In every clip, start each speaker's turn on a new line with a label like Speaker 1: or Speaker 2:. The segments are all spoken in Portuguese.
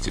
Speaker 1: Se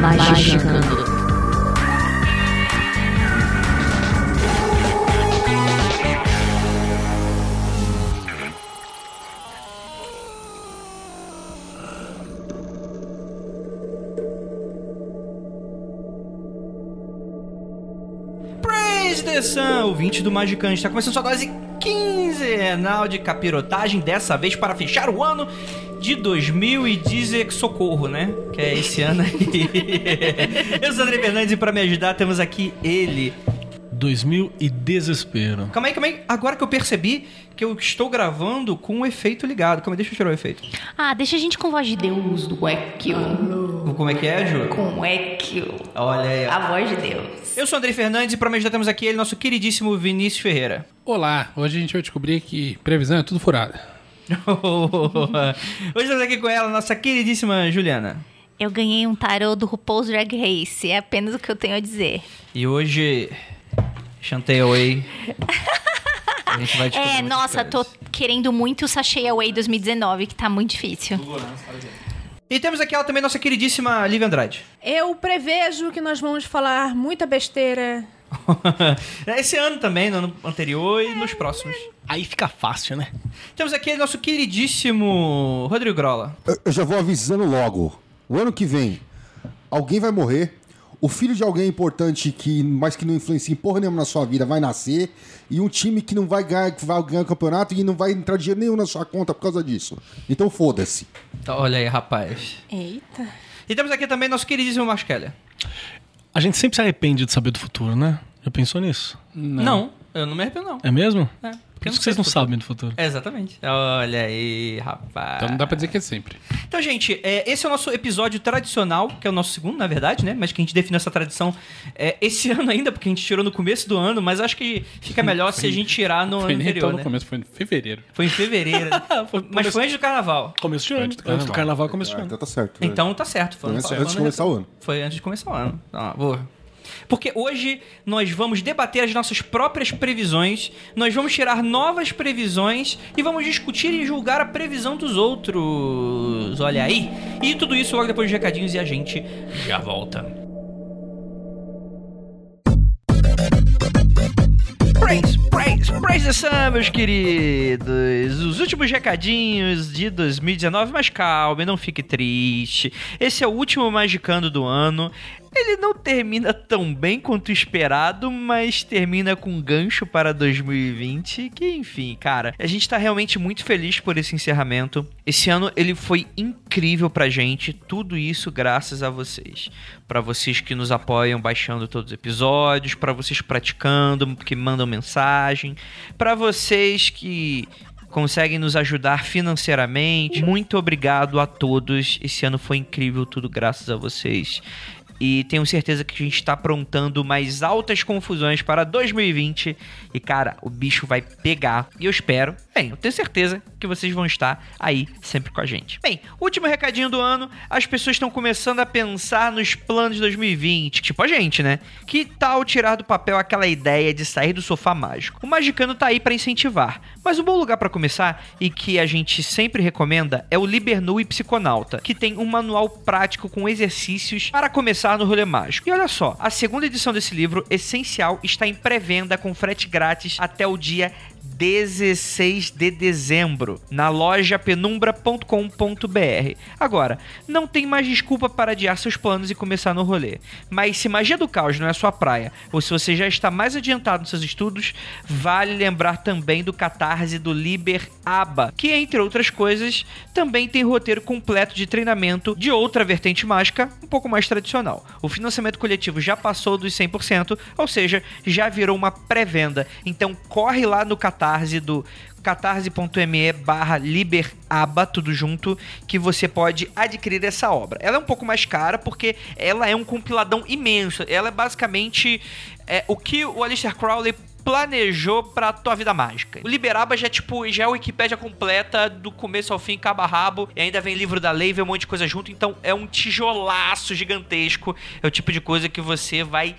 Speaker 2: Magicando.
Speaker 3: Presta atenção, ouvinte do Magicante. Está começando sua dose quinzenal de capirotagem, dessa vez para fechar o ano de 2010. Socorro, né? Que é esse ano aí. Eu sou André Fernandes e para me ajudar temos aqui ele.
Speaker 4: 2000 e desespero.
Speaker 3: Calma aí, calma aí. Agora que eu percebi que eu estou gravando com o efeito ligado. Calma aí, deixa eu tirar o efeito.
Speaker 2: Ah, deixa a gente com voz de Deus do Equio.
Speaker 3: Como é que é, Ju?
Speaker 2: Com Equio.
Speaker 3: Olha aí. ó.
Speaker 2: A voz de Deus.
Speaker 3: Eu sou André Fernandes e para me ajudar temos aqui ele, nosso queridíssimo Vinícius Ferreira.
Speaker 4: Olá, hoje a gente vai descobrir que previsão é tudo furado.
Speaker 3: Hoje estamos aqui com ela, nossa queridíssima Juliana.
Speaker 2: Eu ganhei um tarô do RuPaul's Drag Race. É apenas o que eu tenho a dizer.
Speaker 3: E hoje, Chantei Away. A gente vai descobrir
Speaker 2: É,
Speaker 3: muitas
Speaker 2: nossa, tô
Speaker 3: coisas.
Speaker 2: querendo muito o Sachei Away 2019, que tá muito difícil.
Speaker 3: E temos aqui ela também, nossa queridíssima Lívia Andrade.
Speaker 5: Eu prevejo que nós vamos falar muita besteira.
Speaker 3: Esse ano também, no ano anterior e nos próximos.
Speaker 6: É, Aí fica fácil, né?
Speaker 3: Temos aqui nosso queridíssimo Rodrigo Grola.
Speaker 7: Eu- Eu já vou avisando logo. O ano que vem, alguém vai morrer. O filho de alguém importante que, mas que não influencia em porra nenhuma na sua vida, vai nascer. E um time que não vai ganhar, que vai ganhar o campeonato e não vai entrar dinheiro nenhum na sua conta por causa disso. Então foda-se.
Speaker 3: Tá, Olha aí, rapaz.
Speaker 5: Eita.
Speaker 3: E temos aqui também nosso queridíssimo Masquelia.
Speaker 4: A gente sempre se arrepende de saber do futuro, né? Já pensou nisso?
Speaker 3: Não. eu não me arrependo, não.
Speaker 4: É mesmo?
Speaker 3: É,
Speaker 4: Por isso
Speaker 3: sei
Speaker 4: que vocês não
Speaker 3: se-
Speaker 4: sabem do futuro.
Speaker 3: É, Exatamente. Olha aí, rapaz.
Speaker 8: Então não dá pra dizer que é sempre.
Speaker 3: Então, gente, é, esse é o nosso episódio tradicional, que é o nosso segundo, na verdade, né? Mas que a gente definiu essa tradição é, esse ano ainda, porque a gente tirou no começo do ano, mas acho que fica melhor se a gente tirar no
Speaker 8: foi
Speaker 3: ano
Speaker 8: nem
Speaker 3: anterior,
Speaker 8: tão no
Speaker 3: né?
Speaker 8: começo, foi em fevereiro.
Speaker 3: Foi em fevereiro.
Speaker 4: Foi-
Speaker 3: mas foi antes do carnaval.
Speaker 4: Começo de ano.
Speaker 8: Antes do
Speaker 4: Antes do carnaval, começo de
Speaker 7: Ah,
Speaker 4: ano.
Speaker 7: então tá certo. né?
Speaker 3: Então tá certo. Foi ano-
Speaker 7: antes,
Speaker 3: foi
Speaker 7: antes de
Speaker 3: ano
Speaker 7: começar o ano.
Speaker 3: Foi antes de começar o ano. Ah, vou. Porque hoje nós vamos debater as nossas próprias previsões, nós vamos tirar novas previsões e vamos discutir e julgar a previsão dos outros. Olha aí. E tudo isso logo depois dos recadinhos e a gente já volta. Praise, praise, praise the sun, meus queridos. Os últimos recadinhos de 2019, mas calma, não fique triste. Esse é o último Magicando do ano. Ele não termina tão bem quanto esperado, mas termina com um gancho para 2020, que enfim, cara, a gente tá realmente muito feliz por esse encerramento. Esse ano ele foi incrível pra gente, tudo isso graças a vocês. Pra vocês que nos apoiam baixando todos os episódios, pra vocês praticando, que mandam mensagem, pra vocês que conseguem nos ajudar financeiramente. Muito obrigado a todos. Esse ano foi incrível, tudo graças a vocês. E tenho certeza que a gente tá aprontando mais altas confusões para 2020. E, cara, o bicho vai pegar. E eu espero, bem, eu tenho certeza que vocês vão estar aí sempre com a gente. Bem, último recadinho do ano: as pessoas estão começando a pensar nos planos de 2020. Tipo a gente, né? Que tal tirar do papel aquela ideia de sair do sofá mágico? O Magicano tá aí para incentivar. Mas um bom lugar para começar e que a gente sempre recomenda é o Libernu e Psiconauta, que tem um manual prático com exercícios para começar no rolê mágico. E olha só, a segunda edição desse livro, Essencial, está em pré-venda com frete grátis até o dia 16 de dezembro na loja penumbra.com.br. Agora, não tem mais desculpa para adiar seus planos e começar no rolê. Mas se magia do caos não é sua praia, ou se você já está mais adiantado nos seus estudos, vale lembrar também do catarse do Liber Aba, que entre outras coisas também tem roteiro completo de treinamento de outra vertente mágica, um pouco mais tradicional. total. O financiamento coletivo já passou dos 100%, ou seja, já virou uma pré-venda. Então corre lá no Catarse do catarse.me barra liberaba, tudo junto, que você pode adquirir essa obra. Ela é um pouco mais cara porque ela é um compiladão imenso. Ela é basicamente é, o que o Aleister Crowley planejou pra tua vida mágica. O Liberaba já é tipo, já é a Wikipédia completa do começo ao fim, cabo a rabo, e ainda vem livro da lei, vem um monte de coisa junto, então é um tijolaço gigantesco. É o tipo de coisa que você vai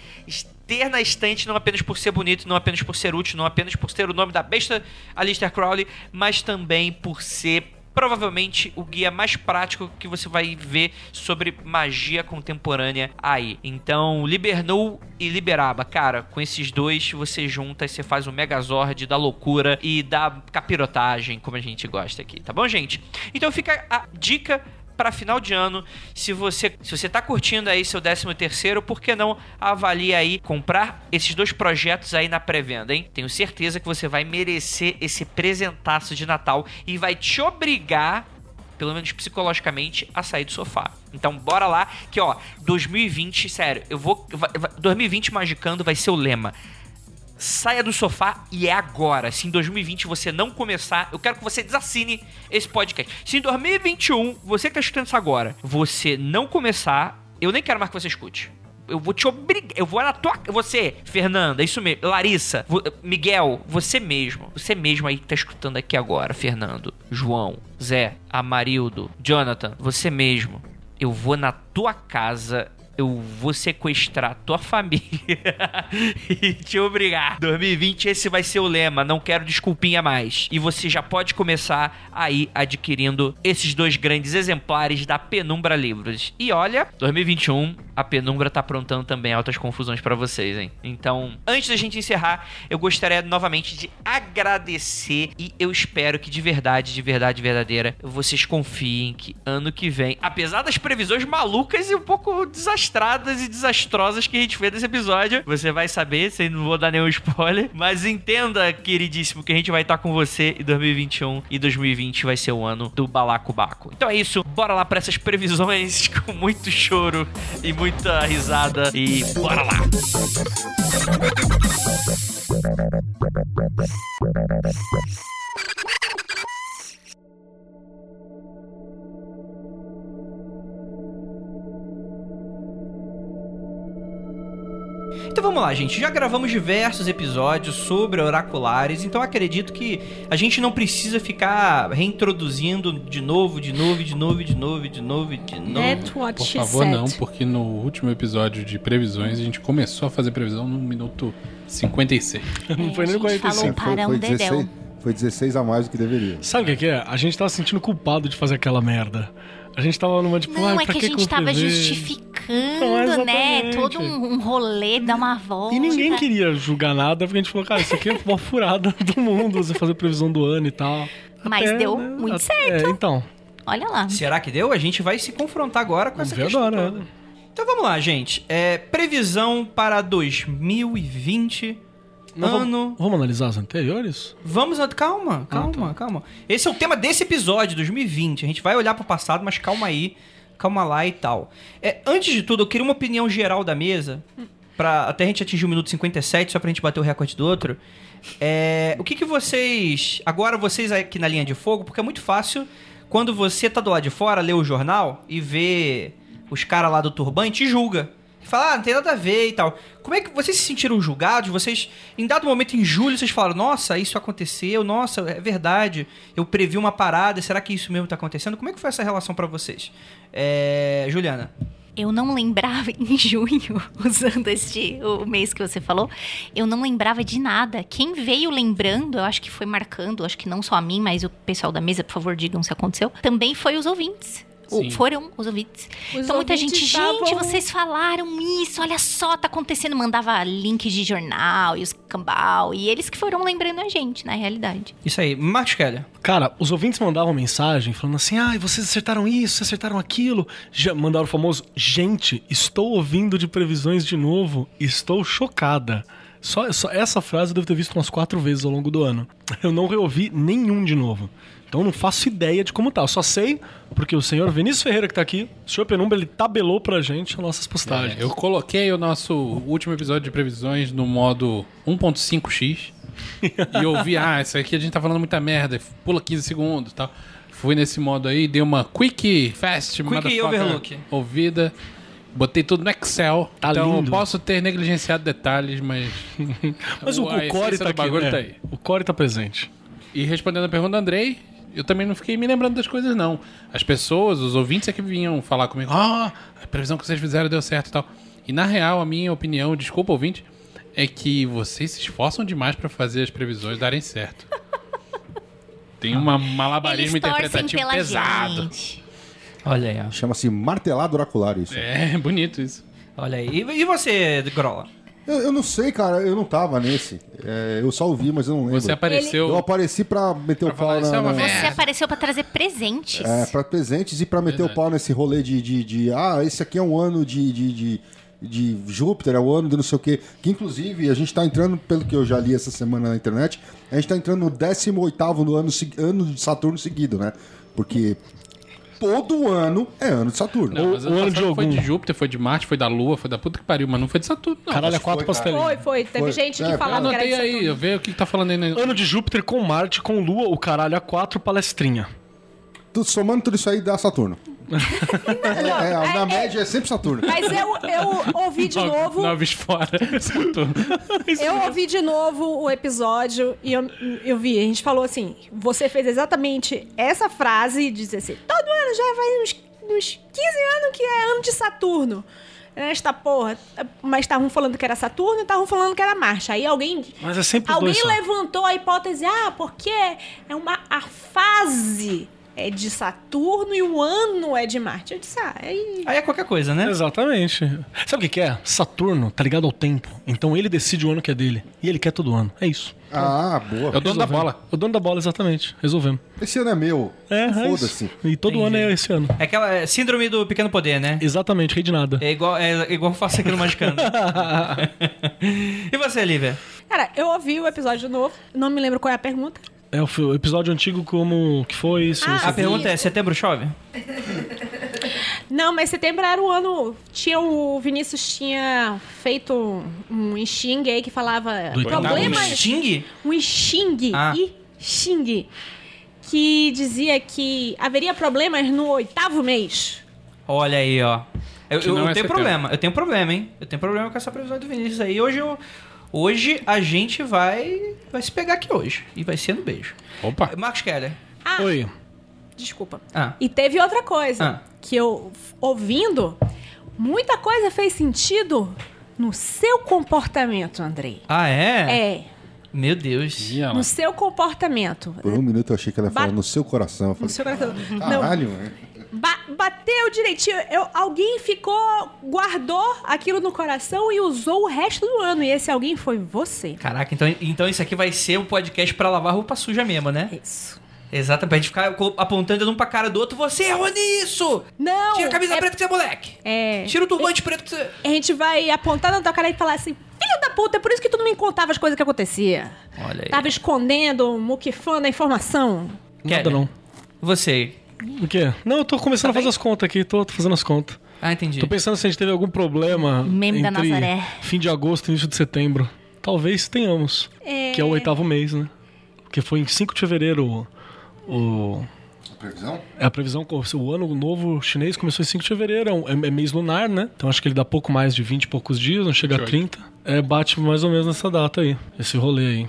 Speaker 3: ter na estante não apenas por ser bonito, não apenas por ser útil, não apenas por ser o nome da besta Alistair Crowley, mas também por ser provavelmente o guia mais prático que você vai ver sobre magia contemporânea aí. Então, Libernou e Liberaba, cara, com esses dois você junta e você faz o Megazord da loucura e da capirotagem, como a gente gosta aqui, tá bom, gente? Então fica a dica para final de ano. Se você se você tá curtindo aí seu 13 terceiro, por que não avalia aí comprar esses dois projetos aí na pré-venda, hein? Tenho certeza que você vai merecer esse presentaço de Natal e vai te obrigar pelo menos psicologicamente, a sair do sofá. Então, bora lá, que ó, 2020, sério, eu vou. vai- vai- 2020 Magicando vai ser o lema. Saia do sofá e é agora. Se em 2020 você não começar, eu quero que você desassine esse podcast. Se em 2021, você que tá escutando isso agora, você não começar, eu nem quero mais que você escute. Eu vou te obrigar. Eu vou na tua. Você, Fernanda, isso mesmo. Larissa, vo- Miguel, você mesmo. Você mesmo aí que tá escutando aqui agora, Fernando, João, Zé, Amarildo, Jonathan, você mesmo. Eu vou na tua casa eu vou sequestrar tua família e te obrigar. 2020, esse vai ser o lema. Não quero desculpinha mais. E você já pode começar aí adquirindo esses dois grandes exemplares da Penumbra Livros. E olha, 2021, a Penumbra tá aprontando também altas confusões pra vocês, hein? Então, antes da gente encerrar, eu gostaria novamente de agradecer e eu espero que de verdade, de verdade verdadeira, vocês confiem que ano que vem, apesar das previsões malucas e um pouco desastradas e desastrosas que a gente fez nesse episódio, você vai saber, sem não vou dar nenhum spoiler, mas entenda, queridíssimo, que a gente vai estar com você em 2021 e 2020 vai ser o ano do balacobaco. Então é isso, bora lá pra essas previsões com muito choro e muita risada e bora lá. Então vamos lá, gente. Já gravamos diversos episódios sobre oraculares, então acredito que a gente não precisa ficar reintroduzindo de novo, de novo, de novo, de novo, de novo, de novo.
Speaker 5: That's what
Speaker 6: Por
Speaker 5: she
Speaker 6: favor,
Speaker 5: said.
Speaker 6: não, porque no último episódio de previsões a gente começou a fazer previsão no minuto 56.
Speaker 4: Não foi nem
Speaker 2: É, a gente
Speaker 4: 45.
Speaker 2: falou para um dedéu.
Speaker 7: foi 16 a mais do que deveria.
Speaker 4: Sabe o que, que é? A gente tava se sentindo culpado de fazer aquela merda. A gente tava numa tipo,
Speaker 2: Não,
Speaker 4: ai, pra
Speaker 2: é que a gente
Speaker 4: eu
Speaker 2: tava
Speaker 4: prever? Não,
Speaker 2: justificando, né?
Speaker 4: exatamente.
Speaker 2: Todo um, um rolê, dar uma volta.
Speaker 4: E ninguém queria julgar nada, porque a gente falou, cara, isso aqui é uma furada do mundo, você fazer previsão do ano e tal.
Speaker 2: Mas deu muito
Speaker 4: certo. então,
Speaker 2: Olha lá.
Speaker 3: Será que deu? A gente vai se confrontar agora com
Speaker 4: vamos
Speaker 3: essa
Speaker 4: ver
Speaker 3: questão
Speaker 4: agora.
Speaker 3: toda.
Speaker 4: né?
Speaker 3: Então vamos lá, gente. É, previsão para 2020.
Speaker 4: Não,
Speaker 3: ano.
Speaker 4: Vamos analisar as anteriores?
Speaker 3: Vamos. a- Calma, calma, calma. Esse é o tema desse episódio, 2020. A gente vai olhar pro passado, mas calma aí. Calma lá e tal. É, antes de tudo, eu queria uma opinião geral da mesa. Pra, até a gente atingir o minuto 57, só pra gente bater o recorde do outro. É, o que, que vocês. Agora vocês aqui na linha de fogo, porque é muito fácil quando você tá do lado de fora, lê o jornal e vê os caras lá do turbante e julga. Fala, ah, não tem nada a ver e tal. Como é que vocês se sentiram julgados? Vocês, em dado momento, em julho, vocês falaram, nossa, isso aconteceu, nossa, é verdade, eu previ uma parada, será que isso mesmo tá acontecendo? Como é que foi essa relação pra vocês? É, Juliana.
Speaker 2: Eu não lembrava em junho, usando este o mês que você falou, eu não lembrava de nada. Quem veio lembrando, eu acho que foi marcando, acho que não só a mim, mas o pessoal da mesa, por favor, digam se aconteceu. Também foi os ouvintes. O-
Speaker 6: Sim.
Speaker 2: foram os ouvintes.
Speaker 5: Os
Speaker 2: então muita
Speaker 5: ouvintes
Speaker 2: gente, gente,
Speaker 5: estavam-
Speaker 2: vocês falaram isso, olha só, tá acontecendo. Mandava link de jornal e os cambal. E eles que foram lembrando a gente, na realidade.
Speaker 3: Isso aí, Marcos Keller.
Speaker 4: Cara, os ouvintes mandavam mensagem falando assim: ai, vocês acertaram isso, vocês acertaram aquilo. Já mandaram o famoso: gente, estou ouvindo de previsões de novo, estou chocada. Só, só essa frase eu devo ter visto umas quatro vezes ao longo do ano. Eu não reouvi nenhum de novo. Então eu não faço ideia de como tá. Eu só sei porque o senhor Vinícius Ferreira que tá aqui, o senhor Penumbra, ele tabelou pra Tá, gente as nossas postagens.
Speaker 6: É, eu coloquei o nosso último episódio de previsões no modo 1.5x e ouvi, ah, isso aqui a gente tá falando muita merda, pula 15 segundos e tal. Fui nesse modo aí, dei uma quick, fast, motherfucker
Speaker 3: overlook.
Speaker 6: ouvida. Botei tudo no Excel.
Speaker 4: Tá
Speaker 6: então
Speaker 4: lindo.
Speaker 6: posso ter negligenciado detalhes, mas.
Speaker 4: Mas o,
Speaker 6: a
Speaker 4: o Core
Speaker 6: essência
Speaker 4: tá
Speaker 6: do
Speaker 4: aqui,
Speaker 6: bagulho
Speaker 4: né?
Speaker 6: tá aí.
Speaker 4: O Core tá presente.
Speaker 6: E respondendo a pergunta do Andrei, eu também não fiquei me lembrando das coisas, não. As pessoas, os ouvintes é que vinham falar comigo, ah, a previsão que vocês fizeram deu certo e tal. E na real, a minha opinião, desculpa ouvinte, é que vocês se esforçam demais pra fazer as previsões darem certo. Tem uma
Speaker 2: Eles
Speaker 6: malabarismo
Speaker 2: torcem
Speaker 6: interpretativo
Speaker 2: pela
Speaker 6: pesado.
Speaker 2: gente.
Speaker 3: Olha aí, ó.
Speaker 7: Chama-se martelado oracular isso.
Speaker 6: É, bonito isso.
Speaker 3: Olha aí. E, e você, Grola?
Speaker 7: Eu, eu não sei, cara, eu não tava nesse. É, eu só ouvi, mas eu não lembro.
Speaker 6: Você apareceu.
Speaker 7: Eu apareci pra meter o
Speaker 6: Pra
Speaker 7: pau
Speaker 6: falar,
Speaker 7: na,
Speaker 6: "Isso é uma
Speaker 7: na-
Speaker 6: merda".
Speaker 2: Você apareceu pra trazer presentes.
Speaker 7: É, pra presentes e pra meter o pau nesse rolê de, de, de, ah, esse aqui é um ano de, de, de, de Júpiter, é o ano de não sei o quê. Que inclusive a gente tá entrando, pelo que eu já li essa semana na internet, a gente tá entrando no 18 do ano, se- ano de Saturno seguido, né? Porque todo ano é ano de Saturno.
Speaker 6: Não, mas
Speaker 4: O-
Speaker 6: ano
Speaker 4: o ano de
Speaker 6: passado foi
Speaker 4: Ogum.
Speaker 6: de Júpiter, foi de Marte, foi da Lua, foi da puta que pariu, mas não foi de Saturno, não.
Speaker 4: Caralho, é quatro pastelinhos.
Speaker 5: Foi, foi. Teve
Speaker 7: Foi.
Speaker 5: gente que
Speaker 7: É, foi.
Speaker 6: Eu
Speaker 5: falava que era
Speaker 6: anotei
Speaker 5: de
Speaker 6: aí,
Speaker 5: Saturno.
Speaker 6: eu vejo o que tá falando aí. na-
Speaker 4: Ano de Júpiter com Marte, com Lua, o caralho, a quatro palestrinha.
Speaker 7: Tudo- Somando tudo isso aí dá Saturno. É, é, na média é sempre Saturno.
Speaker 5: Mas eu, eu ouvi de
Speaker 6: Nove-
Speaker 5: novo.
Speaker 6: Noves fora. Saturno.
Speaker 5: Eu ouvi de novo o episódio e eu, eu vi. A gente falou assim: você fez exatamente essa frase e disse assim: todo ano já vai uns, uns 15 anos que é ano de Saturno. Esta porra. Mas estavam falando que era Saturno e estavam falando que era Marte. Aí alguém.
Speaker 4: Mas é sempre os
Speaker 5: Alguém
Speaker 4: dois só.
Speaker 5: levantou a hipótese, ah, porque é uma, a fase é de Saturno e o ano é de Marte. Eu disse, ah, aí
Speaker 3: Aí é qualquer coisa, né?
Speaker 4: Exatamente. Sabe o que que é? Saturno tá ligado ao tempo. Então ele decide o ano que é dele. E ele quer todo ano. É isso.
Speaker 7: Ah, boa.
Speaker 6: É o dono da
Speaker 4: Resolvemos.
Speaker 6: bola.
Speaker 4: O dono da bola, exatamente. Resolvemos.
Speaker 7: Esse ano é meu.
Speaker 4: É, é isso.
Speaker 7: Foda-se.
Speaker 4: E todo ano é esse ano.
Speaker 3: É aquela é, síndrome do pequeno poder, né?
Speaker 4: Exatamente, rei de nada.
Speaker 3: É igual, é igual eu faço aqui no Magicando. e você, Lívia?
Speaker 5: Cara, eu ouvi o episódio de novo, não me lembro qual é a pergunta.
Speaker 4: É o fi- o episódio antigo como que foi isso.
Speaker 5: Ah,
Speaker 4: isso.
Speaker 3: A pergunta é, setembro chove?
Speaker 5: Não, mas setembro era o ano. Tinha o Vinícius tinha feito um- um enxingue aí que falava
Speaker 4: Do oitavo
Speaker 5: problemas.
Speaker 3: Um Xing?
Speaker 5: Um enxingue
Speaker 3: Ah.
Speaker 5: e xingue. Que dizia que haveria problemas no oitavo mês.
Speaker 3: Olha aí, ó. Eu,
Speaker 6: Que
Speaker 3: eu-
Speaker 6: não
Speaker 3: eu
Speaker 6: é
Speaker 3: tenho
Speaker 6: setembro.
Speaker 3: problema, eu tenho problema, hein? Eu tenho problema com essa previsão do Vinícius aí. Hoje eu. Hoje a gente vai. Vai se pegar aqui hoje. E vai ser no beijo.
Speaker 6: Opa.
Speaker 3: Marcos Keller.
Speaker 5: Ah,
Speaker 4: Oi.
Speaker 5: desculpa.
Speaker 3: Ah.
Speaker 5: E teve outra coisa
Speaker 3: Ah.
Speaker 5: que eu f- ouvindo, muita coisa fez sentido no seu comportamento, Andrei.
Speaker 3: Ah, é? Tá
Speaker 5: É,
Speaker 3: Meu Deus.
Speaker 6: Ih, olha lá.
Speaker 5: no seu comportamento.
Speaker 7: Por um Ah, minuto eu achei que ela ia falar
Speaker 5: Bate-
Speaker 7: no seu coração. Eu falei,
Speaker 5: seu coração. Não,
Speaker 7: caralho, é velho.
Speaker 5: Ba- bateu direitinho. Eu- alguém ficou, guardou aquilo no coração e usou o resto do ano. E esse alguém foi você.
Speaker 3: Caraca, então, então isso aqui vai ser um podcast pra lavar roupa suja mesmo, né?
Speaker 5: É Isso.
Speaker 3: Exato, pra gente ficar co- apontando um pra cara do outro. Você errou nisso!
Speaker 5: Não!
Speaker 3: Tira a camisa
Speaker 5: é-
Speaker 3: preta que você é moleque!
Speaker 5: É.
Speaker 3: Tira o turbante preto que você...
Speaker 5: A gente vai apontar na tua cara e falar assim: filho da puta, é por isso que tu não me contava as coisas que acontecia.
Speaker 3: Olha aí.
Speaker 5: Tava escondendo, muquifando a informação.
Speaker 4: Nada
Speaker 6: né?
Speaker 3: Kelly.
Speaker 4: não.
Speaker 3: Você.
Speaker 4: O quê? Não, eu tô começando
Speaker 6: Tá
Speaker 4: a fazer as contas aqui. Tô, tô fazendo as contas.
Speaker 3: Ah, entendi.
Speaker 4: Tô pensando se a gente teve algum problema
Speaker 2: Meme da
Speaker 4: entre
Speaker 2: Nazaré.
Speaker 4: fim de agosto e início de setembro. Talvez tenhamos. Que é o oitavo mês, né? Porque foi em 5 de fevereiro o- o,
Speaker 7: Previsão?
Speaker 4: É a previsão, o ano novo chinês começou em 5 de fevereiro, é um- é, é mês lunar, né? Então acho que ele dá pouco mais de 20 e poucos dias, não chega a 30. É, bate mais ou menos nessa data aí, esse rolê aí.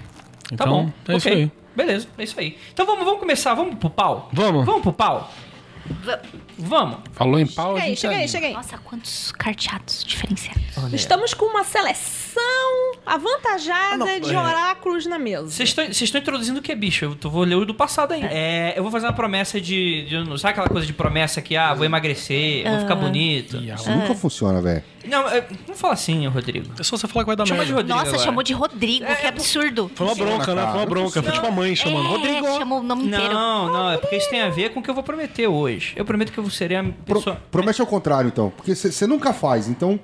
Speaker 4: Então,
Speaker 3: Tá bom.
Speaker 4: é isso
Speaker 3: ok.
Speaker 4: aí.
Speaker 3: Beleza, é isso aí. Então vamos, vamos começar, vamos pro pau?
Speaker 4: Vamos.
Speaker 3: Vamos pro pau? Vamos.
Speaker 6: Falou em pau, a
Speaker 5: Cheguei,
Speaker 6: gente tá
Speaker 5: cheguei,
Speaker 6: ali.
Speaker 5: cheguei.
Speaker 2: Nossa, quantos carteados diferenciados.
Speaker 5: Estamos com uma seleção
Speaker 3: Ah,
Speaker 5: avantajada de
Speaker 3: é.
Speaker 5: oráculos na mesa.
Speaker 3: Vocês estão- vocês estão introduzindo o que, bicho? Eu tô- vou ler o do passado ainda. É, eu vou fazer uma promessa de, de- Sabe aquela coisa de promessa que, ah, vou emagrecer, vou
Speaker 2: Ah.
Speaker 3: ficar bonito?
Speaker 7: Isso nunca funciona, velho.
Speaker 3: Não, é, não fala assim, Rodrigo.
Speaker 4: É só você falar que vai dar
Speaker 3: Chama de
Speaker 4: merda.
Speaker 3: Rodrigo.
Speaker 2: Nossa,
Speaker 3: agora.
Speaker 2: chamou de Rodrigo, que absurdo.
Speaker 4: Foi uma bronca, né? Foi uma
Speaker 7: cara.
Speaker 4: bronca. Foi tipo a mãe chamando.
Speaker 2: É,
Speaker 4: Rodrigo!
Speaker 2: Chamou o nome inteiro.
Speaker 3: Não, não, é porque isso tem a ver com o que eu vou prometer hoje. Eu prometo que eu serei a
Speaker 7: Pro-
Speaker 3: pessoa.
Speaker 7: promete ao contrário, então. Porque você nunca faz, então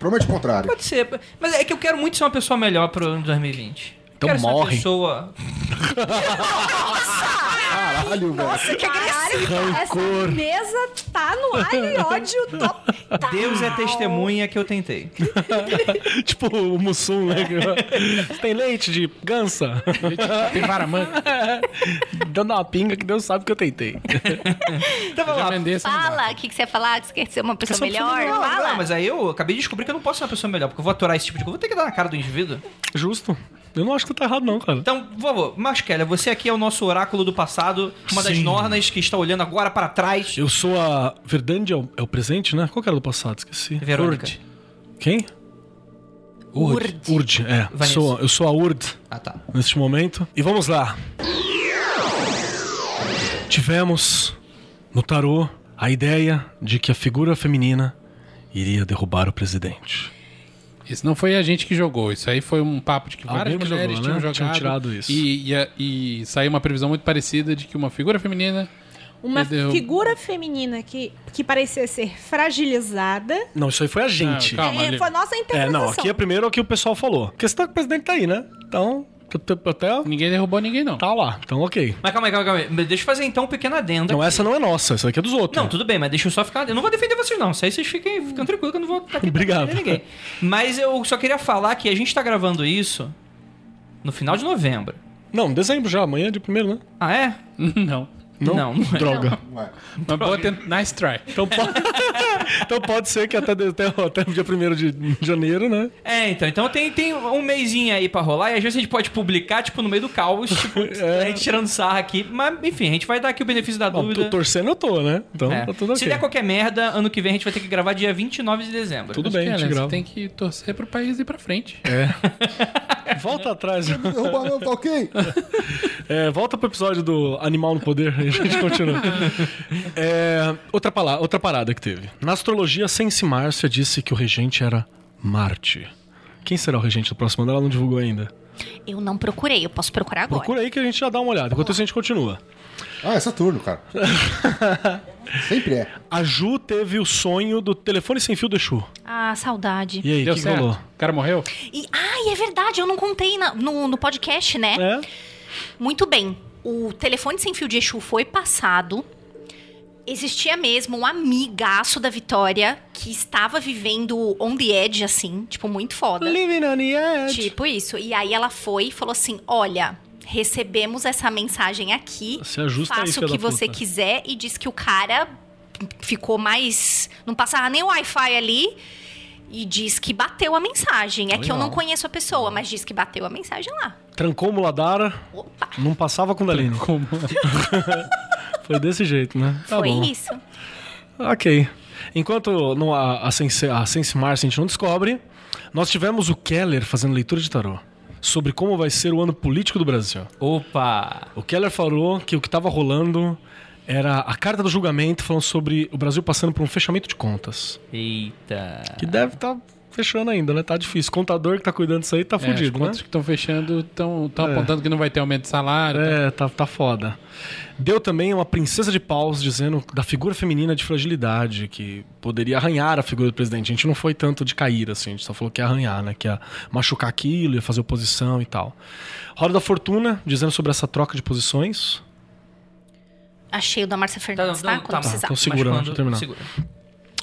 Speaker 7: promete o contrário.
Speaker 3: Pode ser, mas é que eu quero muito ser uma pessoa melhor pro ano de 2020. Eu
Speaker 4: Então
Speaker 3: quero ser uma
Speaker 4: morre.
Speaker 3: pessoa.
Speaker 7: Caralho, velho.
Speaker 5: Nossa, que agressivo. Essa mesa tá no ar e ódio
Speaker 2: Tá.
Speaker 5: total.
Speaker 3: Deus é testemunha que eu tentei.
Speaker 4: tipo o Mussum, né? que- Tem leite de gansa?
Speaker 6: Tem varamanca.
Speaker 4: Dando uma pinga que Deus sabe que eu tentei.
Speaker 3: Então vamos
Speaker 6: Já
Speaker 3: lá.
Speaker 6: vendesse.
Speaker 2: Fala, o que, que você ia falar? Que você quer ser uma pessoa
Speaker 4: ser uma pessoa
Speaker 2: melhor?
Speaker 4: melhor,
Speaker 2: Fala.
Speaker 3: Não, mas aí eu acabei de descobrir que eu não posso ser uma pessoa melhor, porque eu vou aturar esse tipo de coisa. Vou ter que dar na cara do indivíduo.
Speaker 4: Justo. Eu não acho que tu tá errado, não, cara.
Speaker 3: Então, por favor, Masquela, você aqui é o nosso oráculo do passado, uma das
Speaker 4: Sim.
Speaker 3: nornas que está olhando agora para trás.
Speaker 4: Eu sou a. Verdande é o, é o presente, né? Qual que era do passado? Esqueci.
Speaker 3: Verônica.
Speaker 4: Urd. Quem?
Speaker 2: Urd.
Speaker 4: Urd, é.
Speaker 3: Vanessa.
Speaker 4: Sou, eu sou a Urd
Speaker 3: Ah, tá.
Speaker 4: neste momento. E vamos lá. Tivemos no tarô a ideia de que a figura feminina iria derrubar o presidente.
Speaker 6: Isso não foi a gente que jogou, isso aí foi um papo de que várias
Speaker 4: Alguém que
Speaker 6: mulheres
Speaker 4: jogou,
Speaker 6: tinham
Speaker 4: né?
Speaker 6: jogado.
Speaker 4: Tinham tirado isso.
Speaker 6: E, e- e saiu uma previsão muito parecida de que uma figura feminina.
Speaker 5: Uma
Speaker 6: Entendeu?
Speaker 5: figura feminina que, que parecia ser fragilizada.
Speaker 4: Não, isso aí foi a gente.
Speaker 6: gente. Calma,
Speaker 5: É,
Speaker 6: Ale.
Speaker 5: foi a nossa
Speaker 4: é,
Speaker 5: interpretação.
Speaker 4: não, aqui é primeiro o que o pessoal falou. A questão é que o presidente tá aí, né? Então, t- t- até
Speaker 6: Ninguém derrubou ninguém, não.
Speaker 4: tá lá. Então, ok.
Speaker 3: Mas calma aí, calma aí, calma aí. Deixa eu fazer então um pequeno adendo.
Speaker 4: Não,
Speaker 3: aqui.
Speaker 4: essa não é nossa, essa aqui é dos outros.
Speaker 3: Não, tudo bem, mas deixa eu só ficar. Eu não vou defender vocês, não. Isso aí vocês fiquem, ficam tranquilos que eu não vou tá aqui pra
Speaker 4: Obrigado.
Speaker 3: defender ninguém. Mas eu só queria falar que a gente tá gravando isso no final de novembro.
Speaker 4: Não, dezembro já, amanhã é de primeiro, né?
Speaker 3: Ah, é?
Speaker 6: Não.
Speaker 3: Não, não é.
Speaker 4: Droga.
Speaker 7: Ué.
Speaker 6: Mas boa tent- Nice try.
Speaker 4: Então pode, então pode ser que até, de- até, até o dia 1 de janeiro, né?
Speaker 3: É, então, então tem, tem um mêsinho aí pra rolar e às vezes a gente pode publicar, tipo, no meio do caos, tipo, a
Speaker 4: É.
Speaker 3: gente tirando sarra aqui. Mas, enfim, a gente vai dar aqui o benefício da
Speaker 4: Bom,
Speaker 3: dúvida.
Speaker 4: tô torcendo eu tô, né? Então
Speaker 3: É.
Speaker 4: tá tudo
Speaker 3: Se
Speaker 4: ok.
Speaker 3: der qualquer merda, ano que vem a gente vai ter que gravar dia 29 de dezembro.
Speaker 4: Tudo
Speaker 6: Acho
Speaker 4: bem,
Speaker 6: que
Speaker 4: a gente
Speaker 6: né?
Speaker 4: grava. É,
Speaker 6: Você tem que torcer pro país ir pra frente.
Speaker 4: Volta atrás. né?
Speaker 7: Derrubar não, tá ok?
Speaker 4: É, volta pro episódio do Animal no Poder e a gente continua. É, outra, pala- outra parada que teve. Na astrologia, Sense Márcia disse que o regente era Marte. Quem será o regente do próximo ano? Ela não divulgou ainda.
Speaker 2: Eu não procurei, eu posso procurar agora.
Speaker 4: Procura aí que a gente já dá uma olhada. Enquanto isso, a gente continua.
Speaker 7: Ah, é Saturno, cara. Sempre é.
Speaker 4: A Ju teve o sonho do telefone sem fio do Exu.
Speaker 2: Ah, saudade.
Speaker 4: E aí, o
Speaker 6: Deu
Speaker 4: que que
Speaker 6: certo.
Speaker 4: rolou?
Speaker 6: O cara morreu?
Speaker 2: E, ai, é verdade, eu não contei na- no, no podcast, né?
Speaker 4: É?
Speaker 2: Muito bem. O telefone sem fio de Exu foi passado. Existia mesmo um amigaço da Vitória que estava vivendo on the edge, assim, tipo, muito foda.
Speaker 4: Living on the edge.
Speaker 2: Tipo isso. E aí ela foi e falou assim: olha. Recebemos essa mensagem aqui.
Speaker 4: Se ajusta aí,
Speaker 2: Faça
Speaker 4: filha
Speaker 2: o que
Speaker 4: da
Speaker 2: você
Speaker 4: puta.
Speaker 2: quiser e diz que o cara ficou mais. Não passava nem o Wi-Fi ali. E diz que bateu a mensagem. É que eu não
Speaker 4: Legal.
Speaker 2: conheço a pessoa, mas diz que bateu a mensagem lá.
Speaker 4: Trancou o Muladara,
Speaker 2: Opa!
Speaker 4: não passava com o Dalino.
Speaker 6: Como?
Speaker 4: Foi desse jeito, né? Tá
Speaker 2: foi
Speaker 4: bom.
Speaker 2: isso.
Speaker 4: Ok. Enquanto não, a, a, Sense, a Sense Mars a gente não descobre, nós tivemos o Keller fazendo leitura de tarô sobre como vai ser o ano político do Brasil.
Speaker 3: Opa!
Speaker 4: O Keller falou que o que estava rolando era a carta do julgamento falando sobre o Brasil passando por um fechamento de contas.
Speaker 3: Eita!
Speaker 4: Que deve estar fechando ainda, né? Tá difícil. Contador que tá cuidando disso aí tá
Speaker 6: É, as
Speaker 4: fudido, né?
Speaker 6: contas que estão fechando estão
Speaker 4: É.
Speaker 6: apontando que não vai ter aumento de salário. tá?
Speaker 4: É, tá, tá foda. Deu também uma princesa de paus dizendo da figura feminina de fragilidade, que poderia arranhar a figura do presidente. A gente não foi tanto de cair, assim, a gente só falou que ia arranhar, né? Que ia machucar aquilo, ia fazer oposição e tal. Roda da Fortuna, dizendo sobre essa troca de posições.
Speaker 2: Achei o da Márcia Fernandes, tá? Quando precisar.
Speaker 4: então segura,
Speaker 3: mas
Speaker 4: né? Deixa eu terminar.
Speaker 3: segura.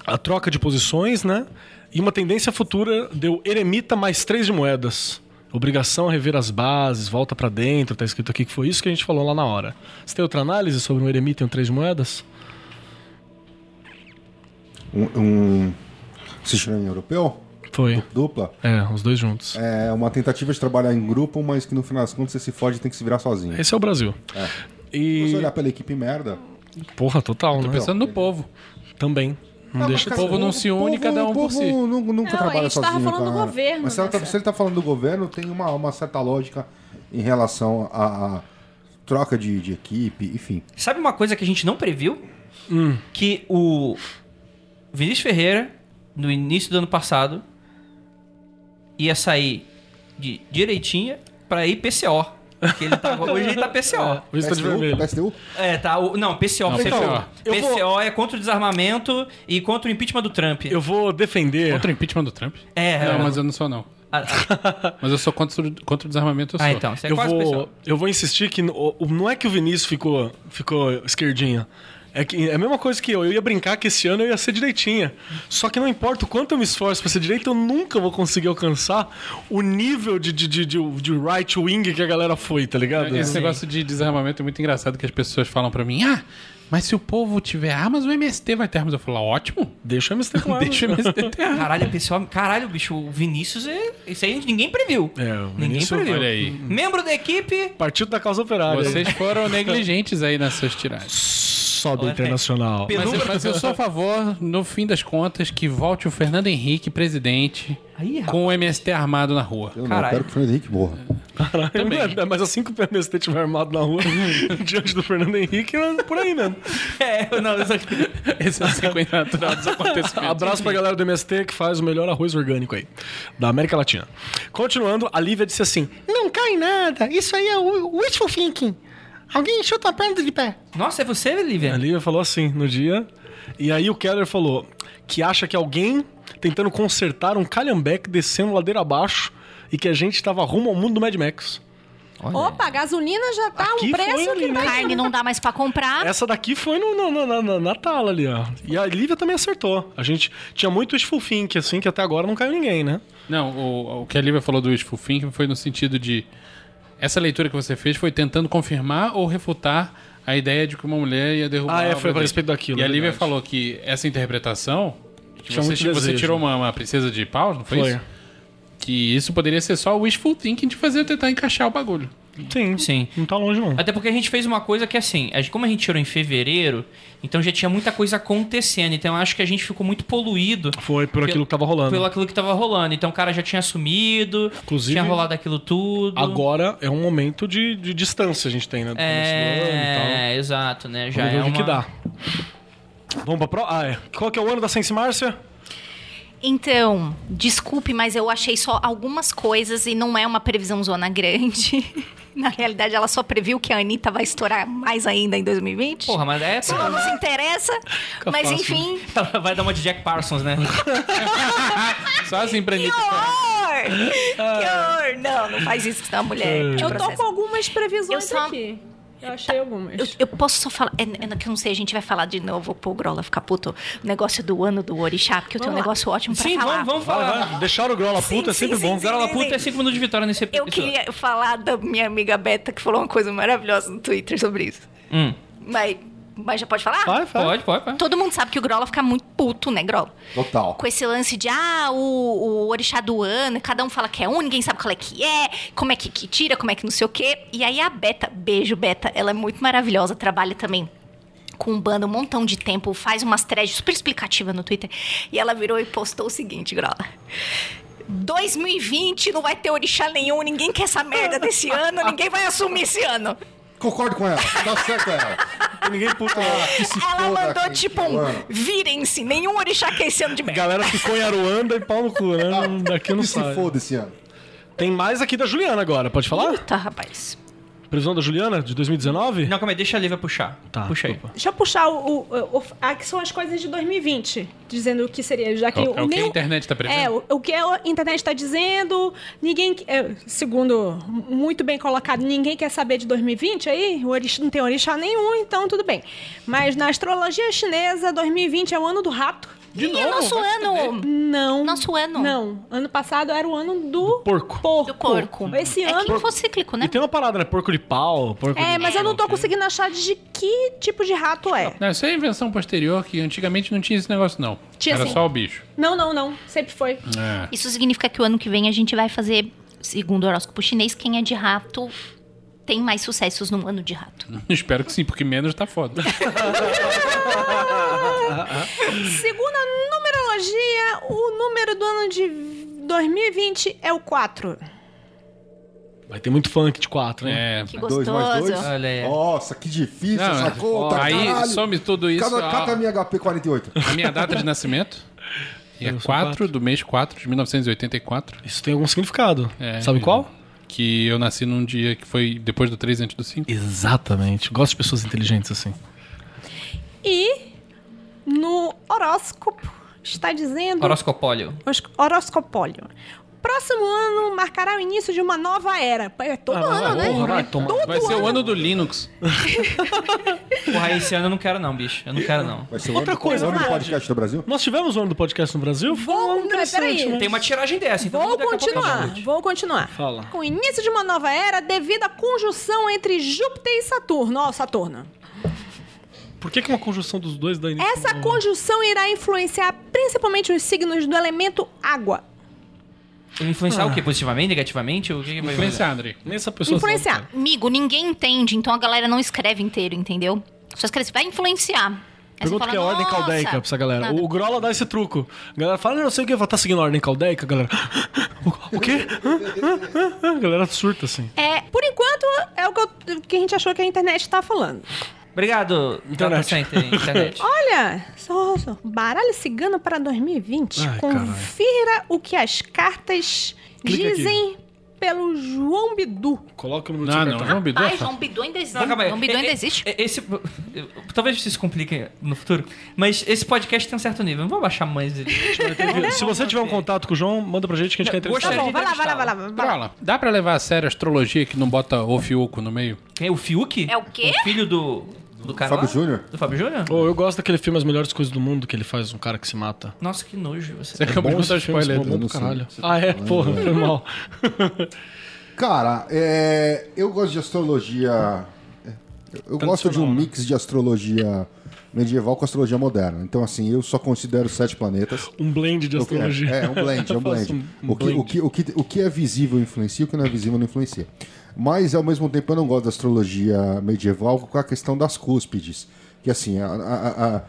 Speaker 4: A troca de posições, né? E uma tendência futura deu eremita mais três de moedas. Obrigação a rever as bases, volta pra dentro, tá escrito aqui que foi isso que a gente falou lá na hora. Você tem outra análise sobre um eremita e um três de moedas?
Speaker 7: Um, um sistema europeu,
Speaker 4: Foi.
Speaker 7: dupla,
Speaker 4: É, os dois juntos.
Speaker 7: é uma tentativa de trabalhar em grupo, mas que no final das contas você se fode e tem que se virar sozinho.
Speaker 4: Esse é o Brasil.
Speaker 7: Se você
Speaker 4: E.
Speaker 7: olhar pela equipe merda,
Speaker 4: Porra, total,
Speaker 6: Tô
Speaker 4: né?
Speaker 6: pensando no povo.
Speaker 4: Também. Não
Speaker 7: Ah, mas,
Speaker 4: deixa.
Speaker 7: cara,
Speaker 6: o povo não se une, cada um
Speaker 7: o
Speaker 6: por
Speaker 7: povo
Speaker 6: si.
Speaker 7: nu- nunca
Speaker 5: Não,
Speaker 7: trabalha
Speaker 5: a gente tava
Speaker 7: sozinho,
Speaker 5: falando do
Speaker 7: cara.
Speaker 5: governo
Speaker 7: Mas se, ela tá-
Speaker 5: nessa.
Speaker 7: se ele tá falando do governo, tem uma, uma certa lógica em relação à à troca de, de equipe, enfim.
Speaker 3: Sabe uma coisa que a gente não previu?
Speaker 4: Hum.
Speaker 3: Que o Vinícius Ferreira, no início do ano passado, ia sair de direitinha pra ir PCO. Porque ele tá, hoje ele tá PCO.
Speaker 4: O Vista de
Speaker 7: PSTU?
Speaker 4: vermelho.
Speaker 7: PSTU?
Speaker 3: É, tá. o- não, PCO. PCO,
Speaker 4: então, eu vou-
Speaker 3: PCO é contra o desarmamento e contra o impeachment do Trump.
Speaker 4: Eu vou defender.
Speaker 6: Contra o impeachment do Trump?
Speaker 3: É,
Speaker 6: Não,
Speaker 3: é.
Speaker 6: mas eu não sou, não.
Speaker 3: Ah, ah,
Speaker 6: Mas eu sou contra, o- contra o desarmamento, eu sou.
Speaker 3: ah, então, você é
Speaker 4: eu,
Speaker 3: quase
Speaker 4: vou,
Speaker 3: pessoal.
Speaker 4: eu vou insistir que n- o- o- não é que o Vinícius ficou, ficou esquerdinha. É, que, é a mesma coisa que eu. Eu ia brincar que esse ano eu ia ser direitinha. Só que não importa o quanto eu me esforço pra ser direita, eu nunca vou conseguir alcançar o nível de, de, de, de- de right wing que a galera foi, tá ligado?
Speaker 6: Esse negócio de desarmamento é muito engraçado que as pessoas falam pra mim, ah, mas se o povo tiver armas, o MST vai ter armas. Eu falo, ótimo,
Speaker 4: Deixa eu me com ela.
Speaker 6: deixa o MST ter armas.
Speaker 3: Caralho, pessoal. Caralho, bicho, o Vinícius é. Isso aí ninguém previu.
Speaker 4: É, o
Speaker 3: ninguém
Speaker 4: Vinícius-
Speaker 3: previu.
Speaker 6: Olha aí.
Speaker 3: Membro da equipe.
Speaker 4: Partido da causa operária.
Speaker 6: Vocês foram negligentes aí nas suas tiragens.
Speaker 4: Sobe
Speaker 3: Olha,
Speaker 4: internacional.
Speaker 3: Pe-
Speaker 6: Mas, eu- mas eu sou a favor, no fim das contas, que volte o Fernando Henrique presidente
Speaker 3: Aí, rapaz.
Speaker 6: com o MST armado na rua.
Speaker 7: Eu não, eu
Speaker 3: Caralho.
Speaker 7: quero que o Fernando Henrique morra.
Speaker 4: Caralho, mas assim que o PMST estiver armado na rua, diante do Fernando Henrique, é por aí mesmo.
Speaker 3: É, eu não, eu só...
Speaker 6: Essa é a sequência natural dos acontecimentos.
Speaker 4: Abraço pra galera do MST que faz o melhor arroz orgânico aí, da América Latina. Continuando, a Lívia disse assim:
Speaker 9: Não cai nada. Isso aí é o wishful thinking. Alguém chuta a perna de pé.
Speaker 3: Nossa, é você, Lívia?
Speaker 4: A Lívia falou assim no dia. E aí o Keller falou que acha que alguém tentando consertar um calhambeque descendo ladeira abaixo e que a gente tava rumo ao mundo do Mad Max.
Speaker 5: Opa, a gasolina já tá
Speaker 4: Aqui
Speaker 5: um
Speaker 4: foi
Speaker 5: preço
Speaker 4: ali,
Speaker 5: que
Speaker 4: né?
Speaker 5: tá...
Speaker 10: Carne não dá mais pra comprar.
Speaker 4: Essa daqui foi no, no- na, na, na tala ali, ó. E a Lívia também acertou. A gente tinha muito wishful thinking, assim, que até agora não caiu ninguém, né?
Speaker 6: Não, o, o que a Lívia falou do wishful thinking foi no sentido de... Essa leitura que você fez foi tentando confirmar ou refutar a ideia de que uma mulher ia derrubar
Speaker 4: Ah,
Speaker 6: a
Speaker 4: é,
Speaker 6: obra
Speaker 4: foi a
Speaker 6: dele.
Speaker 4: respeito daquilo,
Speaker 6: E a
Speaker 4: é
Speaker 6: Lívia
Speaker 4: verdade.
Speaker 6: falou que essa interpretação... Que
Speaker 4: Tinha
Speaker 6: você,
Speaker 4: muito
Speaker 6: você
Speaker 4: desejo.
Speaker 6: tirou uma, uma princesa de paus, não foi,
Speaker 4: Foi.
Speaker 6: isso? Que isso poderia ser só o wishful thinking de fazer eu tentar encaixar o bagulho.
Speaker 4: Sim.
Speaker 3: Sim.
Speaker 4: Não tá longe, não.
Speaker 3: Até porque a gente fez uma coisa que, assim, a gente- como a gente tirou em fevereiro, então já tinha muita coisa acontecendo. Então eu acho que a gente ficou muito poluído
Speaker 4: Foi por aquilo que tava rolando.
Speaker 3: pelo aquilo que tava rolando. Então o cara já tinha assumido,
Speaker 4: Inclusive,
Speaker 3: tinha rolado aquilo tudo.
Speaker 4: Agora é um momento de, de distância a gente tem, né? Do começo do ano e tal.
Speaker 3: É, exato, né? Já
Speaker 4: Vamos ver
Speaker 3: é
Speaker 4: o
Speaker 3: uma...
Speaker 4: que que dá. Vamos pra prova? Ah, é. Qual que é o ano da Sense Márcia?
Speaker 10: Então, desculpe, mas eu achei só algumas coisas e não é uma previsão zona grande. Na realidade, ela só previu que a Anitta vai estourar mais ainda em 2020.
Speaker 3: Porra, mas é...
Speaker 10: Isso não nos interessa. mas enfim.
Speaker 3: Ela vai dar uma de Jack Parsons, né?
Speaker 6: Só assim pra
Speaker 10: Que
Speaker 6: Anitta.
Speaker 10: horror! Que
Speaker 3: Ah.
Speaker 10: horror! Não, não faz isso, senão a mulher. te
Speaker 5: Eu tô
Speaker 10: processa.
Speaker 5: com algumas previsões
Speaker 10: Eu só-
Speaker 5: aqui. Eu achei algumas.
Speaker 10: Eu, eu posso só falar. É, é que eu não sei, a gente vai falar de novo pro Grola ficar puto. O negócio do ano do Orixá, porque eu tenho um negócio ótimo pra
Speaker 3: Sim,
Speaker 10: falar.
Speaker 3: vamos, vamos
Speaker 4: Vai,
Speaker 3: falar.
Speaker 4: vai. Deixar o Grola puta é
Speaker 10: sim,
Speaker 4: sempre
Speaker 10: sim,
Speaker 4: bom.
Speaker 10: sim.
Speaker 3: Agora ela puta é 5 minutos de vitória nesse
Speaker 10: Eu
Speaker 3: episódio.
Speaker 10: queria falar da minha amiga Beta, que falou uma coisa maravilhosa no Twitter sobre isso.
Speaker 3: Hum.
Speaker 10: Mas, mas já pode falar?
Speaker 4: Vai, vai.
Speaker 3: Pode, pode, pode.
Speaker 10: Todo mundo sabe que o Grola fica muito puto, né, Grola?
Speaker 7: Total.
Speaker 10: Com esse lance de, ah, o, o orixá do ano, cada um fala que é um, ninguém sabe qual é que é, como é que, que tira, como é que não sei o quê. E aí a Beta, beijo Beta, ela é muito maravilhosa, trabalha também com um bando um montão de tempo, faz umas threads super explicativas no Twitter. E ela virou e postou o seguinte, Grola. 2020 não vai ter orixá nenhum, ninguém quer essa merda desse ano, ninguém vai assumir esse ano.
Speaker 7: Concordo com ela. Tá certo com ela.
Speaker 4: Ninguém puta.
Speaker 7: Ah, que se
Speaker 10: Ela
Speaker 7: foda,
Speaker 10: mandou
Speaker 7: gente,
Speaker 10: tipo um,
Speaker 7: mano.
Speaker 10: virem-se, nenhum orixá quer esse ano de
Speaker 4: A
Speaker 10: merda.
Speaker 4: galera ficou em Aruanda e pau no cu, né? Não- Daqui não
Speaker 7: Que se
Speaker 4: sai.
Speaker 7: foda esse ano.
Speaker 4: Tem mais aqui da Juliana agora, pode falar?
Speaker 10: Puta, rapaz.
Speaker 4: Previsão da Juliana de 2019?
Speaker 3: Não, calma aí, deixa a Lívia puxar.
Speaker 4: Tá,
Speaker 3: Puxa aí.
Speaker 4: desculpa.
Speaker 5: Deixa eu puxar o, o, o- a que são as coisas de 2020, dizendo o que seria, já que
Speaker 6: É o- é o que
Speaker 5: nem
Speaker 6: a internet tá prevendo?
Speaker 5: É, o, o que a internet tá dizendo, ninguém, é, segundo muito bem colocado, ninguém quer saber de 2020 aí, o orixá, não tem orixá nenhum, então tudo bem. Mas na astrologia chinesa, 2020 é o ano do rato?
Speaker 6: De
Speaker 10: e é o nosso
Speaker 6: vai se fuder.
Speaker 10: ano.
Speaker 5: Não.
Speaker 10: Nosso ano.
Speaker 5: Não, ano passado era o ano do,
Speaker 4: porco.
Speaker 5: porco.
Speaker 10: Do porco.
Speaker 5: Esse
Speaker 10: é que
Speaker 5: ano
Speaker 10: não fosse cíclico, né?
Speaker 4: E
Speaker 6: Então,
Speaker 4: tem uma parada, né? Porco de pau, porco
Speaker 5: É,
Speaker 4: de...
Speaker 5: mas eu não tô conseguindo achar de que tipo de rato é.
Speaker 6: Não, isso é invenção posterior que antigamente não tinha esse negócio, não.
Speaker 5: Tinha
Speaker 6: Era
Speaker 5: sim.
Speaker 6: só o bicho.
Speaker 5: Não, não, não. Sempre foi.
Speaker 6: É.
Speaker 10: Isso significa que o ano que vem a gente vai fazer, segundo o horóscopo chinês, quem é de rato tem mais sucessos no ano de rato.
Speaker 4: Hum.
Speaker 6: Espero que sim, porque menos tá foda.
Speaker 5: Segundo a numerologia, o número do ano de 2020 é o 4.
Speaker 4: Vai ter muito funk de quatro, né?
Speaker 6: É.
Speaker 10: Que
Speaker 7: Dois
Speaker 10: gostoso.
Speaker 7: mais dois?
Speaker 3: Olha aí.
Speaker 7: Nossa, que difícil
Speaker 6: Não, é.
Speaker 7: essa conta,
Speaker 6: aí
Speaker 7: caralho.
Speaker 6: some tudo isso.
Speaker 7: Cada,
Speaker 6: ó,
Speaker 7: cata a minha HP 48.
Speaker 6: A minha data de nascimento é
Speaker 4: Eu sou
Speaker 6: 4 do mês 4 de 1984.
Speaker 4: Isso tem algum significado.
Speaker 6: É.
Speaker 4: Sabe qual?
Speaker 6: Que eu nasci num dia que foi depois do 3 antes do 5.
Speaker 4: Exatamente. Gosto de pessoas inteligentes assim.
Speaker 5: E no horóscopo está dizendo.
Speaker 3: Horoscopólio.
Speaker 5: Horoscopólio. próximo ano marcará o início de uma nova era. Pô, É todo
Speaker 4: Ah,
Speaker 5: ano, né?
Speaker 4: porra, vai tomar-
Speaker 5: todo
Speaker 6: Vai ser
Speaker 5: ano.
Speaker 6: o ano do Linux.
Speaker 3: Porra, esse ano eu não quero não, bicho. Eu não quero não.
Speaker 7: Vai ser
Speaker 4: Outra
Speaker 7: o ano,
Speaker 4: coisa,
Speaker 7: o ano do
Speaker 5: Vlad.
Speaker 7: podcast do Brasil?
Speaker 4: Nós tivemos o ano do podcast no Brasil? Foi um
Speaker 5: Vou-
Speaker 4: ano
Speaker 5: não, é,
Speaker 4: interessante,
Speaker 5: peraí.
Speaker 4: né?
Speaker 3: Tem uma tiragem dessa, então...
Speaker 5: Vou
Speaker 3: daqui a pouco
Speaker 5: continuar,
Speaker 3: acaba.
Speaker 5: vou continuar.
Speaker 4: Fala.
Speaker 5: Com o início de uma nova era devido à conjunção entre Júpiter e Saturno. Ó, Saturno.
Speaker 4: Por que, que uma conjunção dos dois dá início?
Speaker 5: Essa
Speaker 4: a uma-
Speaker 5: conjunção irá influenciar principalmente os signos do elemento água.
Speaker 3: Influenciar
Speaker 4: Ah.
Speaker 3: o quê? Positivamente, negativamente? O que, que vai
Speaker 6: Influenciar, Andrei.
Speaker 4: Nem essa pessoa sabe,
Speaker 5: Influenciar.
Speaker 2: Amigo, ninguém entende, então a galera não escreve inteiro, entendeu? Só escreve, vai influenciar. Aí
Speaker 4: Pergunta
Speaker 2: você
Speaker 4: o que é
Speaker 2: fala,
Speaker 4: ordem
Speaker 2: "Nossa,
Speaker 4: caldeica pra essa galera.
Speaker 2: nada."
Speaker 4: O Grola dá esse truco. A galera fala, "Ah, não sei o que, tá seguindo a ordem caldeica, a galera. O, o quê? Hã? Hã? Hã? A galera surta assim.
Speaker 5: É, por enquanto, é o que, eu- que a gente achou que a internet tá falando.
Speaker 3: Obrigado, data center, internet.
Speaker 5: Olha, só, só, baralho cigano para 2020.
Speaker 4: Ai,
Speaker 5: Confira o que as cartas
Speaker 4: Clica aqui.
Speaker 5: dizem pelo João Bidu. Tá
Speaker 4: Coloca um o número
Speaker 6: Ah,
Speaker 4: do seu
Speaker 6: não,
Speaker 4: cartão.
Speaker 6: João Bidu. é
Speaker 2: Ai,
Speaker 6: foda.
Speaker 2: João Bidu ainda existe.
Speaker 3: Não, calma aí. É,
Speaker 2: João Bidu ainda
Speaker 3: E- e-
Speaker 2: existe.
Speaker 3: e- Esse, eu- talvez isso se complique no futuro, mas esse podcast tem um certo nível. Não vou baixar mais ele.
Speaker 4: Se você tiver um contato com o João, manda pra gente que a gente quer
Speaker 5: Tá
Speaker 4: entrevistar.
Speaker 3: Gostaria
Speaker 5: bom,
Speaker 3: de
Speaker 5: vai lá, vai lá, vai lá. Vai lá.
Speaker 6: Trola, dá pra levar a sério a astrologia que não bota o fioco no meio?
Speaker 3: Quem é o Fiuk?
Speaker 2: É o quê?
Speaker 3: O filho do, do cara
Speaker 7: Fábio
Speaker 3: Tá lá?
Speaker 7: Júnior?
Speaker 3: Do Fábio Júnior?
Speaker 4: Ô, eu gosto daquele filme As Melhores Coisas do Mundo, que ele faz um cara que se mata.
Speaker 3: Nossa, que nojo você.
Speaker 6: Você acabou de
Speaker 4: Bom,
Speaker 6: botar o
Speaker 4: esse filme,
Speaker 6: spoiler.
Speaker 4: esse filme é bom
Speaker 7: eu não
Speaker 4: pra
Speaker 7: sei.
Speaker 4: caralho.
Speaker 7: Você tá
Speaker 4: Ah, é?
Speaker 7: falando,
Speaker 4: Porra,
Speaker 7: né?
Speaker 4: foi mal.
Speaker 7: Cara, é, eu gosto de astrologia. Eu gosto de um
Speaker 4: né?
Speaker 7: mix de astrologia medieval com astrologia moderna. Então, assim, eu só considero sete planetas.
Speaker 4: Um blend de astrologia.
Speaker 7: É, é um blend, é um
Speaker 4: Eu faço
Speaker 7: blend.
Speaker 4: um
Speaker 7: o, que, o, que, o, que, o que é visível influencia, o que não é visível não influencia. Mas, ao mesmo tempo, eu não gosto da astrologia medieval com a questão das cúspides. Que, assim, a, a, a,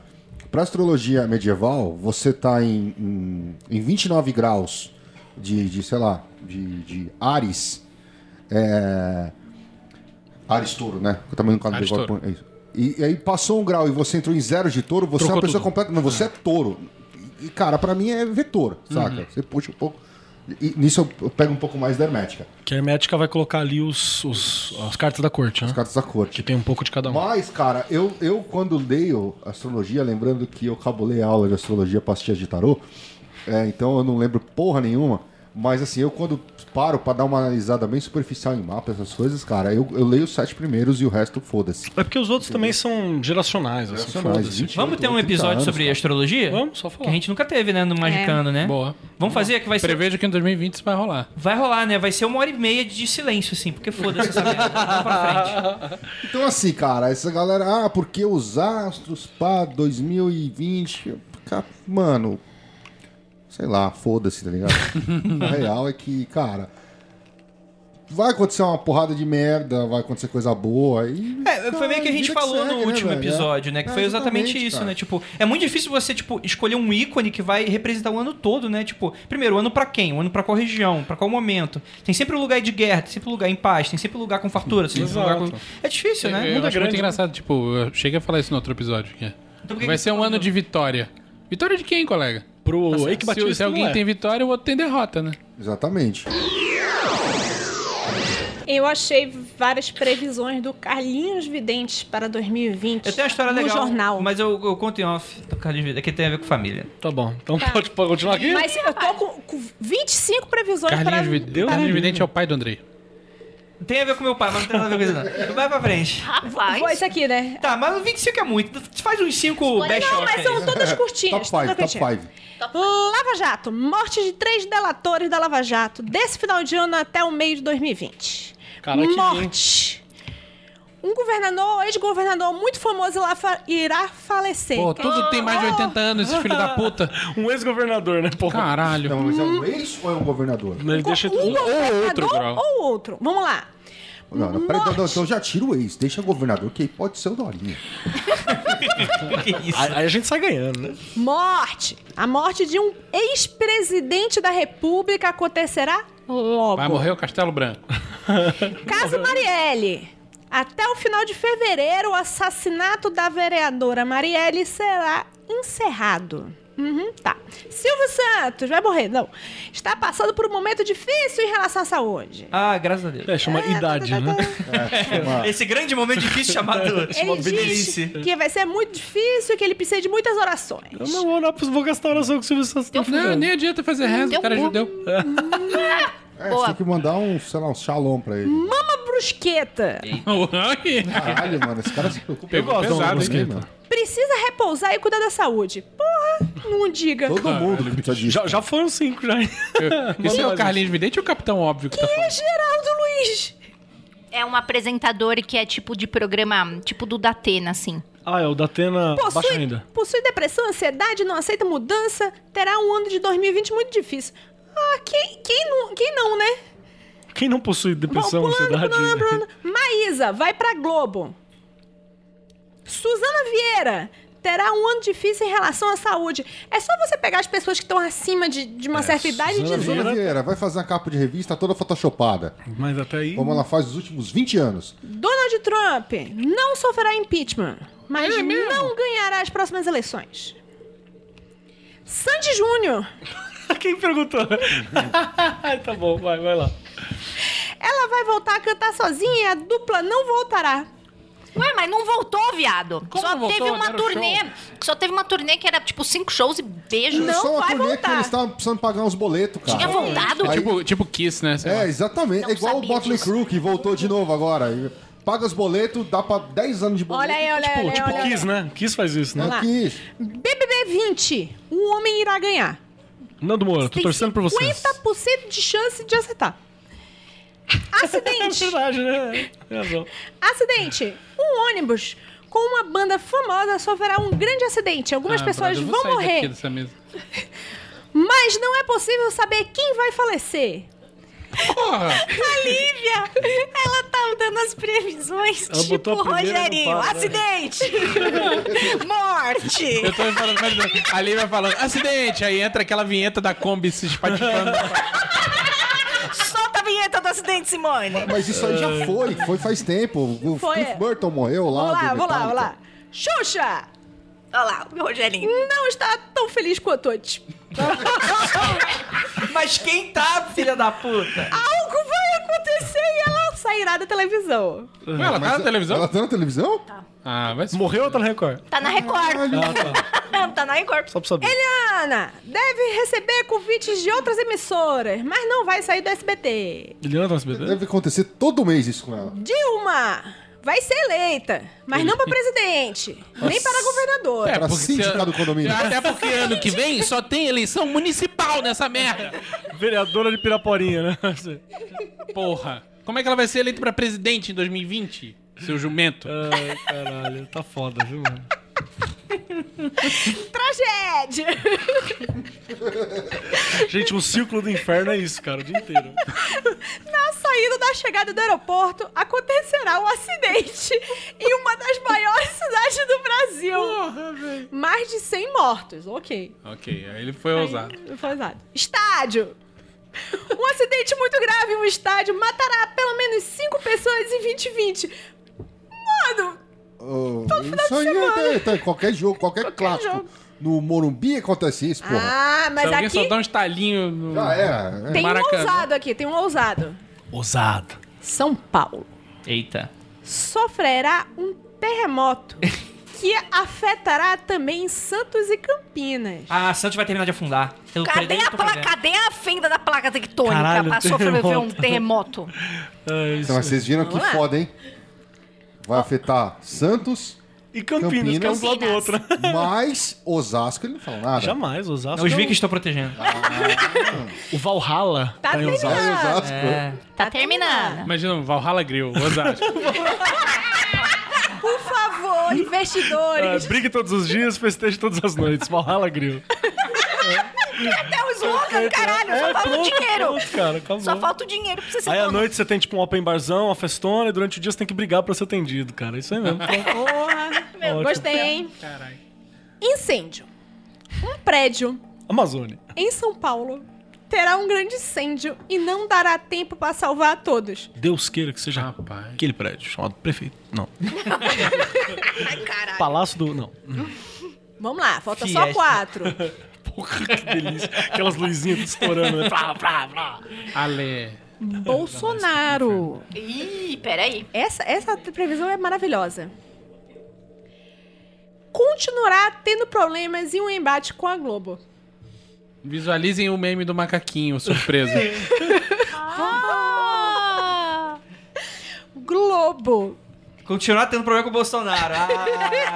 Speaker 7: para astrologia medieval, você está em, em, em 29 graus de, de sei lá, de, de Ares. É, Ares Touro, né? Eu também nunca
Speaker 6: Ares Touro.
Speaker 7: é isso. E, e aí passou um grau e você entrou em zero de touro, você é uma
Speaker 4: Trocou
Speaker 7: pessoa
Speaker 4: tudo.
Speaker 7: completa. Não, você é touro. E, cara, pra mim é vetor,
Speaker 4: Uhum.
Speaker 7: saca? Você puxa um pouco. E nisso eu- eu pego um pouco mais da hermética,
Speaker 4: Que a Hermética vai colocar ali os, os- as cartas da corte, né?
Speaker 7: as cartas da
Speaker 4: Que
Speaker 7: corte.
Speaker 4: tem um pouco de cada um.
Speaker 7: Mas, cara, eu, eu quando leio astrologia, lembrando que eu cabulei a aula de astrologia pastilha de tarô, é, então eu não lembro porra nenhuma. Mas assim, eu quando paro pra dar uma analisada bem superficial em mapa, essas coisas, cara, eu, eu leio os sete primeiros e o resto foda-se.
Speaker 4: É porque os outros também são geracionais, assim,
Speaker 7: Racionais,
Speaker 4: foda-se.
Speaker 7: 28,
Speaker 3: Vamos ter um
Speaker 7: 30
Speaker 3: episódio
Speaker 7: anos,
Speaker 3: sobre
Speaker 7: cara.
Speaker 3: astrologia?
Speaker 4: Vamos, só falar.
Speaker 3: Que a gente nunca teve, né, no
Speaker 2: É.
Speaker 3: Magicando, né?
Speaker 6: Boa.
Speaker 3: Vamos fazer que vai ser...
Speaker 6: Prevejo que em 2020 isso vai rolar.
Speaker 3: Vai rolar, né? Vai ser uma hora e meia de silêncio, assim, porque foda-se essa merda. Vamos pra frente.
Speaker 7: Então, assim, cara, essa galera, ah, porque os astros, pá, 2020. cara, Mano, sei lá, foda-se, tá ligado? A real é que, cara, vai acontecer uma porrada de merda, vai acontecer coisa boa. E,
Speaker 3: É, foi meio que a gente
Speaker 7: Vida
Speaker 3: falou
Speaker 7: segue,
Speaker 3: no
Speaker 7: né,
Speaker 3: último
Speaker 7: velho?
Speaker 3: episódio, né? Que
Speaker 7: É,
Speaker 3: foi exatamente, isso,
Speaker 7: cara.
Speaker 3: né? Tipo, é muito difícil você, tipo, escolher um ícone que vai representar o ano todo, né? Tipo, primeiro, o ano pra quem? O ano pra qual região? Pra qual momento? Tem sempre um lugar de guerra, tem sempre um lugar em paz, tem sempre um lugar com fartura, tem sempre um lugar
Speaker 4: Exato.
Speaker 3: com... É difícil, né?
Speaker 6: eu
Speaker 3: Mundo é
Speaker 6: acho muito engraçado, tipo, eu cheguei a falar isso no outro episódio. Que é.
Speaker 3: Então por que
Speaker 6: vai
Speaker 3: que
Speaker 6: ser um
Speaker 3: você
Speaker 6: ano de vitória. Vitória de quem, colega?
Speaker 4: Pro Eike Batista.
Speaker 6: se, se alguém
Speaker 4: não é.
Speaker 6: tem vitória, o outro tem derrota, né?
Speaker 3: tipo-
Speaker 7: Exatamente.
Speaker 5: Eu achei várias previsões do Carlinhos Videntes para 2020.
Speaker 3: Eu tenho uma história
Speaker 5: no
Speaker 3: legal,
Speaker 5: jornal.
Speaker 3: mas eu, eu conto em off do Carlos Vida, que tem a ver com família.
Speaker 4: Tá bom, então pode, pode continuar aqui?
Speaker 5: Mas eu tô com, com 25 previsões para...
Speaker 6: Carlinhos, Vid- Carlinhos Vidente é o pai do Andrei.
Speaker 3: Tem a ver com meu pai, mas não tem nada a ver com isso, não. Vai pra frente.
Speaker 2: Rapaz.
Speaker 5: Vou isso aqui, né?
Speaker 3: Tá, mas o 25 é muito. Faz uns 5
Speaker 2: Escolha-
Speaker 3: best
Speaker 5: Não,
Speaker 3: of
Speaker 5: mas
Speaker 3: aí.
Speaker 5: são todas curtinhas.
Speaker 7: top 5,
Speaker 5: todas
Speaker 7: top
Speaker 5: curtinhas.
Speaker 7: 5.
Speaker 5: Lava Jato. Morte de três delatores da Lava Jato. Desse final de ano até o meio de 2020.
Speaker 4: Caraca, que
Speaker 5: Morte. Um governador, ex-governador muito famoso lá fa- irá falecer.
Speaker 6: Pô, tudo tem mais de 80 anos, esse filho da puta.
Speaker 4: Um ex-governador, né, porra?
Speaker 6: Caralho.
Speaker 7: Então, mas é um ex ou é um governador?
Speaker 4: Ele deixa
Speaker 5: Um
Speaker 4: tudo.
Speaker 5: governador
Speaker 6: outro, Grau.
Speaker 5: ou outro. Vamos lá.
Speaker 7: Não, não, peraí, então, então já tira o ex, deixa o governador, que aí pode ser o Dorinha.
Speaker 3: Que isso?
Speaker 4: Aí aí a gente sai ganhando, né?
Speaker 5: Morte. A morte de um ex-presidente da República acontecerá logo.
Speaker 6: Vai morrer o Castelo Branco.
Speaker 5: Caso
Speaker 4: né?
Speaker 5: Marielle. Até o final de fevereiro, o assassinato da vereadora Marielle será encerrado. Uhum, tá. Silvio Santos vai morrer. Não. Está passando por um momento difícil em relação à saúde. tá,
Speaker 3: Ah, graças a Deus.
Speaker 4: É, chama idade, né?
Speaker 6: É.
Speaker 4: É,
Speaker 3: Esse grande momento difícil chamado
Speaker 5: Ele diz que vai ser muito difícil, que ele precisa de muitas orações.
Speaker 4: Eu Então não vou, não vou gastar oração com o Silvio Santos. tá
Speaker 6: Não,
Speaker 4: fudendo.
Speaker 6: "Ah, nem adianta fazer reza,
Speaker 2: Deu
Speaker 6: o cara é
Speaker 2: bom.
Speaker 6: judeu.
Speaker 7: É,
Speaker 2: Boa.
Speaker 7: você tem que mandar um, sei lá, um shalom pra ele.
Speaker 5: Mama brusqueta.
Speaker 7: Caralho, mano, esse cara se preocupa.
Speaker 6: Pegou
Speaker 7: com
Speaker 6: pesado,
Speaker 7: alguém,
Speaker 6: hein?
Speaker 7: mano.
Speaker 5: Precisa repousar e cuidar da saúde. Porra, não diga.
Speaker 7: Todo mundo que precisa disso.
Speaker 4: Já, já foram cinco, já.
Speaker 6: Esse é o Carlinhos Vidente ou o Capitão Óbvio que, tá falando?
Speaker 5: Geraldo Luiz.
Speaker 2: É um apresentador que é tipo de programa, tipo do Datena, assim.
Speaker 4: Ah, é o da Atena baixa
Speaker 5: Possui,
Speaker 4: ainda.
Speaker 5: possui depressão, ansiedade, não aceita mudança. Terá um ano de 2020 muito difícil. Ah, quem, quem, não, quem não, né?
Speaker 4: Quem não possui depressão,
Speaker 5: Bom, pulando,
Speaker 4: ansiedade...
Speaker 5: pulando, pulando. Maísa, vai pra Globo. Suzana Vieira terá um ano difícil em relação à saúde. É só você pegar as pessoas que estão acima de, de uma certa idade e
Speaker 4: É, Suzana
Speaker 5: dizer.
Speaker 4: Vieira.
Speaker 7: Zona Vieira, vai fazer a capa de revista toda photoshopada.
Speaker 4: Mas até
Speaker 6: É
Speaker 4: aí...
Speaker 7: Como ela faz nos últimos 20 anos.
Speaker 5: Donald Trump não sofrerá impeachment, mas
Speaker 4: É
Speaker 5: não ganhará as próximas eleições. Sandy Júnior,
Speaker 4: Quem perguntou? tá bom, vai, vai lá.
Speaker 5: ela vai voltar a cantar sozinha e a dupla não voltará.
Speaker 2: Ué, mas não voltou, viado.
Speaker 6: Como
Speaker 2: só
Speaker 6: não voltou?
Speaker 2: teve uma
Speaker 6: Deram
Speaker 2: turnê. Só teve uma turnê que era tipo cinco shows e beijo.
Speaker 5: Não
Speaker 7: Só uma
Speaker 5: vai
Speaker 7: turnê
Speaker 5: voltar.
Speaker 7: que eles estavam precisando pagar uns boletos, cara.
Speaker 4: Tá.
Speaker 2: Tinha voltado?
Speaker 7: Aí-
Speaker 6: Tipo, tipo Kiss, né? Sei lá.
Speaker 7: É, exatamente.
Speaker 2: Não
Speaker 7: é igual o
Speaker 2: sabia
Speaker 7: Motley
Speaker 2: disso.
Speaker 7: Crue, que voltou de novo agora. E Paga os boletos, dá pra 10 anos de boleto.
Speaker 5: Olha aí, olha aí,
Speaker 4: Pô,
Speaker 5: olha aí.
Speaker 4: tipo
Speaker 5: olha aí.
Speaker 4: Kiss, né? Kiss faz isso, né?
Speaker 5: lá.
Speaker 7: É Kiss.
Speaker 5: BBB 20, um homem irá ganhar.
Speaker 4: Nando Moura, tô
Speaker 5: Tem
Speaker 4: torcendo por vocês.
Speaker 5: 50% de chance de acertar.
Speaker 4: É
Speaker 5: Acidente.
Speaker 4: verdade, né? Tem razão.
Speaker 5: Acidente! Um ônibus com uma banda famosa sofrerá um grande acidente. Algumas
Speaker 6: Ah,
Speaker 5: pessoas
Speaker 6: brother, eu vou
Speaker 5: vão
Speaker 6: sair daqui
Speaker 5: morrer,
Speaker 6: dessa mesa.
Speaker 5: mas não é possível saber quem vai falecer.
Speaker 6: Porra!
Speaker 2: A Lívia, ela tá dando as previsões,
Speaker 4: Ela
Speaker 2: tipo
Speaker 4: botou a primeira no
Speaker 2: Rogerinho,
Speaker 4: par, né?
Speaker 2: acidente, morte.
Speaker 6: Eu tô falando, mas a Lívia falando, acidente! Aí entra aquela vinheta da Kombi se espatifando.
Speaker 2: Solta a vinheta do acidente, Simone.
Speaker 7: Mas isso aí já foi, foi faz tempo. O
Speaker 5: Foi.
Speaker 7: Cliff Burton morreu lá.
Speaker 5: Vamos lá,
Speaker 7: do
Speaker 5: vamos lá,
Speaker 7: Metallica.
Speaker 5: vamos lá. Xuxa!
Speaker 2: Olha lá, o Rogerinho.
Speaker 5: Não está tão feliz quanto antes.
Speaker 3: Mas quem tá, filha da puta?
Speaker 5: Algo vai acontecer e ela sairá da televisão.
Speaker 6: Ué, ela tá na televisão?
Speaker 7: Ela tá na televisão?
Speaker 6: Ah, vai se...
Speaker 4: Morreu ou tá na Record?
Speaker 2: Tá na Record.
Speaker 7: Caralho.
Speaker 2: Não, tá na Record.
Speaker 4: Só pra saber.
Speaker 5: Eliana deve receber convites de outras emissoras, mas não vai sair do SBT.
Speaker 4: Eliana tá no SBT?
Speaker 7: Deve acontecer todo mês isso com ela.
Speaker 5: Dilma vai ser eleita, mas não para presidente, nem para governador.
Speaker 7: pra síndica do condomínio.
Speaker 6: é, Até porque ano que vem só tem eleição municipal nessa merda.
Speaker 4: Vereadora de Piraporinha, né?
Speaker 6: Porra. Como é que ela vai ser eleita pra presidente em 2020? Seu jumento.
Speaker 4: Ai, caralho. Tá foda, viu, mano?
Speaker 5: Tragédia!
Speaker 4: Gente, o círculo do inferno é isso, cara, o dia inteiro.
Speaker 5: Na saída da chegada do aeroporto, acontecerá um acidente em uma das maiores cidades do Brasil. Mais de 100 mortos, ok.
Speaker 6: Ok, aí ele foi ousado.
Speaker 5: Foi ousado. Estádio! Um acidente muito grave em um estádio matará pelo menos 5 pessoas em 2020. Mano,
Speaker 7: Oh, isso aí é, é, é qualquer jogo, qualquer, clássico.
Speaker 5: jogo.
Speaker 7: No Morumbi acontece isso, porra.
Speaker 5: ah, mas
Speaker 6: Se alguém só
Speaker 5: aqui
Speaker 6: dá um estalinho no...
Speaker 7: Já é. era.
Speaker 5: tem um
Speaker 6: Maracanã.
Speaker 5: ousado aqui, tem um ousado.
Speaker 4: Ousado.
Speaker 5: São Paulo
Speaker 3: Eita.
Speaker 5: sofrerá um terremoto que afetará também Santos e Campinas.
Speaker 3: Ah, Santos vai terminar de afundar. Eu
Speaker 2: Cadê
Speaker 3: predei, eu
Speaker 2: a,
Speaker 3: tô
Speaker 2: placa,
Speaker 3: prevendo.
Speaker 2: cadê a fenda da placa tectônica
Speaker 4: Caralho,
Speaker 2: pra sofrer um
Speaker 4: terremoto.
Speaker 2: terremoto?
Speaker 4: Ai,
Speaker 7: Então, mas vocês viram que
Speaker 5: Vamos lá.
Speaker 7: foda, hein? Vai afetar Santos,
Speaker 4: E Campinas, que é um do lado do outro. né?
Speaker 7: mas Osasco, ele não fala nada.
Speaker 4: Jamais, Osasco.
Speaker 3: Os
Speaker 4: é um-
Speaker 3: Vikings estão protegendo.
Speaker 4: O Valhalla
Speaker 5: Tá
Speaker 4: tá em Osasco.
Speaker 7: Vai Osasco.
Speaker 5: é.
Speaker 2: Tá terminando.
Speaker 6: Imagina, um Valhalla Grill, ousado.
Speaker 5: Por favor,
Speaker 4: É,
Speaker 5: investidores,
Speaker 4: brigue todos os dias, festeje todas as noites. Valhalla Grill.
Speaker 2: Até o slogan, caralho, só
Speaker 4: É,
Speaker 2: falta o
Speaker 4: pronto,
Speaker 2: dinheiro.
Speaker 4: pronto, cara, acabou.
Speaker 10: Uhum.
Speaker 2: Só falta o dinheiro pra você ser
Speaker 4: Aí à
Speaker 2: dono.
Speaker 4: noite você tem tipo um open barzão, uma festona, e durante o dia você tem que brigar pra ser atendido, cara. Isso aí mesmo. Ótimo.
Speaker 5: gostei, hein? Incêndio. Um prédio
Speaker 4: Amazônia.
Speaker 5: em São Paulo terá um grande incêndio e não dará tempo para salvar a todos.
Speaker 4: Deus queira que seja
Speaker 6: Rapaz.
Speaker 4: aquele prédio chamado prefeito. Não.
Speaker 2: Ai, caralho.
Speaker 4: Palácio do. Não.
Speaker 5: Vamos lá, falta só
Speaker 3: Fiesta.
Speaker 5: quatro.
Speaker 4: Porra, que delícia. Aquelas luzinhas tudo estourando, né? Plá, plá, plá.
Speaker 6: Ale.
Speaker 5: Bolsonaro.
Speaker 2: Ih, peraí.
Speaker 5: Essa, essa previsão é maravilhosa. Continuará tendo problemas em um embate com a Globo.
Speaker 6: Visualizem o meme do macaquinho, surpreso.
Speaker 2: Ah!
Speaker 5: Globo.
Speaker 3: Continuar tendo problema com o Bolsonaro. Ah,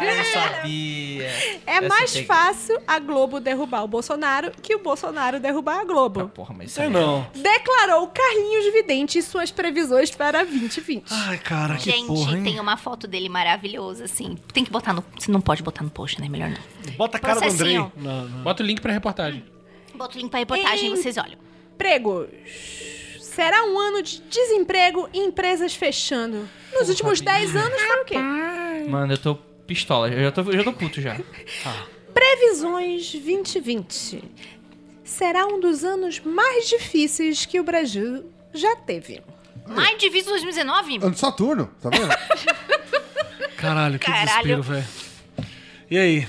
Speaker 3: eu sabia.
Speaker 5: É
Speaker 3: Essa
Speaker 5: mais
Speaker 3: tem que-
Speaker 5: fácil a Globo derrubar o Bolsonaro que o Bolsonaro derrubar a
Speaker 3: Ah,
Speaker 5: Globo.
Speaker 3: porra, mas isso
Speaker 4: Sei
Speaker 3: aí-
Speaker 4: não.
Speaker 5: Declarou Carlinhos Vidente em suas previsões para 2020.
Speaker 4: Ai, cara, que
Speaker 2: Gente,
Speaker 4: porra, hein?
Speaker 2: tem uma foto dele maravilhosa, assim. Tem que botar no. Você não pode botar no post, né? Melhor não.
Speaker 4: Bota a cara do Andrei.
Speaker 2: processinho.
Speaker 4: Não, não.
Speaker 6: Bota o link pra reportagem.
Speaker 2: Bota o link pra reportagem e
Speaker 5: Ei.
Speaker 2: vocês olham.
Speaker 5: Empregos. Será um ano de desemprego e empresas fechando. Nos últimos 10 anos para o quê?
Speaker 3: Mano, eu tô pistola. Eu já tô, eu já tô puto já.
Speaker 5: Previsões 2020. Será um dos anos mais difíceis que o Brasil já teve.
Speaker 2: Mais diviso 2019?
Speaker 4: Ah.
Speaker 7: Ano de Saturno, tá vendo?
Speaker 4: Caralho, que
Speaker 2: Caralho.
Speaker 4: desespero, velho. E aí?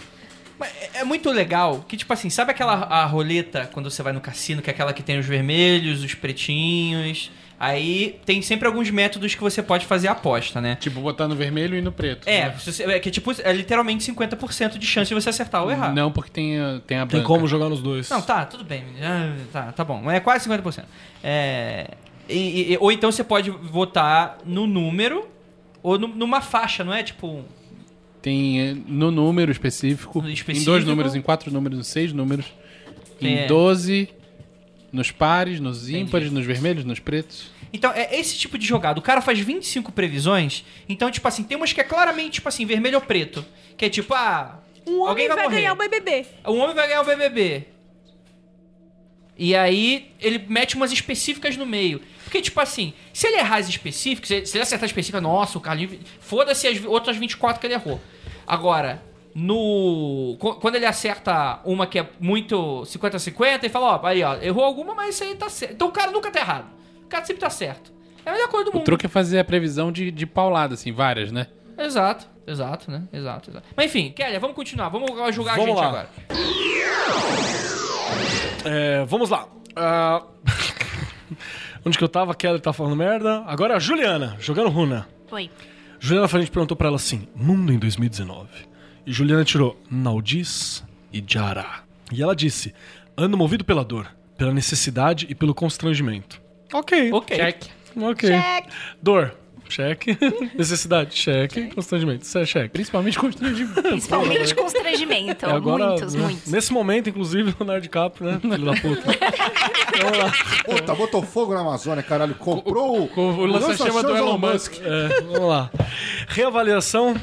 Speaker 3: Mas é- é muito legal que, tipo assim, sabe aquela a roleta quando você vai no cassino, que é aquela que tem os vermelhos, os pretinhos. Aí tem sempre alguns métodos que você pode fazer a aposta, né?
Speaker 6: Tipo, botar no vermelho e no preto.
Speaker 3: É,
Speaker 6: né?
Speaker 3: se você- é que tipo, é literalmente 50% de chance de você acertar ou errar.
Speaker 6: Não, porque tem, a- tem a branca.
Speaker 4: Tem como jogar nos dois.
Speaker 3: Não, tá, tudo bem. Ah, Tá, tá bom. É quase 50%. É, e- e- ou então você pode votar no número ou nu- numa faixa, não é? Tipo,
Speaker 6: Tem eh, no número específico,
Speaker 3: No
Speaker 6: Em
Speaker 3: específico.
Speaker 6: dois números, em quatro números, em seis números.
Speaker 3: É.
Speaker 6: Em doze, nos pares, nos ímpares, nos vermelhos, nos pretos.
Speaker 3: Então, é esse tipo de jogada. O cara faz 25 previsões. Então, tipo assim, tem umas que é claramente, tipo assim, vermelho ou preto. Que é tipo, ah.
Speaker 5: Um homem
Speaker 3: alguém vai, morrer.
Speaker 5: ganhar o BBB.
Speaker 3: Um homem vai ganhar o BBB. E aí, ele mete umas específicas no meio. Porque, tipo assim, se ele errar as específicas, se ele- se ele acertar a específica, nossa, o Carlinhos. Foda-se as vi- outras 24 que ele errou. Agora, no. qu- Quando ele acerta uma que é muito 50-50, ele fala, ó, aí, ó, errou alguma, mas isso aí tá certo. Então o cara nunca tá errado. O cara sempre tá certo. É a melhor coisa do
Speaker 6: O
Speaker 3: mundo.
Speaker 6: truque é fazer a previsão de, de paulada, assim, várias, né?
Speaker 3: Exato, exato, né? Exato, exato. Mas enfim, Kélia, vamos continuar. Vamos julgar
Speaker 4: Vamos
Speaker 3: a gente
Speaker 4: lá.
Speaker 3: agora.
Speaker 4: É, vamos lá. Ah, Onde que eu tava? A Kelly tá falando merda. Agora é a Juliana, jogando runa.
Speaker 2: Foi.
Speaker 4: Juliana Valente perguntou pra ela assim: Mundo em 2019. E Juliana tirou Naldiz e Jara. E ela disse: Ano movido pela dor, pela necessidade e pelo constrangimento. Ok.
Speaker 3: Ok.
Speaker 6: Check.
Speaker 4: Ok.
Speaker 5: Check.
Speaker 4: Dor. Cheque. Necessidade. Cheque. Constrangimento. Isso é Cheque.
Speaker 6: Principalmente constrangido.
Speaker 2: Principalmente constrangimento.
Speaker 4: É,
Speaker 2: muitos,
Speaker 4: né,
Speaker 2: muitos.
Speaker 4: Nesse momento, inclusive, o Leonardo DiCaprio, né? Filho da puta. Vamos lá.
Speaker 7: Puta, tá, botou fogo na Amazônia, caralho. Comprou
Speaker 6: O, o lança-chama do Elon Musk.
Speaker 4: É, vamos lá. Reavaliação.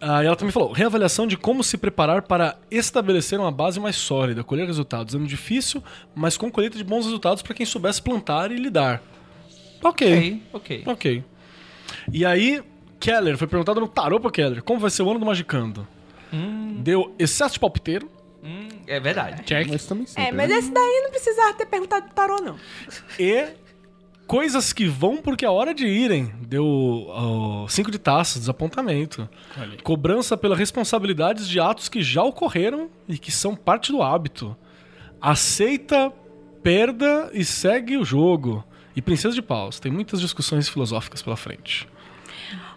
Speaker 4: Ah, e ela também falou: reavaliação de como se preparar para estabelecer uma base mais sólida, colher resultados. Ano difícil, mas com colheita de bons resultados para quem soubesse plantar e lidar. Ok.
Speaker 3: Ok, ok.
Speaker 4: Ok. E aí, Keller, foi perguntado no tarô pro Keller: como vai ser o ano do Magicando? Deu excesso de palpiteiro.
Speaker 3: É verdade.
Speaker 6: Check.
Speaker 7: Mas também sempre,
Speaker 5: É, mas
Speaker 7: né?
Speaker 5: esse daí não precisava ter perguntado do tarô, não.
Speaker 4: E coisas que vão porque é hora de irem. Deu ó, cinco de taça, desapontamento. Cobrança pelas responsabilidades de atos que já ocorreram e que são parte do hábito. Aceita, perda e segue o jogo. E Princesa de Paus, tem muitas discussões filosóficas pela frente.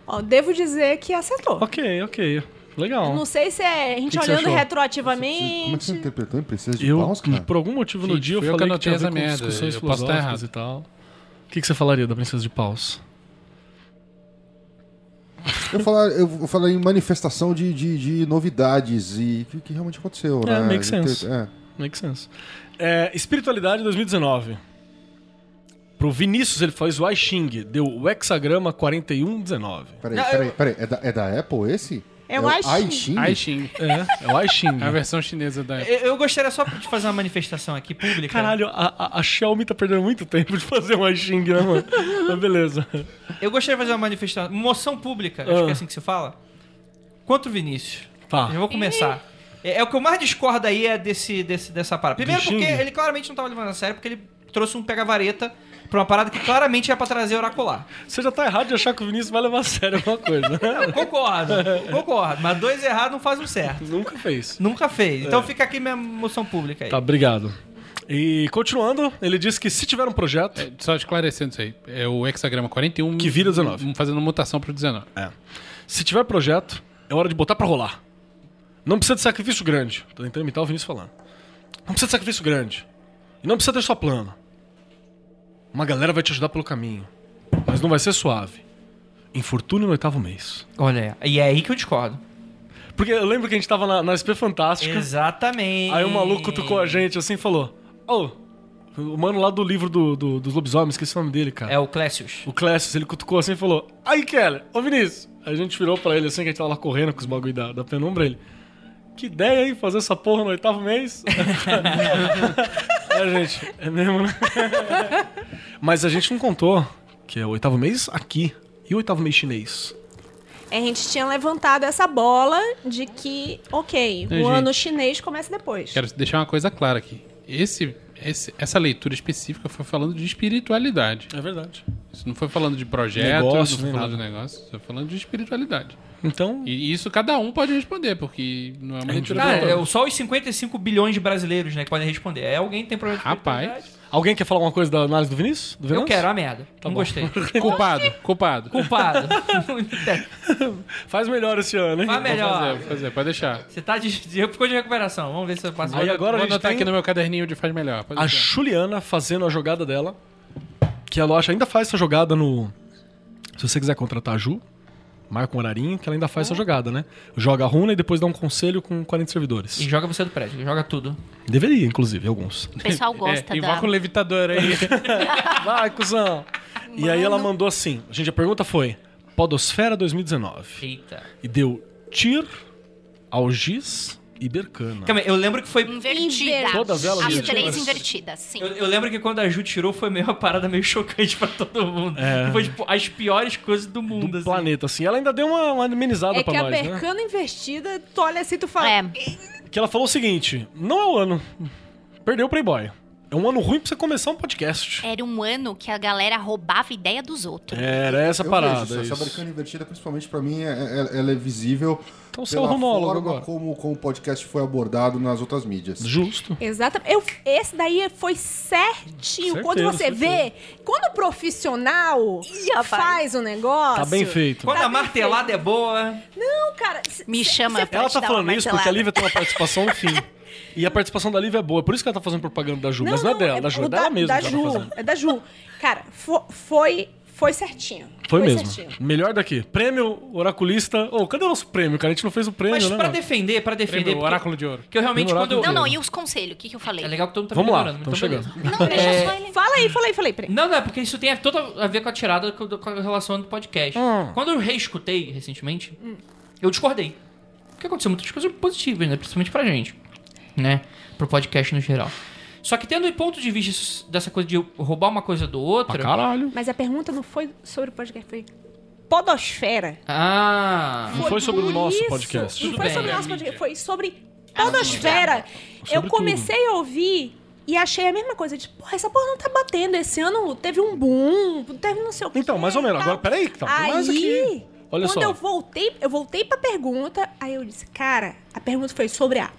Speaker 5: Ó, devo dizer que acertou.
Speaker 4: Ok, ok. Legal.
Speaker 5: Não sei se é a gente
Speaker 4: Que que você
Speaker 5: olhando
Speaker 4: achou?
Speaker 7: Como é que
Speaker 5: retroativamente.
Speaker 7: você interpretou em Princesa de
Speaker 4: Eu,
Speaker 7: Paus, cara?
Speaker 4: por algum motivo no
Speaker 6: Gente,
Speaker 4: dia, eu
Speaker 6: fui eu que
Speaker 4: falei que,
Speaker 6: anotei
Speaker 4: tinha a ver
Speaker 6: essa
Speaker 4: com
Speaker 6: merda,
Speaker 4: discussões
Speaker 6: eu posso estar
Speaker 4: filosóficas e tal. O que, que você falaria da Princesa de Paus?
Speaker 7: Eu falar, eu vou falar em manifestação de, de, de novidades e o que, que realmente aconteceu,
Speaker 4: É,
Speaker 6: Ah,
Speaker 7: né?
Speaker 4: makes
Speaker 7: Eu te-
Speaker 4: sense.
Speaker 7: é.
Speaker 4: Make sense. É, espiritualidade 2019. Pro Vinícius, ele faz o I Ching. Deu o hexagrama 4119.
Speaker 7: Peraí,
Speaker 3: Não,
Speaker 7: peraí, peraí. É da, é da Apple esse?
Speaker 5: É o iXing.
Speaker 7: iXing?
Speaker 6: Aixing.
Speaker 4: É, é o I Ching.
Speaker 6: É a versão chinesa da Apple.
Speaker 3: Eu, eu gostaria só de fazer uma manifestação aqui pública.
Speaker 4: Caralho, a, a- a Xiaomi tá perdendo muito tempo de fazer um I Ching, né, mano? Mas beleza.
Speaker 3: Eu gostaria de fazer uma manifestação. Moção pública, acho
Speaker 4: Ah.
Speaker 3: que é assim que se fala. Contra o Vinícius.
Speaker 4: Tá.
Speaker 3: Eu já vou começar. É, é o que eu mais discordo aí é desse, desse, dessa parada. Primeiro
Speaker 4: Do
Speaker 3: porque
Speaker 4: Xing?
Speaker 3: ele claramente não tava levando a sério, porque ele trouxe um pega-vareta pra uma parada que claramente era pra trazer oracular.
Speaker 4: Você já tá errado de achar que o Vinícius vai levar a sério alguma coisa. né?
Speaker 3: Concordo, concordo. Mas dois errados não faz um certo.
Speaker 4: Nunca fez.
Speaker 3: Nunca fez. Então fica aqui minha moção pública aí.
Speaker 4: É. Tá, obrigado. E continuando, ele disse que se tiver um projeto,
Speaker 6: É, Só esclarecendo isso aí. É o hexagrama 41.
Speaker 4: Que vira É. 19.
Speaker 6: um, Fazendo mutação pro 19.
Speaker 4: se tiver projeto, é hora de botar pra rolar. Não precisa de sacrifício grande. Tô tentando imitar o Vinícius falando. Não precisa de sacrifício grande. E não precisa ter só plano. Uma galera vai te ajudar pelo caminho. Mas não vai ser suave. Infortúnio no oitavo mês.
Speaker 3: Olha, e é aí que eu discordo.
Speaker 4: Porque eu lembro que a gente tava na, na SP Fantástica.
Speaker 3: Exatamente.
Speaker 4: Aí um maluco cutucou a gente assim e falou: Ô, o mano lá do livro do, do- dos lobisomens, esqueci o nome dele, cara.
Speaker 3: É o Clécius.
Speaker 4: O Clécio, ele cutucou assim e falou: Aí, Keller, ô Vinícius. Aí a gente virou pra ele assim, que a gente tava lá correndo com os bagulho da, da penumbra. Ele: Que ideia, hein? Fazer essa porra no oitavo mês? é, gente, é mesmo, né? Mas a gente não contou que é o oitavo mês aqui e o oitavo mês chinês.
Speaker 5: é, A gente tinha levantado essa bola de que, ok, o
Speaker 6: Entendi.
Speaker 5: ano chinês começa depois.
Speaker 6: Quero deixar uma coisa clara aqui. Esse, esse- essa leitura específica foi falando de espiritualidade.
Speaker 4: É verdade.
Speaker 6: Isso não foi falando de projeto,
Speaker 4: Negócio,
Speaker 6: não foi
Speaker 4: nem
Speaker 6: falando
Speaker 4: nada.
Speaker 6: de negócio. Foi falando de espiritualidade.
Speaker 4: Então,
Speaker 6: E isso cada um pode responder, porque não é uma
Speaker 4: A gente
Speaker 6: leitura.
Speaker 4: vai-
Speaker 3: Cara,
Speaker 6: global.
Speaker 3: é o- só os 55 bilhões de brasileiros, né, que podem responder. É alguém que tem problema de
Speaker 6: Rapaz.
Speaker 3: espiritualidade?
Speaker 4: alguém quer falar alguma coisa da análise do Vinícius? Do
Speaker 3: Eu
Speaker 4: Venâncio?
Speaker 3: quero, a merda. não gostei.
Speaker 6: Ah, Culpado, culpado.
Speaker 3: Culpado.
Speaker 4: Faz melhor esse ano, hein?
Speaker 3: Faz
Speaker 6: Vou fazer,
Speaker 3: melhor.
Speaker 6: vou fazer, pode deixar.
Speaker 3: Você tá de, de, ficou de recuperação. Vamos ver se eu passo.
Speaker 4: Aí agora
Speaker 6: vou
Speaker 4: a gente
Speaker 6: anotar
Speaker 4: tem
Speaker 6: aqui no meu caderninho de faz melhor. pode
Speaker 4: a
Speaker 6: deixar.
Speaker 4: Juliana fazendo a jogada dela. Que a Locha ainda faz essa jogada no. Se você quiser contratar a Ju, marca um horarinho, que ela ainda faz essa jogada, né? Joga a runa e depois dá um conselho com 40 servidores.
Speaker 3: E joga você do prédio, joga tudo.
Speaker 4: Deveria, inclusive, alguns.
Speaker 2: O pessoal gosta
Speaker 6: É,
Speaker 2: da...
Speaker 6: invoca um levitador aí.
Speaker 4: Vai, cuzão! E aí ela mandou assim: gente, a pergunta foi: Podosfera 2019.
Speaker 3: Eita.
Speaker 4: E deu Tir, Algiz e Bercana.
Speaker 3: Calma aí, eu lembro que foi.
Speaker 2: Invertida.
Speaker 4: Todas elas
Speaker 2: As
Speaker 4: invertidas.
Speaker 2: três invertidas, sim.
Speaker 3: Eu, eu lembro que quando a Ju tirou foi meio uma parada meio chocante pra todo mundo. Foi tipo as piores coisas do mundo.
Speaker 4: Do
Speaker 3: assim.
Speaker 4: planeta, assim. Ela ainda deu uma, uma amenizada
Speaker 5: É que
Speaker 4: pra
Speaker 5: a
Speaker 4: nós, né?
Speaker 5: Bercana investida, tu olha assim, tu fala.
Speaker 2: É,
Speaker 4: que ela falou o seguinte: não é o ano. Perdeu o Playboy. É um ano ruim pra você começar um podcast.
Speaker 2: era um ano que a galera roubava ideia dos outros.
Speaker 4: Era essa
Speaker 7: Eu
Speaker 4: é parada.
Speaker 7: vejo isso.
Speaker 4: isso.
Speaker 7: Essa americana invertida, principalmente pra mim, é- é- ela é visível
Speaker 4: Então você é o
Speaker 7: pela
Speaker 4: rumólogo
Speaker 7: forma
Speaker 4: agora.
Speaker 7: como, como o podcast foi abordado nas outras mídias.
Speaker 4: Justo.
Speaker 5: Exatamente. Eu- esse daí foi certinho. quando
Speaker 4: Certeza,
Speaker 5: você
Speaker 4: certeza.
Speaker 5: vê, quando o profissional faz um negócio.
Speaker 4: Tá bem feito.
Speaker 3: Quando
Speaker 5: Tá
Speaker 3: a
Speaker 5: bem
Speaker 3: martelada é boa.
Speaker 5: Não, cara. c-
Speaker 2: Me
Speaker 5: c-
Speaker 2: chama
Speaker 5: cê-
Speaker 2: pra
Speaker 4: Ela
Speaker 2: te
Speaker 4: tá
Speaker 2: dar
Speaker 4: falando
Speaker 2: uma
Speaker 4: isso porque a
Speaker 2: martelada.
Speaker 4: Lívia tem uma participação no fim. E a participação da Lívia é boa. Por isso que ela tá fazendo propaganda da Ju. mas não é dela, da Ju.
Speaker 5: o
Speaker 4: É dela mesma.
Speaker 5: Da
Speaker 4: que ela
Speaker 5: Ju.
Speaker 4: tá fazendo.
Speaker 5: é da Ju. Cara, fo- foi, foi certinho.
Speaker 4: Foi, mesmo.
Speaker 5: certinho.
Speaker 4: Melhor daqui. Prêmio Oraculista. Ô, cadê o nosso prêmio, cara? A gente não fez o prêmio,
Speaker 3: Mas
Speaker 4: né?
Speaker 3: pra
Speaker 4: mano?
Speaker 3: defender, pra defender.
Speaker 6: Prêmio,
Speaker 3: porque-
Speaker 6: oráculo de ouro.
Speaker 3: Que eu realmente
Speaker 4: Prêmio
Speaker 3: quando. eu-
Speaker 2: Não, não, e os conselhos? O que, que eu falei?
Speaker 3: É legal que todo mundo tá
Speaker 4: Vamos lá,
Speaker 3: melhorando,
Speaker 4: estamos
Speaker 3: então beleza.
Speaker 4: chegando.
Speaker 2: Não, deixa
Speaker 7: É.
Speaker 2: só ele.
Speaker 5: Fala aí, fala aí, fala aí. peraí.
Speaker 3: Não, não, é porque isso tem toda a ver com a tirada com com a relação do podcast. Quando eu reescutei recentemente, eu discordei. Porque aconteceu muitas coisas positivas, né? Principalmente pra gente, né? Pro podcast no geral. Só que tendo o ponto de vista s- dessa coisa de roubar uma coisa do
Speaker 6: Pra
Speaker 3: outro...
Speaker 6: caralho.
Speaker 5: Mas a pergunta não foi sobre o podcast, foi podosfera.
Speaker 3: Ah...
Speaker 4: Não foi sobre o
Speaker 5: por
Speaker 4: nosso
Speaker 5: isso.
Speaker 4: podcast.
Speaker 5: Não
Speaker 3: Tudo
Speaker 5: foi
Speaker 3: bem.
Speaker 5: sobre o nosso
Speaker 6: É a mídia.
Speaker 5: podcast, foi sobre podosfera. Eu
Speaker 4: Ah, Sobre
Speaker 5: comecei a ouvir e achei a mesma coisa. Tipo, porra, essa porra não tá batendo. Esse ano teve um boom, teve não sei o quê.
Speaker 4: Então, mais ou menos.
Speaker 5: tal.
Speaker 4: Agora, peraí, que tá
Speaker 5: Aí,
Speaker 4: mais aqui. Olha
Speaker 5: quando
Speaker 4: só.
Speaker 5: eu voltei, eu voltei pra pergunta, aí eu disse, cara, a pergunta foi sobre a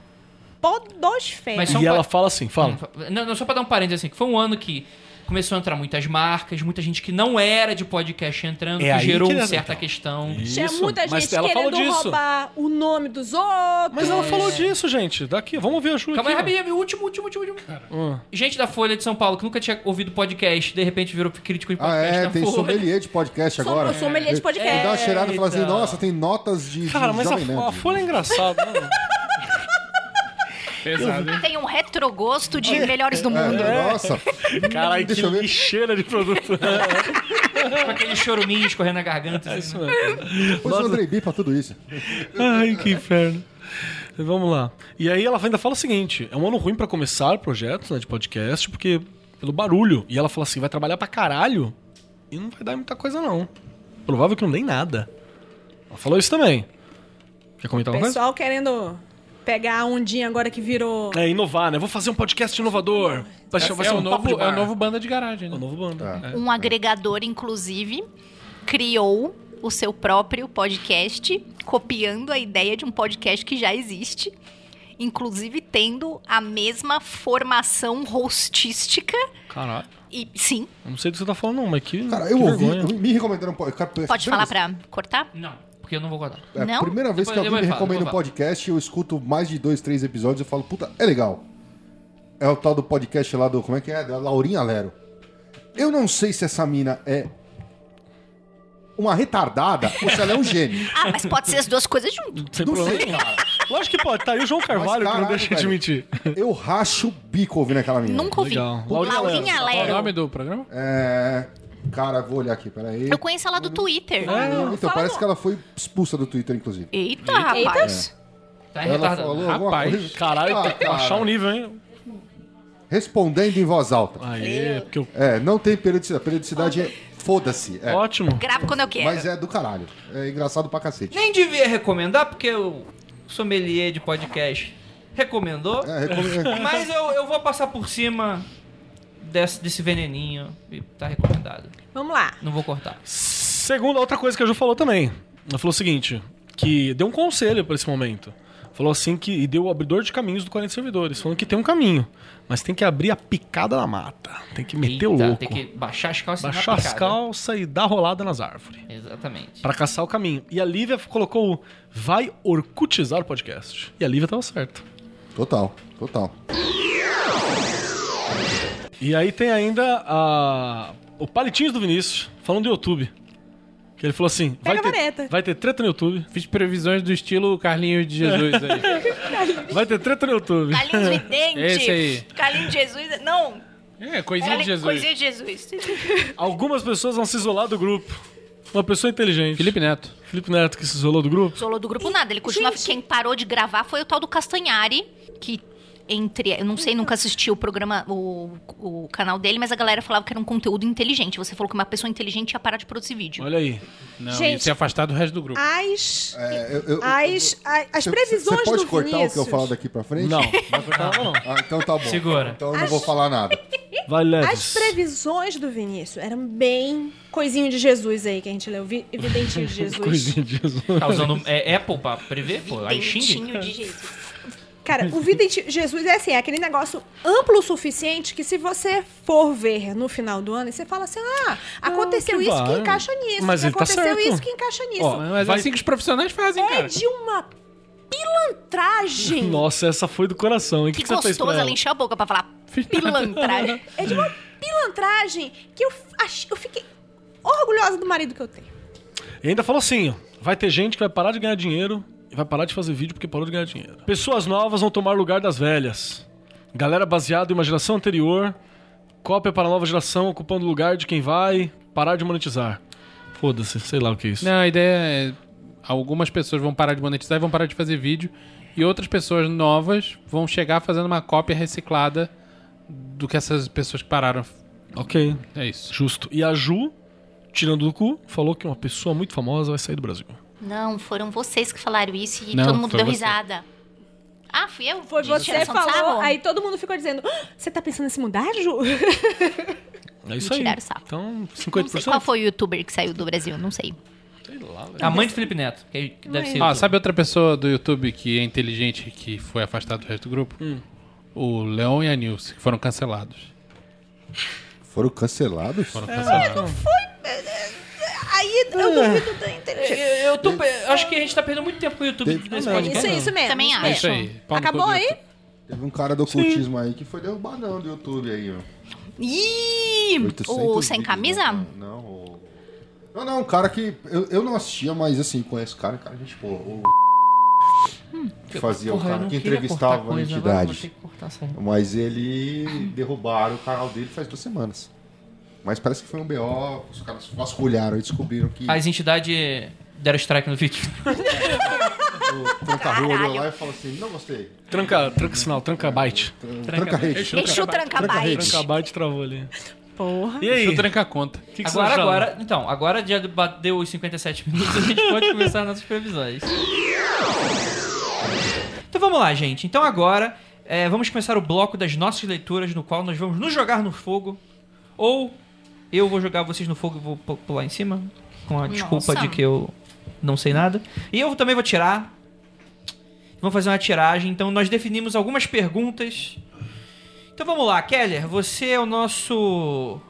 Speaker 5: podosfera.
Speaker 3: Mas só
Speaker 4: E
Speaker 3: um
Speaker 4: ela
Speaker 3: pa-
Speaker 4: fala assim: fala.
Speaker 3: Não, não, só pra dar um parênteses assim, que foi um ano que começou a entrar muitas marcas, muita gente que não era de podcast entrando,
Speaker 4: É aí
Speaker 3: que gerou
Speaker 4: que
Speaker 3: uma
Speaker 4: era,
Speaker 3: certa
Speaker 4: então.
Speaker 3: questão.
Speaker 5: Tinha
Speaker 4: Isso,
Speaker 5: muita
Speaker 4: mas
Speaker 5: gente
Speaker 4: ela falou
Speaker 5: querendo
Speaker 4: disso.
Speaker 5: roubar o nome dos outros.
Speaker 4: Mas ela falou disso, gente. Daqui, vamos ouvir a Ju
Speaker 3: Calma aí,
Speaker 4: aqui, ó.
Speaker 3: rapidinho, último, último, último, último.
Speaker 4: Ah.
Speaker 3: Gente da Folha de São Paulo que nunca tinha ouvido podcast, de repente virou crítico de
Speaker 7: Ah,
Speaker 3: podcast
Speaker 7: é,
Speaker 3: na
Speaker 7: tem
Speaker 3: Folha.
Speaker 7: sommelier de podcast
Speaker 5: Som-
Speaker 7: agora.
Speaker 5: sommelier de podcast.
Speaker 7: Ele dá uma cheirada e fala assim,
Speaker 3: Eita.
Speaker 7: nossa, tem notas de, de
Speaker 4: Cara, mas a,
Speaker 7: Jovem Nerd.
Speaker 4: a folha é engraçada, né?
Speaker 6: Pesado, hein?
Speaker 2: Tem um retrogosto de melhores do
Speaker 7: É,
Speaker 2: mundo.
Speaker 4: né?
Speaker 7: Nossa.
Speaker 4: Caralho,
Speaker 7: Deixa eu
Speaker 4: que
Speaker 7: ver.
Speaker 4: lixeira de produto.
Speaker 3: Com aquele choruminho escorrendo na garganta.
Speaker 4: É.
Speaker 3: assim.
Speaker 7: Pois o Andrei B pra tudo isso.
Speaker 4: Ai, que inferno. Vamos lá. E aí ela ainda fala o seguinte: é um ano ruim pra começar projetos né, de podcast, porque pelo barulho. E ela fala assim: vai trabalhar pra caralho e não vai dar muita coisa, não. Provável que não dê em nada. Ela falou isso também. Quer comentar
Speaker 5: O
Speaker 4: alguma coisa?
Speaker 5: pessoal querendo pegar a ondinha agora que virou.
Speaker 4: É, inovar, né? Vou fazer um podcast inovador. Vai, ser- vai
Speaker 6: é,
Speaker 4: ser
Speaker 6: o
Speaker 4: um papo de
Speaker 6: novo, é o
Speaker 4: bar.
Speaker 6: novo banda de garagem,
Speaker 4: É
Speaker 6: né?
Speaker 4: o novo bando.
Speaker 7: Tá.
Speaker 4: É.
Speaker 2: Um agregador, inclusive, criou o seu próprio podcast, copiando a ideia de um podcast que já existe, inclusive tendo a mesma formação hostística.
Speaker 4: Caralho.
Speaker 2: E sim,
Speaker 4: Eu não sei do que você tá falando, não, mas que.
Speaker 7: Cara, eu
Speaker 4: que
Speaker 7: ouvi,
Speaker 4: vergonha.
Speaker 7: eu- me recomendaram um podcast.
Speaker 2: pode falar pra cortar?
Speaker 11: Não, porque eu não vou guardar.
Speaker 7: É a
Speaker 2: Não?
Speaker 7: primeira vez que
Speaker 11: Depois-
Speaker 7: alguém me
Speaker 11: depois fala,
Speaker 7: recomenda um
Speaker 11: depois fala.
Speaker 7: podcast, eu escuto mais de dois, três episódios e falo, puta, é legal. É o tal do podcast lá do. Como é que é? Da Laurinha Lero. Eu não sei se essa mina é uma retardada ou se ela é um gênio.
Speaker 2: Ah, mas pode ser as duas coisas junto.
Speaker 4: Sem
Speaker 7: Não
Speaker 4: problema.
Speaker 7: sei, cara.
Speaker 4: Lógico que pode. Tá aí o João Carvalho que
Speaker 7: caralho,
Speaker 4: não deixa de
Speaker 7: velho.
Speaker 4: admitir.
Speaker 7: Eu racho o bico ouvindo aquela mina.
Speaker 2: Nunca ouvi.
Speaker 4: Legal. Laurinha
Speaker 2: Laurinha
Speaker 6: Qual o
Speaker 2: Lero.
Speaker 6: nome do programa?
Speaker 7: É. Cara, vou olhar aqui, peraí.
Speaker 2: Eu conheço ela do Twitter.
Speaker 7: Não, então, parece que ela foi expulsa do Twitter, inclusive.
Speaker 2: Eita, rapaz.
Speaker 11: Tá
Speaker 7: Ela
Speaker 11: retardado.
Speaker 7: falou alguma
Speaker 6: Rapaz.
Speaker 7: coisa.
Speaker 4: É Caralho,
Speaker 7: Ah,
Speaker 4: tem que
Speaker 7: cara.
Speaker 4: achar um nível, hein?
Speaker 7: Respondendo em voz alta.
Speaker 4: Aê, porque eu.
Speaker 7: É, não tem periodicidade. Periodicidade é foda-se. É.
Speaker 4: Ótimo.
Speaker 2: Gravo quando eu quero.
Speaker 7: Mas é do caralho. É engraçado pra cacete.
Speaker 12: Nem devia recomendar, porque o sommelier de podcast recomendou.
Speaker 7: É, recom-
Speaker 12: Mas eu, eu vou passar por cima desse, desse veneninho e tá recomendado.
Speaker 5: Vamos lá.
Speaker 12: Não vou cortar.
Speaker 4: Segunda, outra coisa que a Ju falou também. Ela falou o seguinte: que deu um conselho pra esse momento. Falou assim que. E deu o abridor de caminhos do 40 servidores. Falando que tem um caminho. Mas tem que abrir a picada na mata. Tem que meter o
Speaker 12: Eita,
Speaker 4: louco.
Speaker 12: Tem que baixar as calças e dar
Speaker 4: Baixar as
Speaker 12: picada.
Speaker 4: calças e dar rolada nas árvores.
Speaker 12: Exatamente.
Speaker 4: Pra caçar o caminho. E a Lívia colocou o vai orcutizar o podcast. E a Lívia tava certa.
Speaker 7: Total, total.
Speaker 4: E aí tem ainda a- o Palitinhos do Vinícius, falando do YouTube. Que ele falou assim: vai
Speaker 5: Pega a
Speaker 4: ter,
Speaker 5: vareta.
Speaker 4: vai ter treta no YouTube.
Speaker 6: Fiz previsões do estilo Carlinhos de Jesus aí.
Speaker 4: Vai ter treta no YouTube.
Speaker 2: Carlinhos Vidente.
Speaker 6: Esse aí.
Speaker 2: Carlinhos de Jesus. né? Não,
Speaker 6: É, coisinha de
Speaker 2: Carlinhos,
Speaker 6: Jesus.
Speaker 2: coisinha de Jesus.
Speaker 4: Algumas pessoas vão se isolar do grupo. Uma pessoa inteligente.
Speaker 6: Felipe Neto.
Speaker 4: Felipe Neto que se isolou do grupo.
Speaker 2: Isolou do grupo nada. Ele continua. Quem parou de gravar foi o tal do Castanhari, que entre. Eu não sei, nunca assisti o programa, o, o canal dele, mas a galera falava que era um conteúdo inteligente. Você falou que uma pessoa inteligente ia parar de produzir vídeo.
Speaker 4: Olha aí.
Speaker 6: Não, é
Speaker 5: Gente.
Speaker 6: e
Speaker 4: é
Speaker 6: se afastar do resto do grupo.
Speaker 5: As.
Speaker 7: É, eu- eu-
Speaker 5: As, a- as
Speaker 7: Cê-
Speaker 5: previsões
Speaker 7: cê pode
Speaker 5: do
Speaker 7: cortar
Speaker 5: Vinícius.
Speaker 7: o que eu falar daqui pra frente?
Speaker 4: Não, vai cortar ela, não.
Speaker 7: Ah, então tá bom.
Speaker 11: Segura.
Speaker 7: Então eu não vou falar nada.
Speaker 4: Vai,
Speaker 5: As
Speaker 4: Leves.
Speaker 5: previsões do Vinícius eram bem coisinho de Jesus aí que a gente leu, vi- evidentinho de Jesus.
Speaker 4: Coisinha de Jesus.
Speaker 11: Tá usando é, Apple pra prever, pô. Aí xingue.
Speaker 2: Dentinho de Jesus.
Speaker 5: Cara, o vidente Jesus é assim, é aquele negócio amplo o suficiente que se você for ver no final do ano, você fala assim: "Ah, aconteceu
Speaker 4: que
Speaker 5: isso
Speaker 4: vai.
Speaker 5: que encaixa nisso,
Speaker 4: Mas
Speaker 5: que
Speaker 4: ele tá
Speaker 5: aconteceu
Speaker 4: certo.
Speaker 5: isso que encaixa nisso".
Speaker 4: Ó,
Speaker 6: Mas
Speaker 4: vai-
Speaker 6: é assim que os profissionais fazem,
Speaker 5: é
Speaker 6: cara.
Speaker 5: de uma pilantragem.
Speaker 4: Nossa, essa foi do coração, hein? O
Speaker 2: Que
Speaker 4: que, você tá fez pra
Speaker 2: gostoso,
Speaker 4: ela?
Speaker 2: ela encheu a boca pra falar pilantragem.
Speaker 5: É de uma pilantragem que eu, f- ach- eu fiquei orgulhosa do marido que eu tenho.
Speaker 4: E ainda falou assim: ó, vai ter gente que vai parar de ganhar dinheiro e vai parar de fazer vídeo porque parou de ganhar dinheiro. Pessoas novas vão tomar lugar das velhas. Galera baseada em uma geração anterior, cópia para a nova geração, ocupando o lugar de quem vai parar de monetizar. Foda-se, sei lá o que é isso.
Speaker 6: Não, a ideia é. Algumas pessoas vão parar de monetizar e vão parar de fazer vídeo. E outras pessoas novas vão chegar fazendo uma cópia reciclada do que essas pessoas que pararam.
Speaker 4: Ok,
Speaker 6: É isso.
Speaker 4: justo. E a Ju, tirando do cu, falou que uma pessoa muito famosa vai sair do Brasil.
Speaker 2: Não, foram vocês que falaram isso e
Speaker 6: Não,
Speaker 2: todo mundo
Speaker 6: foi
Speaker 2: deu
Speaker 6: você.
Speaker 2: risada. Ah, fui eu?
Speaker 5: Foi
Speaker 2: De
Speaker 5: você que
Speaker 2: tiração de
Speaker 5: falou,
Speaker 2: sarro?
Speaker 5: aí todo mundo ficou dizendo: "Ah, "Você tá pensando em se mudar, Ju?"
Speaker 4: É isso
Speaker 2: Me
Speaker 4: aí.
Speaker 2: tiraram sarro.
Speaker 4: Então,
Speaker 2: Não sei qual
Speaker 4: 50%?
Speaker 2: foi o youtuber que saiu do Brasil, não sei.
Speaker 12: A mãe de Felipe Neto,
Speaker 3: é-
Speaker 12: que que deve ser.
Speaker 6: Ah,
Speaker 12: youtuber.
Speaker 6: sabe outra pessoa do YouTube que é inteligente e que foi afastada do resto do grupo? O Leon e a Nilce, que foram cancelados.
Speaker 7: Foram cancelados?
Speaker 6: Foram cancelados.
Speaker 5: Aí eu duvido da
Speaker 12: Eu,
Speaker 5: inteligência.
Speaker 12: eu tô pe- eu acho que a gente tá perdendo muito tempo no YouTube
Speaker 7: Deve-
Speaker 12: nesse
Speaker 7: não,
Speaker 12: podcast.
Speaker 5: Isso, isso mesmo.
Speaker 2: Também
Speaker 5: isso
Speaker 2: acho.
Speaker 6: É
Speaker 5: mesmo.
Speaker 6: isso aí. Pau no
Speaker 5: Acabou
Speaker 6: cu do
Speaker 5: aí?
Speaker 6: YouTube.
Speaker 7: Teve um cara do ocultismo aí que foi derrubadão do YouTube aí, ó.
Speaker 2: Ih!
Speaker 7: 800
Speaker 2: O sem
Speaker 7: vídeos,
Speaker 2: camisa?
Speaker 7: né? Não, o... Não, não, um cara que... Eu, eu não assistia, mas assim, conheço o cara. Cara, gente, pô, o... Que fazia
Speaker 12: Porra,
Speaker 7: o
Speaker 12: eu
Speaker 7: cara
Speaker 12: não
Speaker 7: que
Speaker 12: queria
Speaker 7: entrevistava
Speaker 12: cortar Tá coisa, agora eu vou ter
Speaker 7: entidades.
Speaker 12: que cortar essa aí.
Speaker 7: Mas ele derrubaram o canal dele faz duas semanas. Mas parece que foi um BO, os caras vasculharam e descobriram que...
Speaker 12: As entidades deram strike no vídeo.
Speaker 7: o Tranca-rua olhou
Speaker 2: Caralho.
Speaker 7: lá e falou assim, não gostei.
Speaker 4: Tranca, tranca sinal, tranca byte.
Speaker 7: Tranca-rede.
Speaker 2: Deixa o trancabite.
Speaker 4: Tranca byte travou ali.
Speaker 5: Porra.
Speaker 4: E
Speaker 6: Deixa eu
Speaker 4: aí?
Speaker 6: trancar a conta.
Speaker 4: O que que você
Speaker 12: Agora,
Speaker 4: achou?
Speaker 12: agora, então, agora já bateu os 57 minutos, a gente pode começar nossas previsões. Então
Speaker 3: vamos lá, gente. Então agora é, vamos começar o bloco das nossas leituras, no qual nós vamos nos jogar no fogo. Ou eu vou jogar vocês no fogo e vou pu- pular em cima. Com a desculpa
Speaker 2: Nossa.
Speaker 3: de que eu não sei nada. E eu também vou tirar. Vamos fazer uma tiragem. Então nós definimos algumas perguntas. Então vamos lá, Keller. Você é o nosso.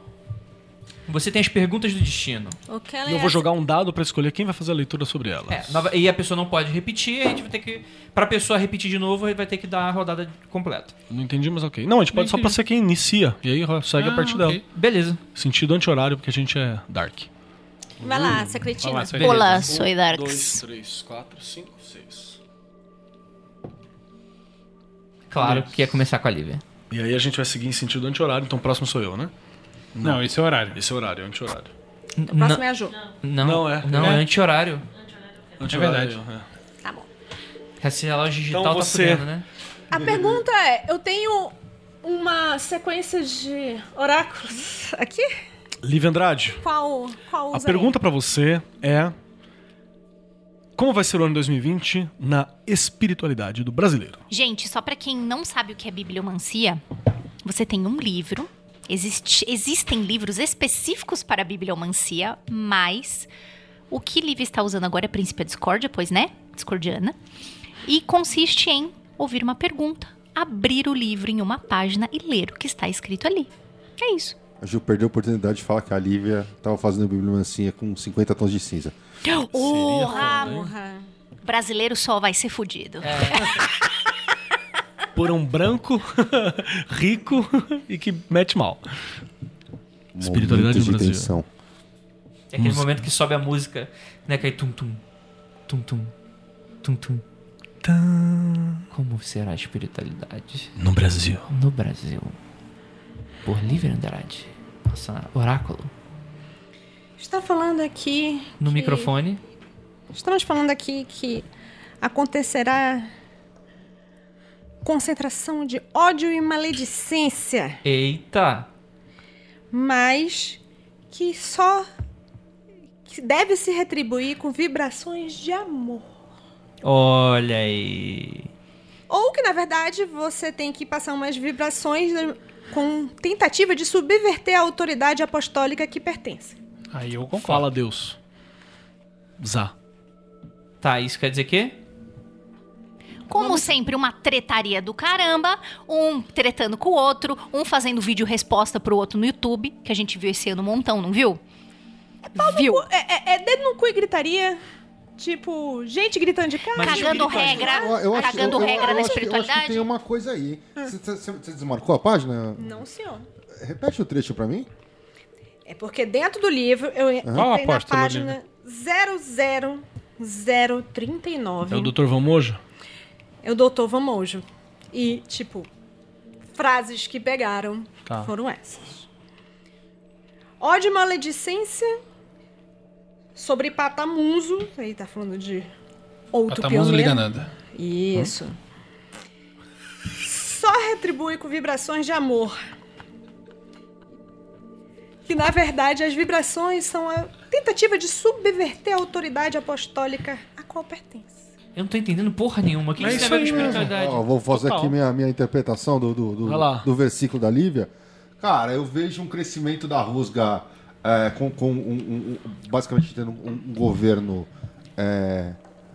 Speaker 3: Você tem as perguntas do destino.
Speaker 5: O é
Speaker 4: E eu vou jogar um dado pra escolher quem vai fazer a leitura sobre ela.
Speaker 3: É, nova- e a pessoa não pode repetir, a gente vai ter que. Pra pessoa repetir de novo, ele vai ter que dar a rodada completa.
Speaker 4: Não entendi, mas ok. Não, Ah, a gente pode só pra ser quem inicia. E aí ó, segue a partir dela.
Speaker 3: Beleza.
Speaker 4: Sentido anti-horário, porque a gente é dark.
Speaker 5: Vai
Speaker 4: Hum,
Speaker 5: lá, essa cretina.
Speaker 6: Vai lá, Sueli.
Speaker 4: Um,
Speaker 2: Olá, Ah, sou Darks.
Speaker 4: 3, 4, 5, 6.
Speaker 3: Claro que ia começar com a Lívia.
Speaker 4: E aí a gente vai seguir em sentido anti-horário, então o próximo sou eu, né?
Speaker 6: Não, esse é o horário.
Speaker 4: Esse é o horário, é anti-horário.
Speaker 5: o próximo é a Ju.
Speaker 3: Não, não
Speaker 4: Não,
Speaker 3: é,
Speaker 4: é.
Speaker 3: não, é.
Speaker 4: É.
Speaker 3: anti-horário.
Speaker 4: Anti-horário, é.
Speaker 5: Tá bom.
Speaker 3: Esse relógio digital
Speaker 4: Então
Speaker 3: tá
Speaker 4: você-
Speaker 3: fudendo, né?
Speaker 5: A pergunta é: eu tenho uma sequência de oráculos aqui?
Speaker 4: Lívia Andrade,
Speaker 5: Qual, qual
Speaker 4: a
Speaker 5: usaria?
Speaker 4: pergunta pra você é... Como vai ser o ano 2020 na espiritualidade do brasileiro?
Speaker 2: Gente, só pra quem não sabe o que é bibliomancia, você tem um livro. existe- existem livros específicos para a bibliomancia, mas o que Liv está usando agora é Príncipe da Discórdia, pois né? Discordiana. E consiste em ouvir uma pergunta, abrir o livro em uma página e ler o que está escrito ali. É isso.
Speaker 7: A Gil perdeu a oportunidade de falar que a Lívia tava fazendo bibliomancia com 50 tons de cinza.
Speaker 2: Porra!
Speaker 5: Porra.
Speaker 2: Brasileiro só vai ser fudido.
Speaker 4: Por um branco, rico e que mete mal. Espiritualidade
Speaker 7: Momento
Speaker 4: do Brasil.
Speaker 7: de tensão.
Speaker 3: É aquele momento que sobe a música, né? Que aí tum-tum, tum-tum, tum-tum. Como será a espiritualidade
Speaker 4: No Brasil.
Speaker 3: no Brasil? Por Lívia Andrade. Nossa, oráculo.
Speaker 5: Está falando aqui.
Speaker 3: No
Speaker 5: que-
Speaker 3: microfone.
Speaker 5: Estamos falando aqui que acontecerá concentração de ódio e maledicência,
Speaker 3: Eita!
Speaker 5: mas que só que deve se retribuir com vibrações de amor.
Speaker 3: Olha aí.
Speaker 5: Ou que, na verdade, você tem que passar umas vibrações né, com tentativa de subverter a autoridade apostólica que pertence.
Speaker 6: Aí eu concordo.
Speaker 4: Fala Deus. Zá.
Speaker 3: Tá, isso quer dizer que?
Speaker 2: Como sempre, uma tretaria do caramba, um tretando com o outro, um fazendo vídeo resposta pro outro no YouTube, que a gente viu esse ano um montão, não viu? viu?
Speaker 5: É, é- é dedo no cu e gritaria. Tipo, gente gritando de cara.
Speaker 2: Cagando regra, cagando regra
Speaker 7: Eu
Speaker 2: na
Speaker 7: acho que
Speaker 2: espiritualidade.
Speaker 7: tem uma coisa aí. Você desmarcou a página?
Speaker 5: Não, senhor.
Speaker 7: Repete o trecho pra mim.
Speaker 5: É porque dentro do livro eu
Speaker 6: Qual
Speaker 5: entrei na
Speaker 6: apóstolo,
Speaker 5: página 00039.
Speaker 4: É o Dr. Vamojo?
Speaker 5: É o doutor Vamojo. E, tipo, frases que pegaram
Speaker 4: Tá.
Speaker 5: foram essas. Ódio e maledicência sobre Patamunzo. Aí tá falando de outro
Speaker 6: Patamuso né?
Speaker 5: pioneiro.
Speaker 6: liga nada.
Speaker 5: Isso. Só retribui com vibrações de amor. Que na verdade as vibrações são a tentativa de subverter a autoridade apostólica a qual pertence.
Speaker 3: Eu não tô entendendo porra nenhuma. O que,
Speaker 4: É
Speaker 3: que isso
Speaker 4: isso
Speaker 3: tem a ver
Speaker 4: aí
Speaker 3: com
Speaker 4: mesmo.
Speaker 3: espiritualidade?
Speaker 7: Ó, vou fazer
Speaker 4: Total.
Speaker 7: aqui minha, minha interpretação do, do, do,
Speaker 4: Vai lá.
Speaker 7: do versículo da Lívia. Cara, eu vejo um crescimento da rusga é, com, com um, um- um- basicamente tendo um, um governo é,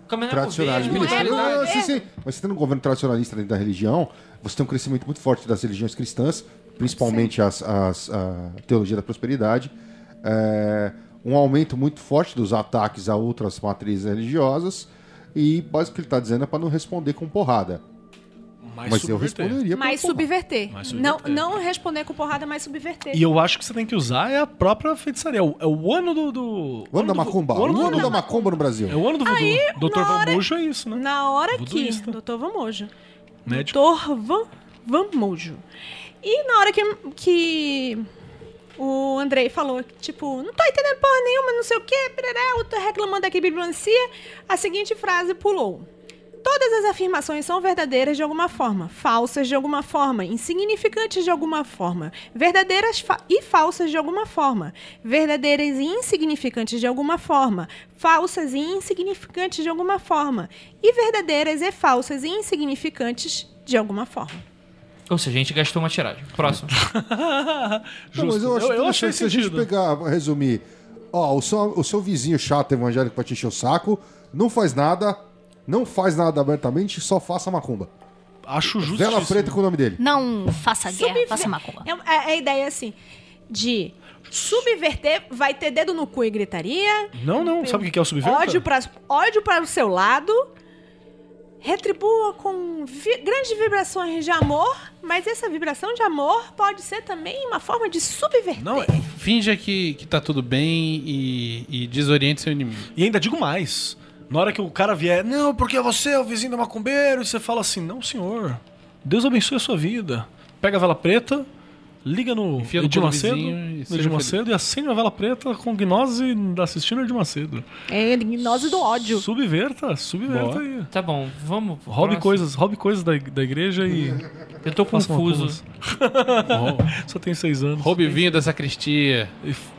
Speaker 3: Como é
Speaker 7: tradicionalista.
Speaker 3: governo?
Speaker 7: Não, não, sim, sim. Mas você tendo um governo tradicionalista dentro da religião, você tem um crescimento muito forte das religiões cristãs, principalmente as, as- a teologia da prosperidade, é, um aumento muito forte dos ataques a outras matrizes religiosas, e basicamente o que ele está dizendo é para não responder com porrada. Mas, eu responderia com
Speaker 5: Mas
Speaker 7: porrada.
Speaker 5: subverter.
Speaker 4: Mas
Speaker 5: Não,
Speaker 4: subverter.
Speaker 5: não responder com porrada, mas subverter.
Speaker 4: E eu acho que você tem que usar é a própria feitiçaria. É o, é o ano do, do.
Speaker 7: O ano da
Speaker 4: do-
Speaker 7: macumba.
Speaker 4: O ano, do-
Speaker 7: O ano da macumba no Brasil.
Speaker 4: É o ano do voodoo. Dr. Vamojo é isso, né?
Speaker 5: Na hora
Speaker 4: Voduísta.
Speaker 5: que. Doutor Vamojo.
Speaker 4: Médico.
Speaker 5: Doutor Van, Vamojo. E na hora que, que o Andrei falou, que, tipo, não tô entendendo porra nenhuma, não sei o quê, pereré, eu tô reclamando aqui bibliomancia, a seguinte frase pulou. Todas as afirmações são verdadeiras de alguma forma, falsas de alguma forma, insignificantes de alguma forma, verdadeiras fa- e falsas de alguma forma, verdadeiras e insignificantes de alguma forma, falsas e insignificantes de alguma forma, e verdadeiras e falsas e insignificantes de alguma forma.
Speaker 12: Ou seja, a gente gastou uma tiragem. Próximo.
Speaker 7: Não, mas eu acho
Speaker 4: Eu- eu
Speaker 7: interessante
Speaker 4: achei
Speaker 7: se a gente
Speaker 4: sentido.
Speaker 7: pegar, resumir. Ó, o seu, o seu vizinho chato evangélico pra te encher o saco, não faz nada, não faz nada abertamente, só faça macumba.
Speaker 4: Acho justo.
Speaker 7: Vela preta com o nome dele.
Speaker 2: Não faça guerra, tá
Speaker 5: Subver-
Speaker 2: faça macumba.
Speaker 5: É, é a ideia assim de subverter, vai ter dedo no cu e gritaria,
Speaker 4: Não, não. Sabe o que que é o subverter?
Speaker 5: ódio para ódio para o seu lado. Retribua com vi- grandes vibrações de amor, mas essa vibração de amor pode ser também uma forma de subverter.
Speaker 4: Não, é-
Speaker 6: Finja que, que tá tudo bem e, e desoriente seu inimigo.
Speaker 4: E ainda digo mais. Na hora que o cara vier, não, porque você é o vizinho do macumbeiro, e você fala assim, não, senhor. Deus abençoe a sua vida. Pega a vela preta, liga no
Speaker 6: Enfia no
Speaker 4: Edir
Speaker 6: cu do
Speaker 4: Macedo,
Speaker 6: vizinho e
Speaker 4: no
Speaker 6: seja
Speaker 4: Edir
Speaker 6: feliz.
Speaker 4: Macedo e acende uma vela preta com gnose da assistindo Edir Macedo.
Speaker 5: É gnose do ódio.
Speaker 4: Subverta, subverta
Speaker 6: Boa.
Speaker 4: aí.
Speaker 12: Tá bom, vamos. pro
Speaker 4: Roube
Speaker 12: próximo.
Speaker 4: coisas, roube coisas da, da igreja e
Speaker 12: Eu tô
Speaker 4: faça
Speaker 12: confuso.
Speaker 4: macumbas. Só tem seis anos.
Speaker 6: Roube vinho da sacristia.
Speaker 4: E f-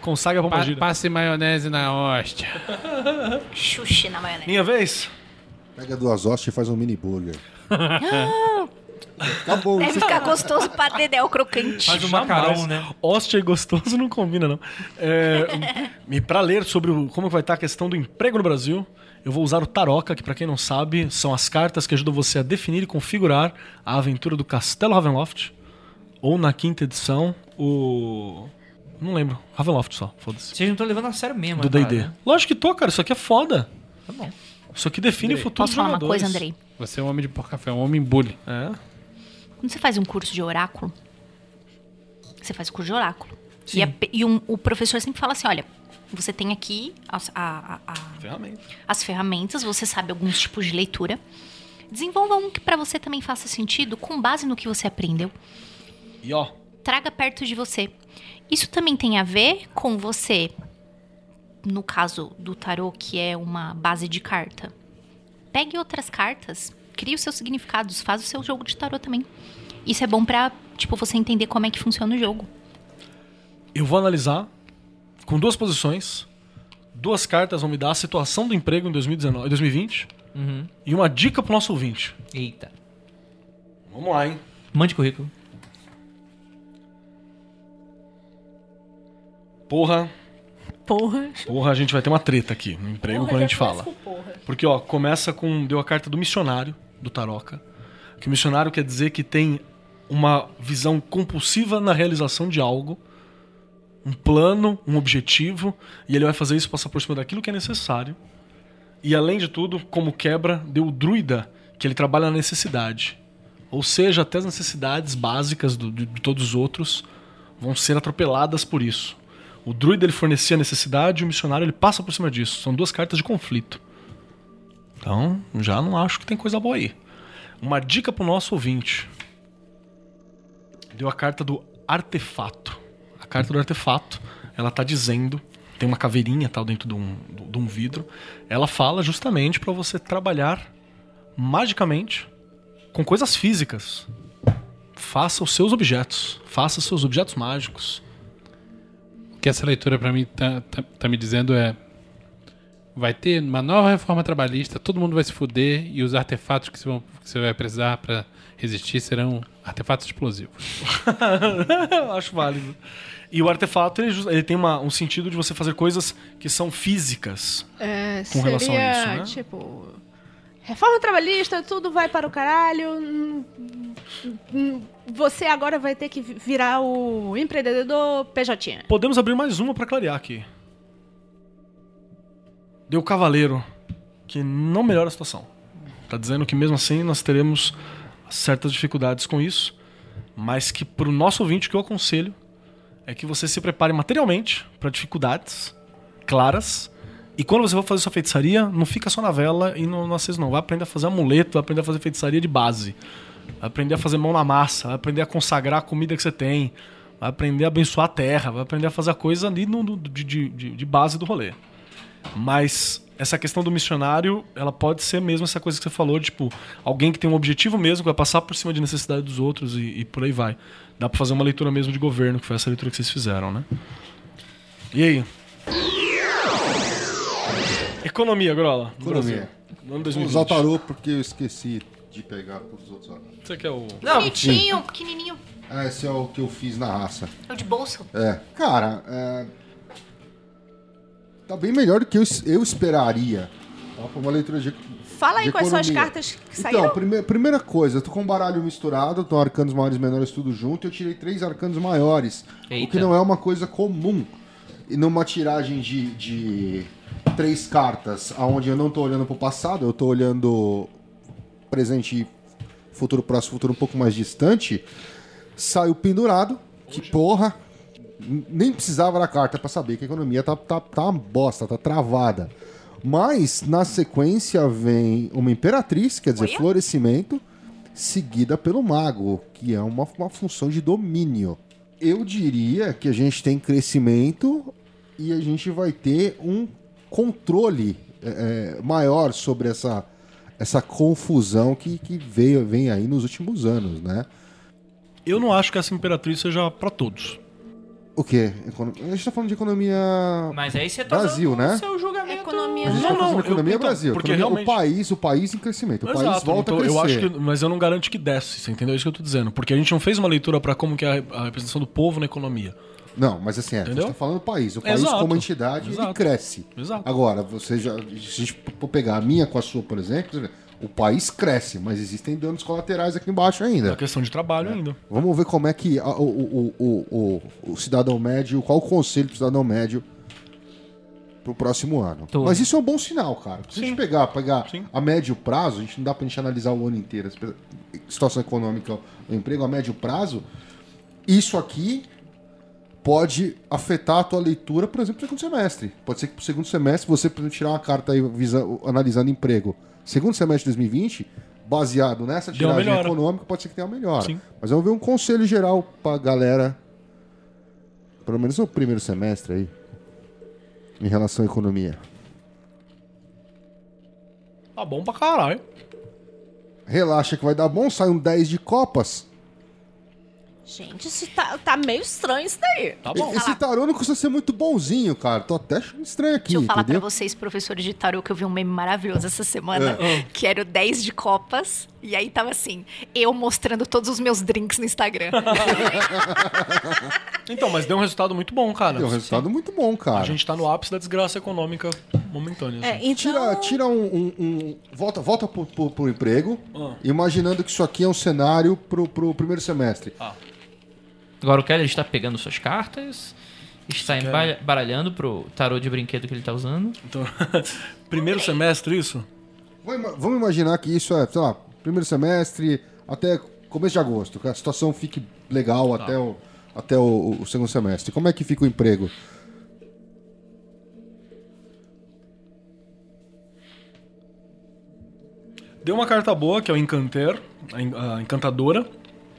Speaker 4: Consagra a pomba
Speaker 6: Pa-
Speaker 4: gira.
Speaker 6: passe maionese na hóstia.
Speaker 2: um Xuxi na maionese.
Speaker 4: Minha vez?
Speaker 7: Pega duas hostes e faz um mini burger.
Speaker 5: Ah!
Speaker 7: Acabou.
Speaker 5: É.
Speaker 2: Deve ficar gostoso pra dedéu crocante.
Speaker 12: Faz um
Speaker 4: Jamais.
Speaker 12: macarrão, né?
Speaker 4: Hóstia e gostoso não combina, não. É, para ler sobre o- como vai estar a questão do emprego no Brasil, eu vou usar o Taroca, que para quem não sabe, são as cartas que ajudam você a definir e configurar a aventura do Castelo Ravenloft. Ou na quinta edição, o. Não lembro. Ravenloft só, foda-se.
Speaker 12: Vocês não estão levando a sério mesmo,
Speaker 4: Do
Speaker 12: né, cara?
Speaker 4: DD. Lógico que tô, cara. Isso aqui é foda.
Speaker 12: Tá bom.
Speaker 4: Isso aqui define o futuro
Speaker 2: Posso
Speaker 4: dos
Speaker 2: falar uma
Speaker 4: jogadores.
Speaker 2: coisa, Andrei?
Speaker 6: Você é um homem de porca fé, um homem bully.
Speaker 4: É.
Speaker 2: Quando você faz um curso de oráculo, você faz o curso de oráculo. E, a pe- e um- o professor sempre fala assim: olha, você tem aqui as, a- a- a-
Speaker 4: Ferramenta.
Speaker 2: as ferramentas, você sabe alguns tipos de leitura. Desenvolva um que pra você também faça sentido com base no que você aprendeu.
Speaker 4: E ó,
Speaker 2: traga perto de você. Isso também tem a ver com você, no caso do tarô, que é uma base de carta. Pegue outras cartas, crie os seus significados, faz o seu jogo de tarô também. Isso é bom pra, tipo, você entender como é que funciona o jogo.
Speaker 4: Eu vou analisar com duas posições. Duas cartas vão me dar a situação do emprego em 2019, 2020
Speaker 12: Uhum.
Speaker 4: e uma dica pro nosso ouvinte.
Speaker 12: Eita.
Speaker 4: Vamos lá, hein?
Speaker 12: Mande currículo.
Speaker 4: Porra,
Speaker 5: Porra.
Speaker 4: porra, a gente vai ter uma treta aqui no emprego quando a gente fala. Porque, ó, começa com. Deu a carta do missionário, do Taroca. Que o missionário quer dizer que tem uma visão compulsiva na realização de algo, um plano, um objetivo, e ele vai fazer isso passar por cima daquilo que é necessário. E além de tudo, como quebra, deu o druida, que ele trabalha na necessidade. Ou seja, até as necessidades básicas do- de, de todos os outros vão ser atropeladas por isso. O druida ele fornecia a necessidade e o missionário ele passa por cima disso. São duas cartas de conflito. Então, já não acho que tem coisa boa aí. Uma dica pro nosso ouvinte. Deu a carta do artefato. A carta do artefato, ela tá dizendo, tem uma caveirinha tal dentro de um, do- de um vidro. Ela fala justamente para você trabalhar magicamente com coisas físicas. Faça os seus objetos, faça os seus objetos mágicos.
Speaker 6: O que essa leitura pra mim tá, tá, tá me dizendo é. Vai ter uma nova reforma trabalhista, todo mundo vai se fuder e os artefatos que você, vão- que você vai precisar pra resistir serão artefatos explosivos.
Speaker 4: Eu acho válido. E o artefato, ele, ju- ele tem uma- um sentido de você fazer coisas que são físicas.
Speaker 5: É,
Speaker 4: Com
Speaker 5: seria,
Speaker 4: relação a isso, né?
Speaker 5: tipo, reforma trabalhista, tudo vai para o caralho. hum, hum, Você agora vai ter que vi- virar o empreendedor PJ.
Speaker 4: Podemos abrir mais uma pra clarear aqui. Deu o cavaleiro, que não melhora a situação. Tá dizendo que mesmo assim nós teremos certas dificuldades com isso, mas que pro nosso ouvinte o que eu aconselho é que você se prepare materialmente pra dificuldades claras. E quando você for fazer sua feitiçaria, não fica só na vela e no, no acesso não. Vai aprender a fazer amuleto, vai aprender a fazer feitiçaria de base. Vai aprender a fazer mão na massa, vai aprender a consagrar a comida que você tem, vai aprender a abençoar a terra, vai aprender a fazer a coisa ali no, no- de, de- de- de base do rolê. Mas essa questão do missionário, ela pode ser mesmo essa coisa que você falou, tipo, alguém que tem um objetivo mesmo, que vai passar por cima de necessidade dos outros e, e por aí vai. Dá pra fazer uma leitura mesmo de governo, que foi essa leitura que vocês fizeram, né? E aí? Economia, Grola.
Speaker 7: Economia.
Speaker 4: Brasil. No ano
Speaker 7: Vou
Speaker 4: 2020.
Speaker 7: usar o tarô porque eu esqueci de pegar pros outros agora.
Speaker 4: Você que é o...
Speaker 12: Não,
Speaker 2: Bonitinho, pequenininho.
Speaker 7: Ah, esse é o que eu fiz na raça.
Speaker 2: É o de bolso.
Speaker 7: É, cara, é, tá bem melhor do que eu, es- eu esperaria. Tá? Foi uma leitura de.
Speaker 5: Fala aí
Speaker 7: de
Speaker 5: quais são as
Speaker 7: economia.
Speaker 5: cartas que saíram.
Speaker 7: Então, prime- primeira coisa, eu tô com um baralho misturado, tô arcanos maiores e menores tudo junto, e eu tirei três arcanos maiores. O
Speaker 12: Eita.
Speaker 7: que não é uma coisa comum. E numa tiragem de, de três cartas, aonde eu não tô olhando pro passado, eu tô olhando presente, futuro próximo, futuro um pouco mais distante, saiu pendurado. Que porra! N- Nem precisava da carta pra saber que a economia tá, tá, tá uma bosta, tá travada. Mas na sequência vem uma imperatriz, quer dizer, florescimento, seguida pelo mago, que é uma, uma função de domínio. Eu diria que a gente tem crescimento e a gente vai ter um controle é, é, maior sobre essa, essa confusão que, que veio, vem aí nos últimos anos, né?
Speaker 4: Eu não acho que essa imperatriz seja pra todos.
Speaker 7: O quê? Econo- A gente tá falando de economia.
Speaker 12: Mas aí você tá
Speaker 7: Brasil,
Speaker 12: dando
Speaker 7: né?
Speaker 12: o seu
Speaker 4: Então,
Speaker 12: julgamento.
Speaker 5: Economia.
Speaker 7: A gente
Speaker 4: Não,
Speaker 7: tá falando
Speaker 4: não,
Speaker 7: de economia
Speaker 4: eu- então,
Speaker 7: Brasil.
Speaker 4: porque
Speaker 7: Economia-
Speaker 4: realmente-
Speaker 7: O país, o país em crescimento. O país volta
Speaker 4: então,
Speaker 7: a crescer.
Speaker 4: Eu acho que, mas eu não garanto que desce, você entendeu? É isso que eu tô dizendo. Porque a gente não fez uma leitura pra como que é a re- a representação do povo na economia.
Speaker 7: Não, mas assim, é, a gente
Speaker 4: Entendeu?
Speaker 7: tá falando do país. O país
Speaker 4: Exato.
Speaker 7: como entidade, ele
Speaker 4: Exato.
Speaker 7: cresce.
Speaker 4: Exato.
Speaker 7: Agora, você já, se a gente for pegar a minha com a sua, por exemplo, você vê, o país cresce, mas existem danos colaterais aqui embaixo ainda.
Speaker 4: Na questão de trabalho ainda.
Speaker 7: Vamos ver como é que a- o, o- o- o- o- o cidadão médio, qual o conselho pro cidadão médio pro próximo ano.
Speaker 12: Tô.
Speaker 7: Mas isso é um bom sinal, cara. Se a gente pegar, pegar
Speaker 4: Sim.
Speaker 7: a médio prazo, a gente não dá pra gente analisar o ano inteiro, as pe- situação econômica, o emprego a médio prazo, isso aqui pode afetar a tua leitura, por exemplo, no segundo semestre. Pode ser que pro segundo semestre você por exemplo, tirar uma carta aí visa- analisando emprego. Segundo semestre de 2020, baseado nessa
Speaker 4: Deu uma
Speaker 7: tiragem
Speaker 4: melhora.
Speaker 7: econômica, pode ser que tenha uma melhora.
Speaker 4: Sim.
Speaker 7: Mas vamos ver um conselho geral pra galera, pelo menos no primeiro semestre aí, em relação à economia.
Speaker 4: Tá bom pra caralho.
Speaker 7: Relaxa que vai dar bom, sai um 10 de copas.
Speaker 5: Gente, isso tá, tá meio estranho isso daí.
Speaker 4: Tá bom.
Speaker 7: Esse tarô não custa ser muito bonzinho, cara. Tô até achando estranho aqui,
Speaker 2: Deixa eu falar pra
Speaker 7: entendeu?
Speaker 2: vocês, professores de tarô, que eu vi um meme maravilhoso essa semana,
Speaker 4: Ah.
Speaker 2: que era o 10 de copas, e aí tava assim, eu mostrando todos os meus drinks no Instagram.
Speaker 4: Ah, Então, mas deu um resultado muito bom, cara.
Speaker 7: Deu um resultado muito bom, cara.
Speaker 4: A gente tá no ápice da desgraça econômica momentânea.
Speaker 5: É,
Speaker 4: assim.
Speaker 5: então,
Speaker 7: Tira, tira um, um- um- Volta, volta pro, pro- pro emprego,
Speaker 4: Ah.
Speaker 7: imaginando que isso aqui é um cenário pro, pro primeiro semestre.
Speaker 4: Ah.
Speaker 12: Agora o Keller está pegando suas cartas, está embaralhando pro tarô de brinquedo que ele tá usando.
Speaker 4: Então, primeiro semestre, isso?
Speaker 7: Vamos ima- vamos imaginar que isso é, sei lá, primeiro semestre até começo de agosto, que a situação fique legal
Speaker 4: Tá.
Speaker 7: até, o, até o, o segundo semestre. Como é que fica o emprego?
Speaker 4: Deu uma carta boa, que é o Encanter, a en- a encantadora,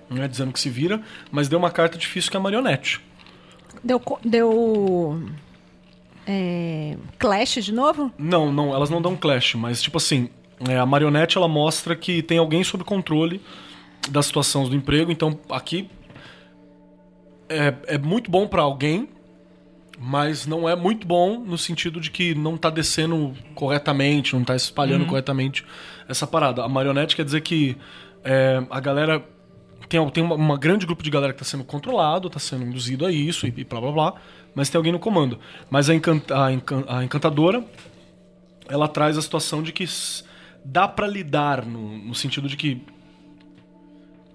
Speaker 4: né, dizendo que se vira, mas deu uma carta difícil que é a marionete.
Speaker 5: Deu. co- deu é, clash de novo?
Speaker 4: Não, não, elas não dão clash, mas tipo assim, é, a marionete ela mostra que tem alguém sob controle das situações do emprego, então aqui é, é muito bom pra alguém, mas não é muito bom no sentido de que não tá descendo corretamente, não tá espalhando corretamente essa parada. A marionete quer dizer que é, a galera tem, al- tem uma, uma grande grupo de galera que tá sendo controlado, tá sendo induzido a isso e, e blá blá blá, mas tem alguém no comando. Mas a, encan- a encan- a encantadora ela traz a situação de que s- dá pra lidar no, no sentido de que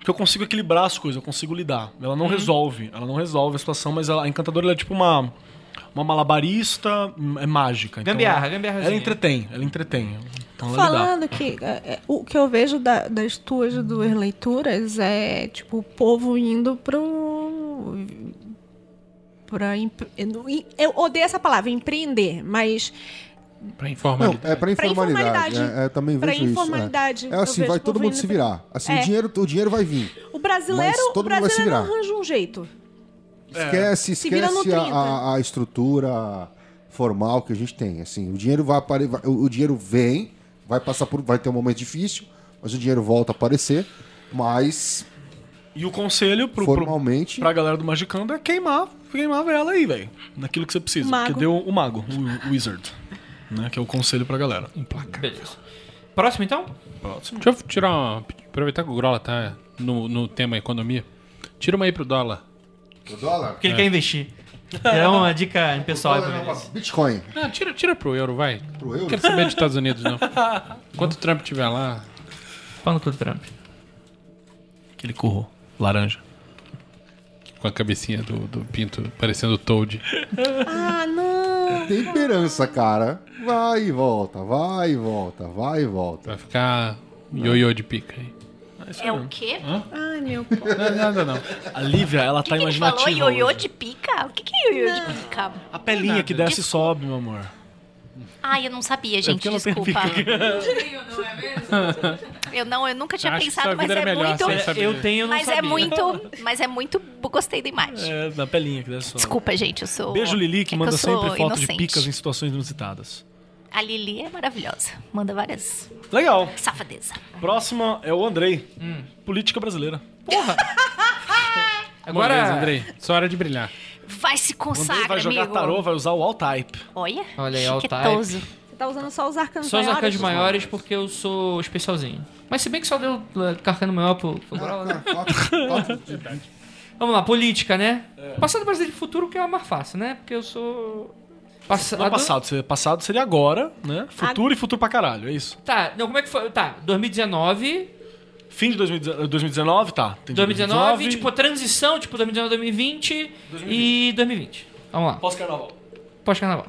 Speaker 4: que eu consigo equilibrar as coisas, eu consigo lidar. Ela não resolve, ela não resolve a situação, mas ela- a encantadora ela é tipo uma uma malabarista, hum, é mágica. Então
Speaker 12: ah, Gambiarra,
Speaker 4: ela,
Speaker 12: gambiarrazinha.
Speaker 4: Ela entretém, ela entretém. Então ela lidar.
Speaker 5: Falando que é, é, o que eu vejo da- das tuas duas leituras é tipo o povo indo pro pra empre- eu não- eu odeio essa palavra empreender, mas
Speaker 6: Pra
Speaker 7: Não,
Speaker 6: informalidade.
Speaker 7: é pra
Speaker 5: Pra
Speaker 7: informalidade.
Speaker 5: informalidade.
Speaker 7: É, é, também
Speaker 5: Pra
Speaker 7: vejo isso.
Speaker 5: informalidade.
Speaker 7: É, é
Speaker 5: Eu
Speaker 7: assim,
Speaker 5: vejo
Speaker 7: vai
Speaker 5: o
Speaker 7: todo
Speaker 5: povo
Speaker 7: mundo
Speaker 5: indo
Speaker 7: se
Speaker 5: pra-
Speaker 7: virar. Assim,
Speaker 5: É.
Speaker 7: o, dinheiro, o dinheiro vai vir.
Speaker 5: o brasileiro,
Speaker 7: Mas
Speaker 5: o
Speaker 7: todo mundo vai se
Speaker 5: brasileiro
Speaker 7: virar.
Speaker 4: É.
Speaker 5: arranja um jeito.
Speaker 7: Esquece,
Speaker 5: Se vira no
Speaker 7: esquece a,
Speaker 5: 30.
Speaker 7: a- a estrutura formal que a gente tem. Assim, o dinheiro vai apare... vai- o o dinheiro vem, vai passar por, vai ter um momento difícil, mas o dinheiro volta a aparecer. Mas
Speaker 4: E o conselho pro, pro,
Speaker 7: formalmente
Speaker 4: pra galera do Magicando é queimar, queimar ela aí, velho. Naquilo que você precisa.
Speaker 5: Mago.
Speaker 4: Porque deu o mago, o, o wizard. Né, que é o conselho pra galera.
Speaker 13: Beleza. Próximo, então?
Speaker 6: Deixa eu tirar uma. Aproveitar que o Grola tá no, no tema economia. Tira uma aí pro dólar.
Speaker 7: o dólar,
Speaker 13: Porque ele quer investir. É uma dica pessoal. aí pra
Speaker 7: dólar é
Speaker 13: vocês.
Speaker 7: uma- Bitcoin
Speaker 6: Não, tira, tira pro euro, vai.
Speaker 7: pro euro.
Speaker 6: Não quero saber dos Estados Unidos, não. Enquanto o Trump estiver lá.
Speaker 13: Pau no cu do Trump.
Speaker 4: Aquele curro. Laranja.
Speaker 6: Com a cabecinha do, do Pinto parecendo o Toad.
Speaker 5: Ah, não.
Speaker 7: Temperança, cara. Vai e volta, vai e volta, vai e volta.
Speaker 6: Vai ficar ioiô de pica aí.
Speaker 2: É o quê?
Speaker 5: Ai, meu
Speaker 6: Não é nada, não.
Speaker 4: A Lívia, ela
Speaker 2: O
Speaker 4: Ah, tá
Speaker 2: que, que ele falou?
Speaker 4: imaginativa.
Speaker 2: Ioiô
Speaker 4: hoje.
Speaker 2: de pica? O que, que é ioiô de pica?
Speaker 4: A pelinha que desce e sobe, meu amor.
Speaker 2: Ai, eu não sabia, gente.
Speaker 4: porque ela tem
Speaker 2: desculpa. eu não, eu nunca tinha
Speaker 6: Acho que
Speaker 2: pensado,
Speaker 6: sua
Speaker 2: mas
Speaker 6: vida
Speaker 2: é
Speaker 6: era melhor
Speaker 2: muito.
Speaker 4: assim,
Speaker 6: sem saber.
Speaker 13: Eu tenho, não
Speaker 2: Mas é
Speaker 13: sabia.
Speaker 2: muito. Mas é muito. Gostei da imagem.
Speaker 4: É, na pelinha que desce e sobe.
Speaker 2: Desculpa, gente, eu sou.
Speaker 4: Beijo, Lili, que
Speaker 2: é eu
Speaker 4: manda
Speaker 2: sou
Speaker 4: sempre foto de
Speaker 2: inocente.
Speaker 4: picas em situações inusitadas.
Speaker 2: A Lili é maravilhosa. Manda várias.
Speaker 4: Legal.
Speaker 2: Safadeza.
Speaker 4: Próxima é o Andrei.
Speaker 2: Hum.
Speaker 4: Política brasileira.
Speaker 6: Agora,
Speaker 3: É.
Speaker 13: Agora-
Speaker 6: Andrei, só hora de brilhar.
Speaker 2: Vai se
Speaker 4: O Andrei
Speaker 2: consagra,
Speaker 4: vai jogar
Speaker 2: amigo.
Speaker 4: tarô, vai usar o all type.
Speaker 2: Olha, é
Speaker 3: Olha aí, all type.
Speaker 2: chiquetoso.
Speaker 5: Você tá usando só os arcanos
Speaker 3: Só os
Speaker 5: maiores?
Speaker 3: arcanos maiores porque eu sou especialzinho. Mas se bem que só deu
Speaker 12: eh,
Speaker 3: uh, arcano maior pro, pro Grola, né? Vamos lá, política, né? Passado, presente e futuro, que é o mais fácil, né? Porque eu sou... Passado...
Speaker 4: Não é passado, seria- passado seria agora, né? Futuro e futuro pra caralho, é isso.
Speaker 3: Tá, não, como é que foi? Tá, 2019,
Speaker 4: Fim de 2019, 2019, tá. Tem
Speaker 3: 2019, tipo, transição, tipo, 2019, 2020, e 2020. Vamos lá,
Speaker 4: Pós-carnaval.
Speaker 3: pós-carnaval.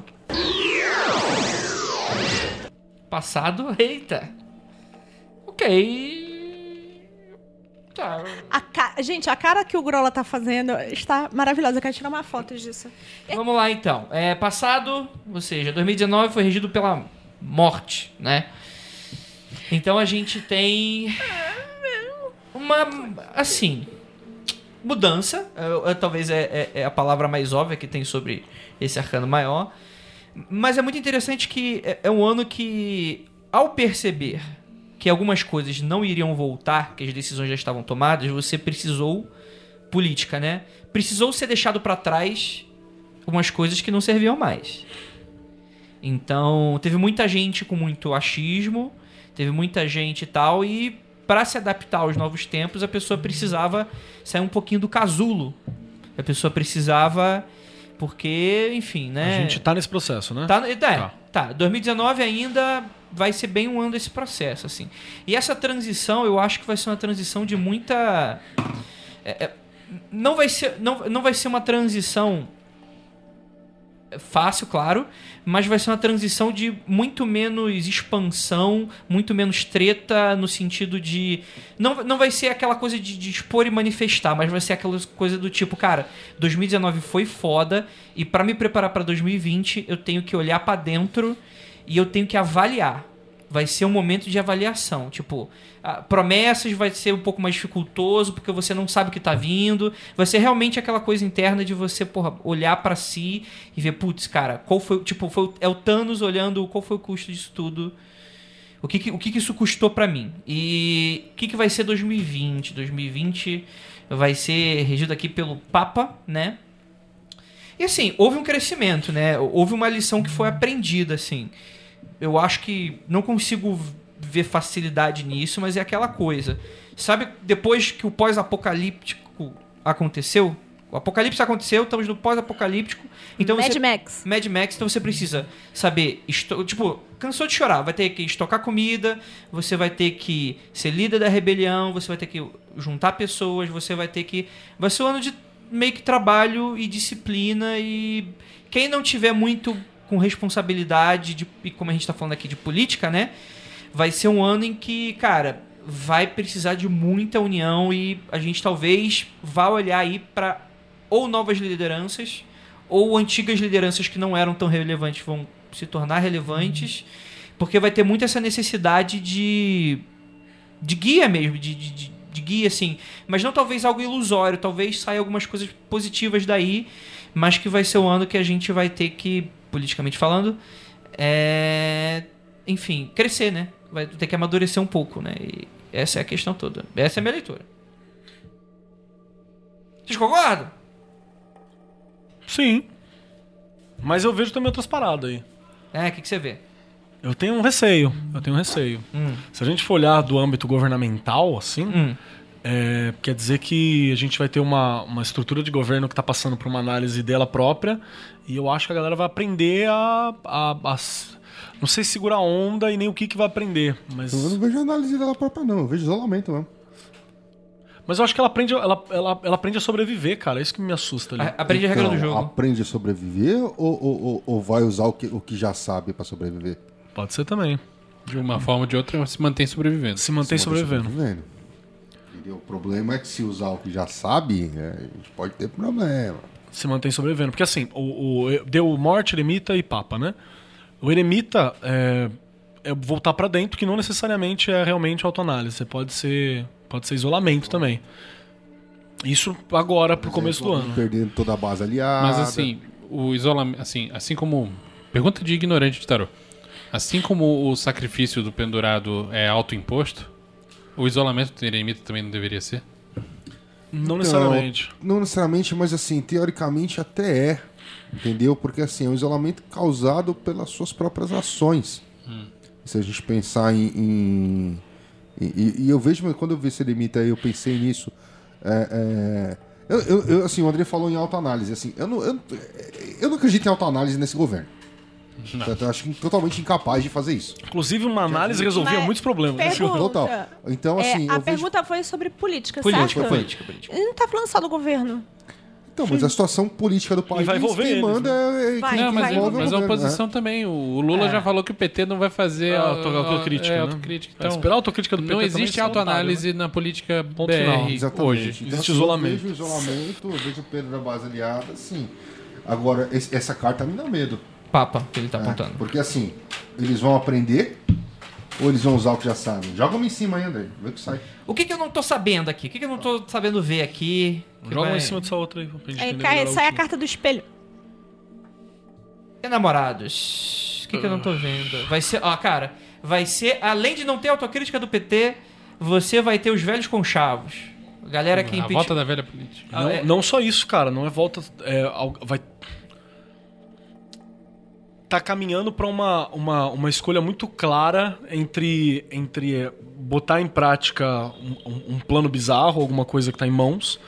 Speaker 3: Passado, eita. Ok. Tá.
Speaker 5: A ca- Gente, a cara que o Grola tá fazendo está maravilhosa. Eu quero tirar uma foto disso.
Speaker 3: Vamos lá, então. É, passado, ou seja, 2019 foi regido pela morte, né? Então a gente tem uma, assim, mudança. é, é, talvez é, é- é a palavra mais óbvia que tem sobre esse arcano maior. Mas é muito interessante que é, é um ano que, ao perceber que algumas coisas não iriam voltar, que as decisões já estavam tomadas, você precisou política, né? Precisou ser deixado pra trás algumas coisas que não serviam mais. Então, teve muita gente com muito achismo, teve muita gente e tal, e para se adaptar aos novos tempos, a pessoa precisava sair um pouquinho do casulo. A pessoa precisava. Porque, enfim, né?
Speaker 4: A
Speaker 2: É.
Speaker 4: gente tá nesse processo, né?
Speaker 3: Tá, é,
Speaker 4: Tá.
Speaker 3: tá. 2019 ainda vai ser bem um ano desse processo, assim. E essa transição, eu acho que vai ser uma transição de muita. é, é, não, vai ser, não, não vai ser uma transição fácil, claro, mas vai ser uma transição de muito menos expansão, muito menos treta, no sentido de. Não, não vai ser aquela coisa de, de expor e manifestar, mas vai ser aquela coisa do tipo, cara, 2019 foi foda e pra me preparar pra 2020 eu tenho que olhar pra dentro e eu tenho que avaliar. Vai ser um momento de avaliação. Tipo, ah, promessas vai ser um pouco mais dificultoso porque você não sabe o que tá vindo. Vai ser realmente aquela coisa interna de você, porra, olhar pra si e ver, putz, cara, qual foi. o- Tipo, foi, o- é o Thanos olhando qual foi o custo disso tudo. O que, que- o que, que isso custou pra mim? E o que, que vai ser 2020? 2020 vai ser regido aqui pelo Papa, né? E assim, houve um crescimento, né? Houve uma lição que foi aprendida, assim. Eu acho que não consigo ver facilidade nisso, mas é aquela coisa. Sabe, depois que o pós-apocalíptico aconteceu, o apocalipse aconteceu, estamos no pós-apocalíptico, então
Speaker 5: Mad
Speaker 3: você
Speaker 5: Max.
Speaker 3: Mad Max, então você precisa saber. esto- Tipo, cansou de chorar, vai ter que estocar comida, você vai ter que ser líder da rebelião, você vai ter que juntar pessoas, você vai ter que. Vai ser um ano de meio que trabalho e disciplina e. Quem não tiver muito com responsabilidade, de, e como a gente tá falando aqui de política, né? Vai ser um ano em que, cara, vai precisar de muita união e a gente talvez vá olhar aí pra ou novas lideranças ou antigas lideranças que não eram tão relevantes vão se tornar relevantes, porque vai ter muito essa necessidade de, de guia mesmo, de, de- de- de guia, assim. Mas não talvez algo ilusório, um talvez saia algumas coisas positivas daí, mas que vai ser o ano que a gente vai ter que politicamente falando, é, enfim, crescer, né? Vai ter que amadurecer um pouco, né? E essa é a questão toda. Essa é a minha leitura. Vocês concordam?
Speaker 4: Sim. Mas eu vejo também outras paradas aí.
Speaker 3: É, o que, que você vê?
Speaker 4: Eu tenho um receio. Eu tenho um receio. Se a gente for olhar do âmbito governamental, assim,
Speaker 3: Hum.
Speaker 4: é, quer dizer que a gente vai ter uma, uma estrutura de governo que está passando por uma análise dela própria. E eu acho que a galera vai aprender a. a- a s- não sei segurar a onda e nem o que, que vai aprender. Mas,
Speaker 7: Eu não vejo análise dela própria, não. Eu vejo isolamento mesmo.
Speaker 4: mas eu acho que ela aprende, ela, ela, ela aprende a sobreviver, cara. É isso que me assusta ali.
Speaker 3: A- Aprende a regra do
Speaker 7: Então,
Speaker 3: jogo.
Speaker 7: Aprende a sobreviver ou, ou- ou- ou vai usar o que, o que já sabe pra sobreviver?
Speaker 4: Pode ser também.
Speaker 6: De uma forma ou de outra, se mantém sobrevivendo.
Speaker 4: Se mantém
Speaker 7: Você
Speaker 4: sobrevivendo.
Speaker 7: sobrevivendo. né? Entendeu? O problema é que se usar o que já sabe, é, a gente pode ter problema.
Speaker 4: se mantém sobrevivendo. Porque assim, o, o- deu morte, eremita e papa, né? O eremita é, é voltar pra dentro, que não necessariamente é realmente autoanálise. Você Pode ser, pode ser isolamento também. Isso agora, pro começo do ano.
Speaker 7: Perdendo toda a base aliada.
Speaker 6: Mas assim, o isolamento. Assim, assim como. Pergunta de ignorante de tarô. Assim como o sacrifício do pendurado é autoimposto, o isolamento do eremita também não deveria ser?
Speaker 4: Não necessariamente.
Speaker 7: Não, não necessariamente, mas assim, teoricamente até é. Entendeu? Porque assim, é um isolamento causado pelas suas próprias ações. Se a gente pensar em. em- e- e, e eu vejo, mas quando eu vi esse limite aí, eu pensei nisso. É, é, eu, eu- eu, assim, o André falou em autoanálise. Assim, eu, não, eu, eu não acredito em autoanálise nesse governo. Certo? Eu acho totalmente incapaz de fazer isso.
Speaker 4: Inclusive, uma análise resolvia
Speaker 5: Mas
Speaker 4: muitos problemas. né?
Speaker 5: pergunta-
Speaker 7: Total.
Speaker 5: É,
Speaker 7: Então,
Speaker 5: a
Speaker 7: assim. eu vejo-
Speaker 5: pergunta foi sobre política,
Speaker 3: Política,
Speaker 5: certo?
Speaker 7: política,
Speaker 5: Ele não tá falando só do governo.
Speaker 7: Então, mas a situação política do país.
Speaker 4: vai envolver
Speaker 7: quem
Speaker 4: eles,
Speaker 7: manda é- é.
Speaker 5: Vai,
Speaker 6: não, mas,
Speaker 5: vai
Speaker 6: mas
Speaker 5: envolver
Speaker 6: a
Speaker 7: o governo, né?
Speaker 6: oposição também. O Lula já falou que o PT não vai fazer
Speaker 4: Ah,
Speaker 6: a-
Speaker 4: auto- autocrítica,
Speaker 6: é,
Speaker 4: né?
Speaker 6: autocrítica.
Speaker 4: Vai
Speaker 6: Então,
Speaker 4: esperar a autocrítica do PT
Speaker 6: Não
Speaker 4: também,
Speaker 6: existe
Speaker 4: isso é um
Speaker 6: autoanálise na política
Speaker 4: Ponto
Speaker 6: BR
Speaker 4: final.
Speaker 7: Exatamente.
Speaker 6: hoje.
Speaker 4: Existe
Speaker 7: assim,
Speaker 4: isolamento.
Speaker 7: Eu vejo isolamento, eu vejo o Pedro da base aliada, sim. Agora, esse- essa carta me dá medo.
Speaker 3: Papa, que ele tá
Speaker 7: né?
Speaker 3: apontando.
Speaker 7: Porque assim, eles vão aprender ou eles vão usar o que já sabem? Joga uma em cima aí, André. Vê o que sai.
Speaker 3: O que, que eu não tô sabendo aqui? O que, que eu não tô sabendo ver aqui? Que
Speaker 4: Joga uma
Speaker 3: vai-
Speaker 4: em cima dessa outra aí. pra gente
Speaker 5: Aí
Speaker 4: entender
Speaker 5: cai-
Speaker 4: melhor o
Speaker 5: sai a
Speaker 4: time.
Speaker 5: carta do espelho.
Speaker 3: E namorados? O que, que eu não tô vendo? Vai ser. Ó, cara, vai ser. Além de não ter autocrítica do PT, você vai ter os velhos conchavos. Galera que
Speaker 6: A
Speaker 3: impeachment.
Speaker 6: volta da velha política.
Speaker 3: Ah,
Speaker 4: Não,
Speaker 3: é-
Speaker 4: não só isso, cara. Não é volta. é, al- vai. Tá caminhando pra uma, uma, uma escolha muito clara entre, entre é, botar em prática um, um- um plano bizarro, alguma coisa que tá em mãos,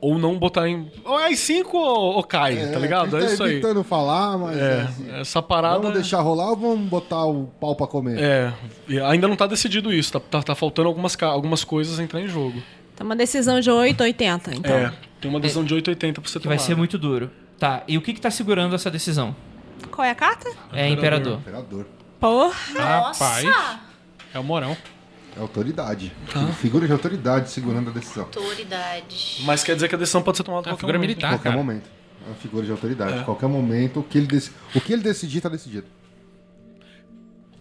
Speaker 4: ou não botar em. Ou é 5 ou, ou cai, tá ligado?
Speaker 7: ele
Speaker 4: É
Speaker 7: tá
Speaker 4: isso aí.
Speaker 7: evitando falar, mas. assim,
Speaker 4: É, essa parada.
Speaker 7: Vamos deixar rolar ou vamos botar o pau pra comer?
Speaker 4: É, e ainda não tá decidido isso, tá, tá, tá faltando algumas, ca- algumas coisas entrar em jogo.
Speaker 5: Tá uma decisão de 8,80, então.
Speaker 4: É, tem uma decisão de 8,80 pra você
Speaker 3: Que
Speaker 4: tomar.
Speaker 3: vai ser muito duro. Tá, e o que que tá segurando essa decisão?
Speaker 5: Qual é a carta?
Speaker 4: Tá
Speaker 3: É imperador.
Speaker 7: Imperador.
Speaker 5: Porra!
Speaker 6: Rapaz. É o Morão.
Speaker 7: É autoridade.
Speaker 4: Tá.
Speaker 7: Figura de autoridade segurando a decisão.
Speaker 2: Autoridade.
Speaker 4: Mas quer dizer que a decisão pode ser tomada
Speaker 6: É
Speaker 4: a
Speaker 6: uma
Speaker 4: qualquer
Speaker 6: figura
Speaker 4: momento.
Speaker 7: A
Speaker 6: militar,
Speaker 7: qualquer
Speaker 6: cara.
Speaker 7: momento. É uma figura de autoridade. A qualquer momento, o que, ele dec- o que ele decidir, tá decidido.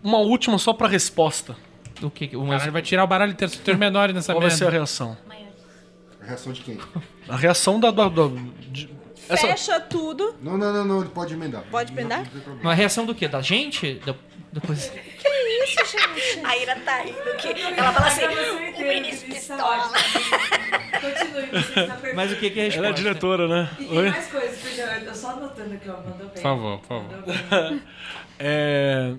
Speaker 4: Uma última só pra resposta.
Speaker 3: O que que- o
Speaker 6: Caralho, vai tirar o baralho inteiro, só tem os menores nessa
Speaker 4: Qual vai
Speaker 6: merda.
Speaker 4: ser a reação?
Speaker 7: A reação de quem?
Speaker 4: A reação da. da, da- de- essa-
Speaker 5: Fecha tudo.
Speaker 7: Não, não, não, não, ele pode emendar.
Speaker 5: Pode emendar?
Speaker 7: Não tem problema.
Speaker 3: Uma reação do quê? Da gente? Da... Depois...
Speaker 2: A Ira tá rindo que ela fala assim, o Vinícius pistola.
Speaker 14: Continue, você está perfeito.
Speaker 3: Mas o que que é a
Speaker 4: Ela é
Speaker 3: resposta?
Speaker 4: diretora, né?
Speaker 14: E tem
Speaker 4: Oi?
Speaker 14: mais coisas, porque eu eu só anotando que ela mandou bem.
Speaker 6: Por favor, por favor.
Speaker 4: É,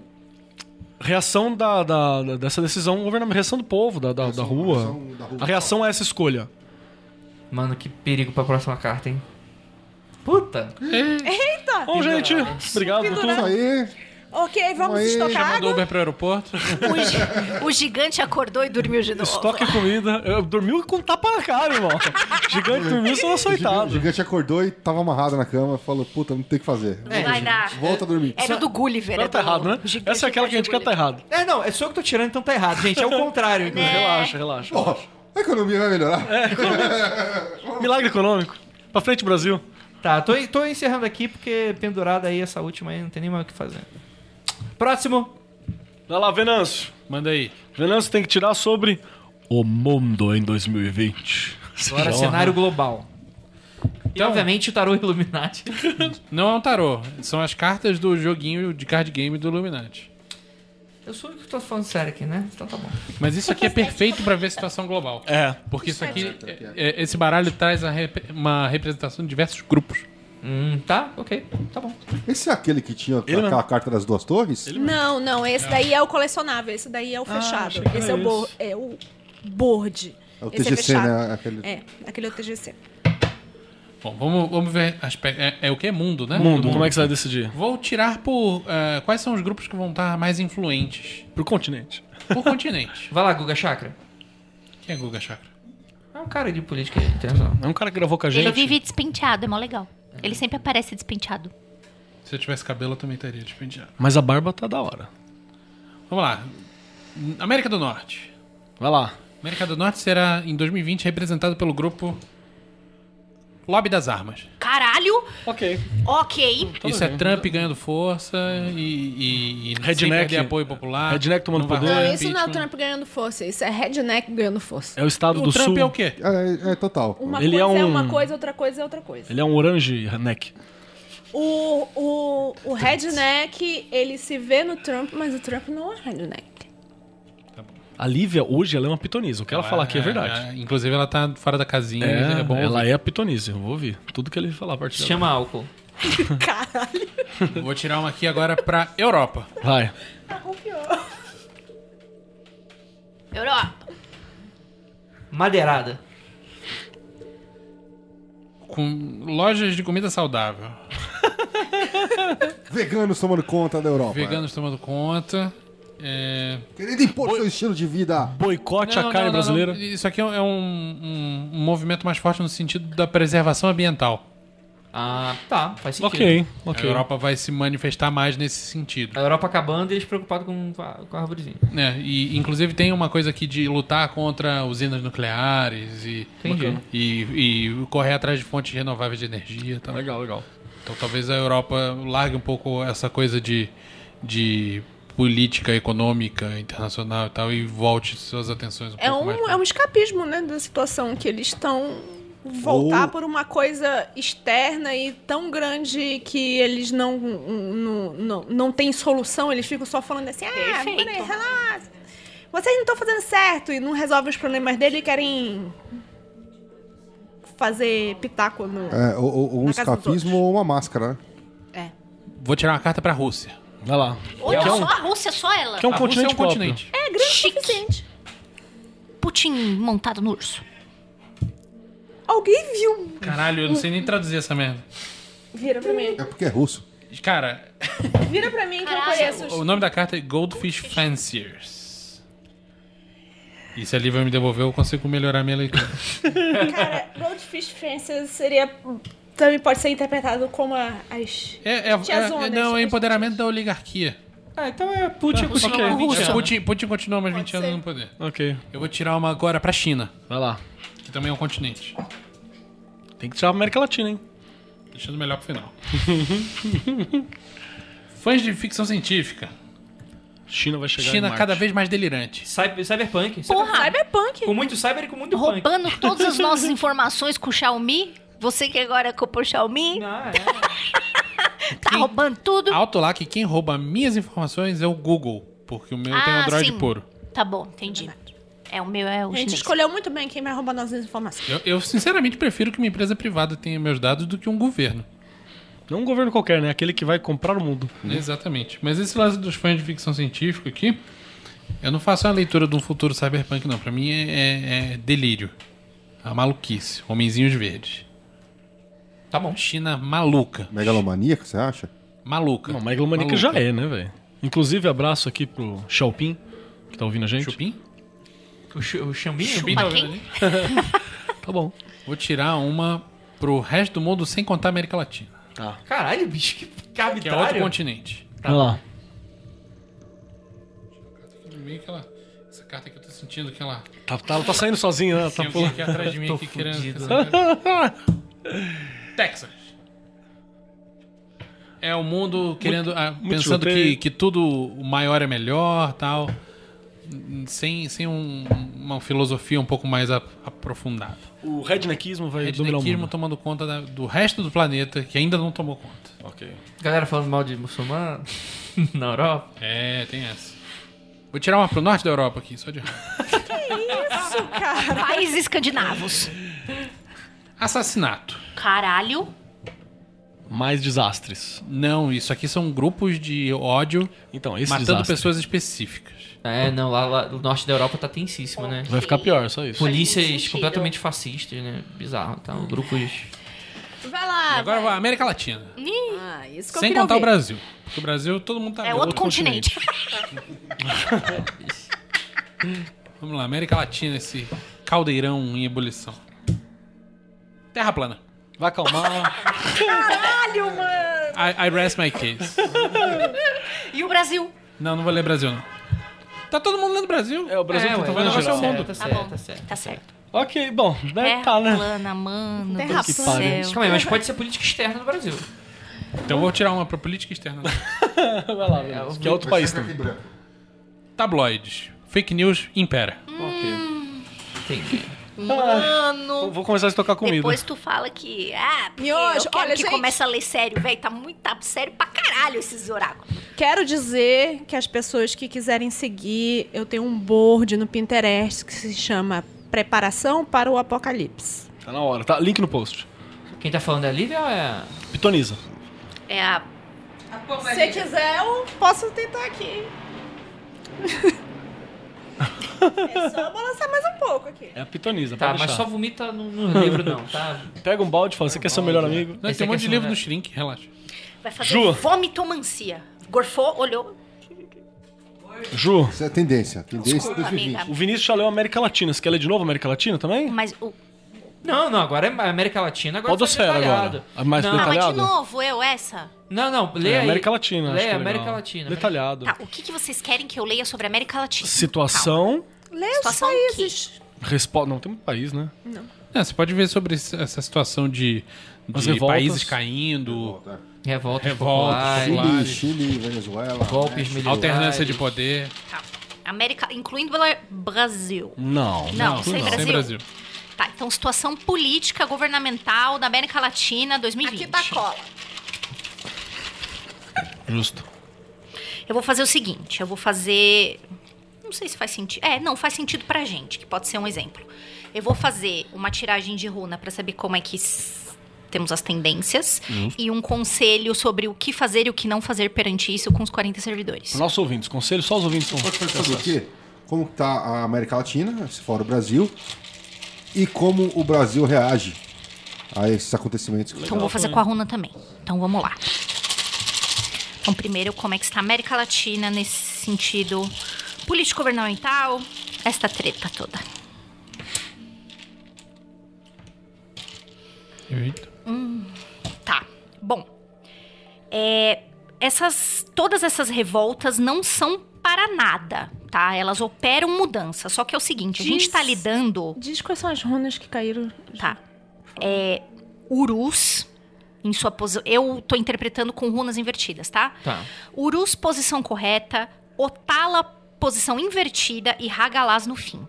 Speaker 4: Reação da, da- da- dessa decisão, governamental, reação do povo, da, da, da rua.
Speaker 7: reação da rua.
Speaker 4: A reação a essa escolha.
Speaker 3: Mano, que perigo pra próxima carta, hein? Puta!
Speaker 4: Bom, gente, obrigado por
Speaker 5: Ah,
Speaker 7: Isso
Speaker 4: tudo.
Speaker 7: aí,
Speaker 5: Ok, vamos
Speaker 7: Aí,
Speaker 5: estocar
Speaker 6: Mandou
Speaker 5: água.
Speaker 6: Uber pro aeroporto.
Speaker 2: O, gi- o gigante acordou e dormiu de novo.
Speaker 4: Estoque e comida. Eu- dormiu com tapa na cara, irmão. Gigante dormiu sendo
Speaker 7: o giga- o
Speaker 4: açoitado.
Speaker 7: gigante acordou e tava amarrado na cama. Falou, puta, não tem o que fazer.
Speaker 2: Não
Speaker 3: É,
Speaker 2: vai dar.
Speaker 7: Volta a dormir.
Speaker 5: É.
Speaker 2: Era do Gulliver.
Speaker 4: Agora
Speaker 2: era
Speaker 4: tá
Speaker 2: do-
Speaker 4: errado, né?
Speaker 2: do gigante
Speaker 4: Essa é aquela que a gente quer tá errado.
Speaker 3: É, não, é só eu que tô tirando, então tá errado, gente. É o contrário.
Speaker 11: Né?
Speaker 3: inclusive.
Speaker 4: Relaxa, relaxa.
Speaker 7: Ó, a economia vai melhorar.
Speaker 4: Milagre econômico. Pra frente, Brasil.
Speaker 3: Tá, tô, tô encerrando aqui porque pendurada aí essa última aí, não tem nem mais o que fazer. Próximo!
Speaker 4: Vai lá, Venâncio.
Speaker 6: Manda aí.
Speaker 4: Venâncio tem que tirar sobre o mundo em 2020.
Speaker 3: Agora
Speaker 4: Porra.
Speaker 3: cenário global.
Speaker 11: E, obviamente, o tarô Illuminati.
Speaker 6: Não é um tarô. São as cartas do joguinho de card game do Illuminati.
Speaker 11: Eu sou o que tô falando sério aqui, né? Então tá bom.
Speaker 6: Mas isso aqui é perfeito pra ver a situação global.
Speaker 4: É.
Speaker 6: Porque isso aqui, é- é- esse baralho traz a rep- uma representação de diversos grupos.
Speaker 11: Hum, tá, ok. Tá bom.
Speaker 7: Esse é aquele que tinha aquela carta das duas torres?
Speaker 5: Não, não, esse daí é o colecionável, esse daí é o fechado. esse é o, bo é o board.
Speaker 7: É o
Speaker 5: esse é
Speaker 7: TGC,
Speaker 5: fechado.
Speaker 7: né? Aquele...
Speaker 5: É, aquele é o TGC.
Speaker 6: Bom, vamos, vamos ver. aspe- É, é o que? Mundo, né?
Speaker 4: Mundo, como é que você vai decidir?
Speaker 6: Vou tirar por. eh, quais são os grupos que vão estar mais influentes?
Speaker 4: Pro continente.
Speaker 6: Por continente.
Speaker 11: Vai lá, Guga Chakra.
Speaker 6: Quem é Guga Chakra?
Speaker 11: É um cara de política aí, tem razão.
Speaker 4: É um cara que gravou com a gente.
Speaker 2: Ele vive despenteado, é mó legal. Ele sempre aparece despenteado.
Speaker 6: Se eu tivesse cabelo, eu também estaria despenteado.
Speaker 4: Mas a barba tá da hora.
Speaker 6: Vamos lá. América do Norte.
Speaker 4: Vai lá.
Speaker 6: América do Norte será, em 2020, representado pelo grupo Lobby das Armas.
Speaker 2: Caralho!
Speaker 4: Ok.
Speaker 2: Ok.
Speaker 5: Então,
Speaker 4: Tá
Speaker 6: Isso é Trump ganhando força e, e, e sem
Speaker 4: Redneck.
Speaker 6: perder apoio popular.
Speaker 4: Redneck tomando
Speaker 6: vai
Speaker 4: poder.
Speaker 6: rolar
Speaker 5: Não, isso não é o
Speaker 6: impeachment.
Speaker 5: Trump ganhando força, isso é redneck ganhando força.
Speaker 4: É o estado do
Speaker 6: O Trump
Speaker 4: sul.
Speaker 6: é o quê?
Speaker 7: É, é total.
Speaker 5: Uma
Speaker 4: Ele é
Speaker 5: coisa é,
Speaker 4: um-
Speaker 5: uma coisa, outra coisa é outra coisa.
Speaker 4: Ele é um orange neck.
Speaker 5: O, o, o redneck, ele se vê no Trump, mas o Trump não é redneck.
Speaker 4: A Lívia, hoje, ela é uma pitonisa. O que ela, falar aqui é verdade.
Speaker 6: é, inclusive, ela tá fora da casinha.
Speaker 4: É,
Speaker 6: É, bom.
Speaker 4: ela é a pitonisa. Eu vou ouvir tudo que ele falar a partir
Speaker 11: Se
Speaker 4: de
Speaker 11: chama álcool.
Speaker 6: Vou tirar uma aqui agora pra Europa.
Speaker 4: Vai.
Speaker 2: Europa.
Speaker 11: Madeirada.
Speaker 6: Com lojas de comida saudável.
Speaker 7: Veganos tomando conta da Europa.
Speaker 6: Veganos tomando conta. É...
Speaker 7: Querendo impor seu estilo de vida.
Speaker 4: Boicote
Speaker 6: Não,
Speaker 4: a
Speaker 6: não,
Speaker 4: carne
Speaker 6: não, não.
Speaker 4: brasileira.
Speaker 6: Isso aqui é um, é um- um movimento mais forte no sentido da preservação ambiental.
Speaker 11: Ah, tá, faz sentido.
Speaker 4: Ok,
Speaker 6: A
Speaker 4: ok.
Speaker 6: Europa vai se manifestar mais nesse sentido.
Speaker 11: A Europa acabando e eles preocupados com, com a com a arvorezinha.
Speaker 6: né? E inclusive tem uma coisa aqui de lutar contra usinas nucleares e,
Speaker 11: Entendi.
Speaker 6: e, e correr atrás de fontes renováveis de energia. e Tal.
Speaker 4: Legal, legal.
Speaker 6: Então talvez a Europa largue um pouco essa coisa de, de política econômica internacional e tal e volte suas atenções um
Speaker 5: É
Speaker 6: pouco mais.
Speaker 5: um,
Speaker 6: pra-
Speaker 5: é um escapismo, né, da situação que eles estão voltar
Speaker 7: Ou-
Speaker 5: por uma coisa externa e tão grande que eles não não, não, não têm solução, eles ficam só falando assim, ah,
Speaker 2: Perfeito.
Speaker 5: peraí, relaxa. Vocês não estão fazendo certo e não resolvem os problemas dele e querem fazer pitaco no...
Speaker 7: É, ou, ou- ou um
Speaker 5: Na casa dos
Speaker 7: escapismo ou uma máscara, né?
Speaker 5: um-
Speaker 6: Vou tirar uma carta pra Rússia.
Speaker 4: Vai lá.
Speaker 2: Olha
Speaker 4: Que é um-
Speaker 2: só a Rússia, só ela.
Speaker 4: Que é um
Speaker 6: a Rússia é
Speaker 4: continente
Speaker 6: um
Speaker 4: próprio.
Speaker 6: continente.
Speaker 5: É grande o
Speaker 2: Chique.
Speaker 5: suficiente.
Speaker 2: Putin montado no urso.
Speaker 5: Alguém viu?
Speaker 6: Caralho, eu não sei nem traduzir essa merda.
Speaker 5: Vira pra mim.
Speaker 7: É porque é russo.
Speaker 6: Cara,
Speaker 5: Vira pra mim que eu
Speaker 2: Caralho.
Speaker 5: conheço. os-
Speaker 6: o nome da carta é Goldfish Fanciers. E se a Lívia me devolver, eu consigo melhorar minha leitura.
Speaker 5: Cara, Goldfish Fences seria... Também pode ser interpretado como a- as...
Speaker 6: É, é, é-
Speaker 5: Tiazonas,
Speaker 6: não, é
Speaker 5: tias-
Speaker 6: empoderamento da oligarquia.
Speaker 11: Ah, então é Putin com
Speaker 2: ok.
Speaker 11: o
Speaker 2: Russo.
Speaker 6: É, Putin, Putin continua mais 20 anos no poder.
Speaker 4: Ok.
Speaker 6: Eu vou tirar uma agora pra China,
Speaker 4: Vai lá.
Speaker 6: que também é um continente.
Speaker 4: Tem que tirar a América Latina, hein?
Speaker 6: Deixando melhor pro final. Fãs de ficção científica.
Speaker 4: China vai chegar em
Speaker 6: China
Speaker 4: Marte.
Speaker 6: cada vez mais delirante.
Speaker 11: Cyber, cyberpunk. Cyber-
Speaker 2: Porra,
Speaker 5: Cyberpunk.
Speaker 11: Com muito cyber e com muito punk.
Speaker 2: roubando todas as nossas informações com o Xiaomi. Você que agora comprou o Xiaomi,
Speaker 11: Ah, é.
Speaker 2: tá roubando tudo.
Speaker 11: Ah,
Speaker 6: Alto lá que quem rouba minhas informações é o Google, porque o meu tem um
Speaker 2: Ah,
Speaker 6: Android
Speaker 2: sim.
Speaker 6: puro.
Speaker 2: Tá bom, entendi. É, o meu é o
Speaker 5: A gente
Speaker 2: chinês.
Speaker 5: escolheu muito bem quem vai roubar nossas informações.
Speaker 6: Eu, eu sinceramente prefiro que uma empresa privada tenha meus dados do que um governo.
Speaker 4: Não um governo qualquer, né? Aquele que vai comprar o mundo.
Speaker 11: Né?
Speaker 6: Exatamente. Mas esse lance dos fãs de ficção científica aqui, eu não faço uma leitura de um futuro cyberpunk, não. Pra mim é, é- é delírio. A maluquice. Homenzinhos verdes.
Speaker 11: Tá bom.
Speaker 6: China maluca.
Speaker 7: Megalomaníaco, você acha?
Speaker 6: Maluca.
Speaker 4: Não, megalomaníaca
Speaker 6: Maluca.
Speaker 4: já é, né, velho? Inclusive, abraço aqui pro Xiaopin, que tá ouvindo a gente.
Speaker 6: Chupim?
Speaker 4: é.
Speaker 11: O, ch o chambinho?
Speaker 6: Chupim
Speaker 2: Mas
Speaker 6: tá ouvindo
Speaker 2: quem?
Speaker 6: ali?
Speaker 4: Tá bom.
Speaker 6: Vou tirar uma pro resto do mundo sem contar a América Latina.
Speaker 4: Tá.
Speaker 11: Caralho, bicho, que
Speaker 6: Que
Speaker 11: cabe
Speaker 6: é outro continente.
Speaker 4: Vai lá.
Speaker 6: Meio que ela- Essa carta aqui eu tô sentindo que ela.
Speaker 4: Tá, tá, ela tá saindo sozinha, né? Tá
Speaker 6: Tem alguém
Speaker 4: pulando.
Speaker 6: aqui atrás de mim
Speaker 11: Tô
Speaker 6: aqui querendo.
Speaker 11: fudido.
Speaker 6: Texas. É o mundo querendo, ah, pensando
Speaker 4: tiroteio.
Speaker 6: que, que tudo o maior é melhor, tal. Hum, sem, sem um- uma filosofia um pouco mais a- aprofundada.
Speaker 4: O redneckismo vai É, dominar o
Speaker 6: Redneckismo
Speaker 4: mundo.
Speaker 6: tomando conta da- do resto do planeta que ainda não tomou conta.
Speaker 11: tá-
Speaker 4: Ok.
Speaker 11: Galera falando mal de muçulmano na Europa.
Speaker 6: É, tem essa. Vou tirar uma pro norte da Europa aqui, só de raiva.
Speaker 5: Isso, cara.
Speaker 2: Países escandinavos.
Speaker 6: Assassinato.
Speaker 2: Caralho. é
Speaker 4: Mais desastres.
Speaker 6: Não, isso aqui são grupos de ódio
Speaker 4: Então, esse
Speaker 6: matando
Speaker 4: desastre.
Speaker 6: pessoas específicas.
Speaker 11: É, não, lá, lá o norte da Europa tá tensíssimo, né?
Speaker 4: Vai ficar pior, só isso.
Speaker 2: Faz
Speaker 11: Polícias
Speaker 2: sentido.
Speaker 11: completamente fascistas, né? Bizarro, tá?
Speaker 4: Hum.
Speaker 11: Grupos.
Speaker 5: Vai lá.
Speaker 2: Tá
Speaker 6: E agora vai
Speaker 5: vai.
Speaker 6: a América Latina.
Speaker 5: Ah, isso que eu
Speaker 6: Sem
Speaker 5: queria
Speaker 6: contar o
Speaker 5: ouvir.
Speaker 6: Brasil. Porque o Brasil todo mundo tá.
Speaker 2: É outro, continente.
Speaker 6: Vamos lá, América Latina, esse caldeirão em ebulição. Terra plana.
Speaker 4: Vai acalmar.
Speaker 5: Caralho, mano.
Speaker 6: I, I rest my case.
Speaker 2: e o Brasil.
Speaker 6: Não, não vou ler Brasil, não. Tá todo mundo lendo Brasil?
Speaker 4: é, o Brasil
Speaker 11: é,
Speaker 4: que tá
Speaker 11: ué,
Speaker 4: vendo
Speaker 11: tá
Speaker 4: geral.
Speaker 11: certo, Tá
Speaker 2: Tá
Speaker 11: certo,
Speaker 2: bom.
Speaker 11: tá certo.
Speaker 2: Tá certo.
Speaker 4: Ok, bom, né?
Speaker 11: É,
Speaker 2: Terra
Speaker 4: Tá, né?
Speaker 2: plana, mano.
Speaker 5: Terra
Speaker 2: do
Speaker 11: Ah,
Speaker 5: plana.
Speaker 2: céu.
Speaker 11: Calma aí, mas pode ser política externa do Brasil.
Speaker 6: Então eu vou tirar uma pra política externa.
Speaker 4: Vai lá, Vinícius, que é outro país também.
Speaker 6: Tabloides. Fake news impera.
Speaker 4: Ok.
Speaker 11: Entendi.
Speaker 4: Eu
Speaker 2: Mano.
Speaker 4: Vou começar a estocar comida.
Speaker 2: Depois tu fala que. Ah, porque
Speaker 5: Miojo,
Speaker 2: eu quero
Speaker 5: olha,
Speaker 2: que
Speaker 5: gente.
Speaker 2: comece a ler sério, velho. Tá muito tá sério pra caralho esses oráculos.
Speaker 5: Quero dizer que as pessoas que quiserem seguir, eu tenho um board no Pinterest que se chama Preparação para o Apocalipse.
Speaker 4: Tá na hora, tá? Link no post.
Speaker 11: Quem tá falando é a Lívia ou é. a-
Speaker 4: Pitoniza.
Speaker 2: É a.
Speaker 5: Se quiser, eu posso tentar aqui. é só balançar mais um pouco aqui.
Speaker 4: É a Pitoniza,
Speaker 11: Tá,
Speaker 4: pode
Speaker 11: mas
Speaker 4: deixar.
Speaker 11: só vomita no, no livro, não, tá?
Speaker 4: Pega um balde e fala, você quer ser o melhor amigo?
Speaker 6: Não,
Speaker 11: Esse
Speaker 6: tem
Speaker 11: aqui é
Speaker 6: um monte de
Speaker 11: só-
Speaker 6: livro do Shrink, relaxa.
Speaker 2: Vai fazer
Speaker 4: Ju.
Speaker 2: vomitomancia. Gorfou, olhou.
Speaker 4: Ju,
Speaker 7: Isso é tendência. Tendência
Speaker 2: Desculpa,
Speaker 7: 2020.
Speaker 2: amiga.
Speaker 4: o Vinícius já leu América Latina. Você quer ler de novo América Latina também?
Speaker 2: Mas o.
Speaker 11: Não, não, agora é América Latina, agora tá
Speaker 4: Podosfera
Speaker 11: detalhado.
Speaker 4: agora. É mais
Speaker 11: não,
Speaker 2: Ah,
Speaker 4: detalhado.
Speaker 2: mas de
Speaker 4: Detalhado?
Speaker 2: novo, eu, essa?
Speaker 11: não, não, lê
Speaker 4: É,
Speaker 11: aí.
Speaker 4: América Latina,
Speaker 11: Lê
Speaker 4: acho que é
Speaker 11: América
Speaker 4: legal.
Speaker 11: Latina.
Speaker 4: Detalhado.
Speaker 2: Tá, o que, que vocês querem que eu leia sobre a América Latina?
Speaker 4: Situação,
Speaker 5: Lê os
Speaker 2: Situação
Speaker 5: países.
Speaker 4: resposta... Não, tem muito país, né?
Speaker 6: É, você pode ver sobre esse- essa situação de,
Speaker 4: As
Speaker 6: de
Speaker 4: revoltas.
Speaker 6: países caindo,
Speaker 11: Revolta,
Speaker 6: Revoltas
Speaker 7: Chile,
Speaker 6: populares.
Speaker 7: Chile, Venezuela.
Speaker 11: golpes militares.
Speaker 6: alternância de poder.
Speaker 2: Tá. América, incluindo Bela- Brasil.
Speaker 4: Não.
Speaker 2: Não, sem
Speaker 6: Não,
Speaker 2: Brasil.
Speaker 6: sem Brasil.
Speaker 2: Tá, então situação política governamental da América Latina 2020.
Speaker 5: Aqui tá a cola.
Speaker 4: Justo.
Speaker 2: Eu vou fazer o seguinte, eu vou fazer. Não sei se faz sentido. É, não, faz sentido pra gente, que pode ser um exemplo. Eu vou fazer uma tiragem de runa pra saber como é que s- temos as tendências e um conselho sobre o que fazer e o que não fazer perante isso com os 40 servidores.
Speaker 4: Pro nosso ouvintes, conselho, só os ouvintes são...
Speaker 7: Pode fazer o quê? Como está a América Latina, fora o Brasil, e como o Brasil reage a esses acontecimentos.
Speaker 2: Então vou fazer com a runa também. Então vamos lá. Então primeiro, como é que está a América Latina nesse sentido político-governamental, esta treta toda.
Speaker 6: Eita.
Speaker 2: Tá. Bom, é, essas, todas essas revoltas não são para nada, tá? Elas operam mudança. Só que é o seguinte, a gente tá
Speaker 5: Diz-
Speaker 2: lidando,
Speaker 5: Diz quais são as runas que caíram.
Speaker 2: tá? É, Urus em sua posição. Eu tô interpretando com runas invertidas, tá?
Speaker 11: Tá.
Speaker 2: Urus posição correta, Otala posição invertida e Hagalaz no fim.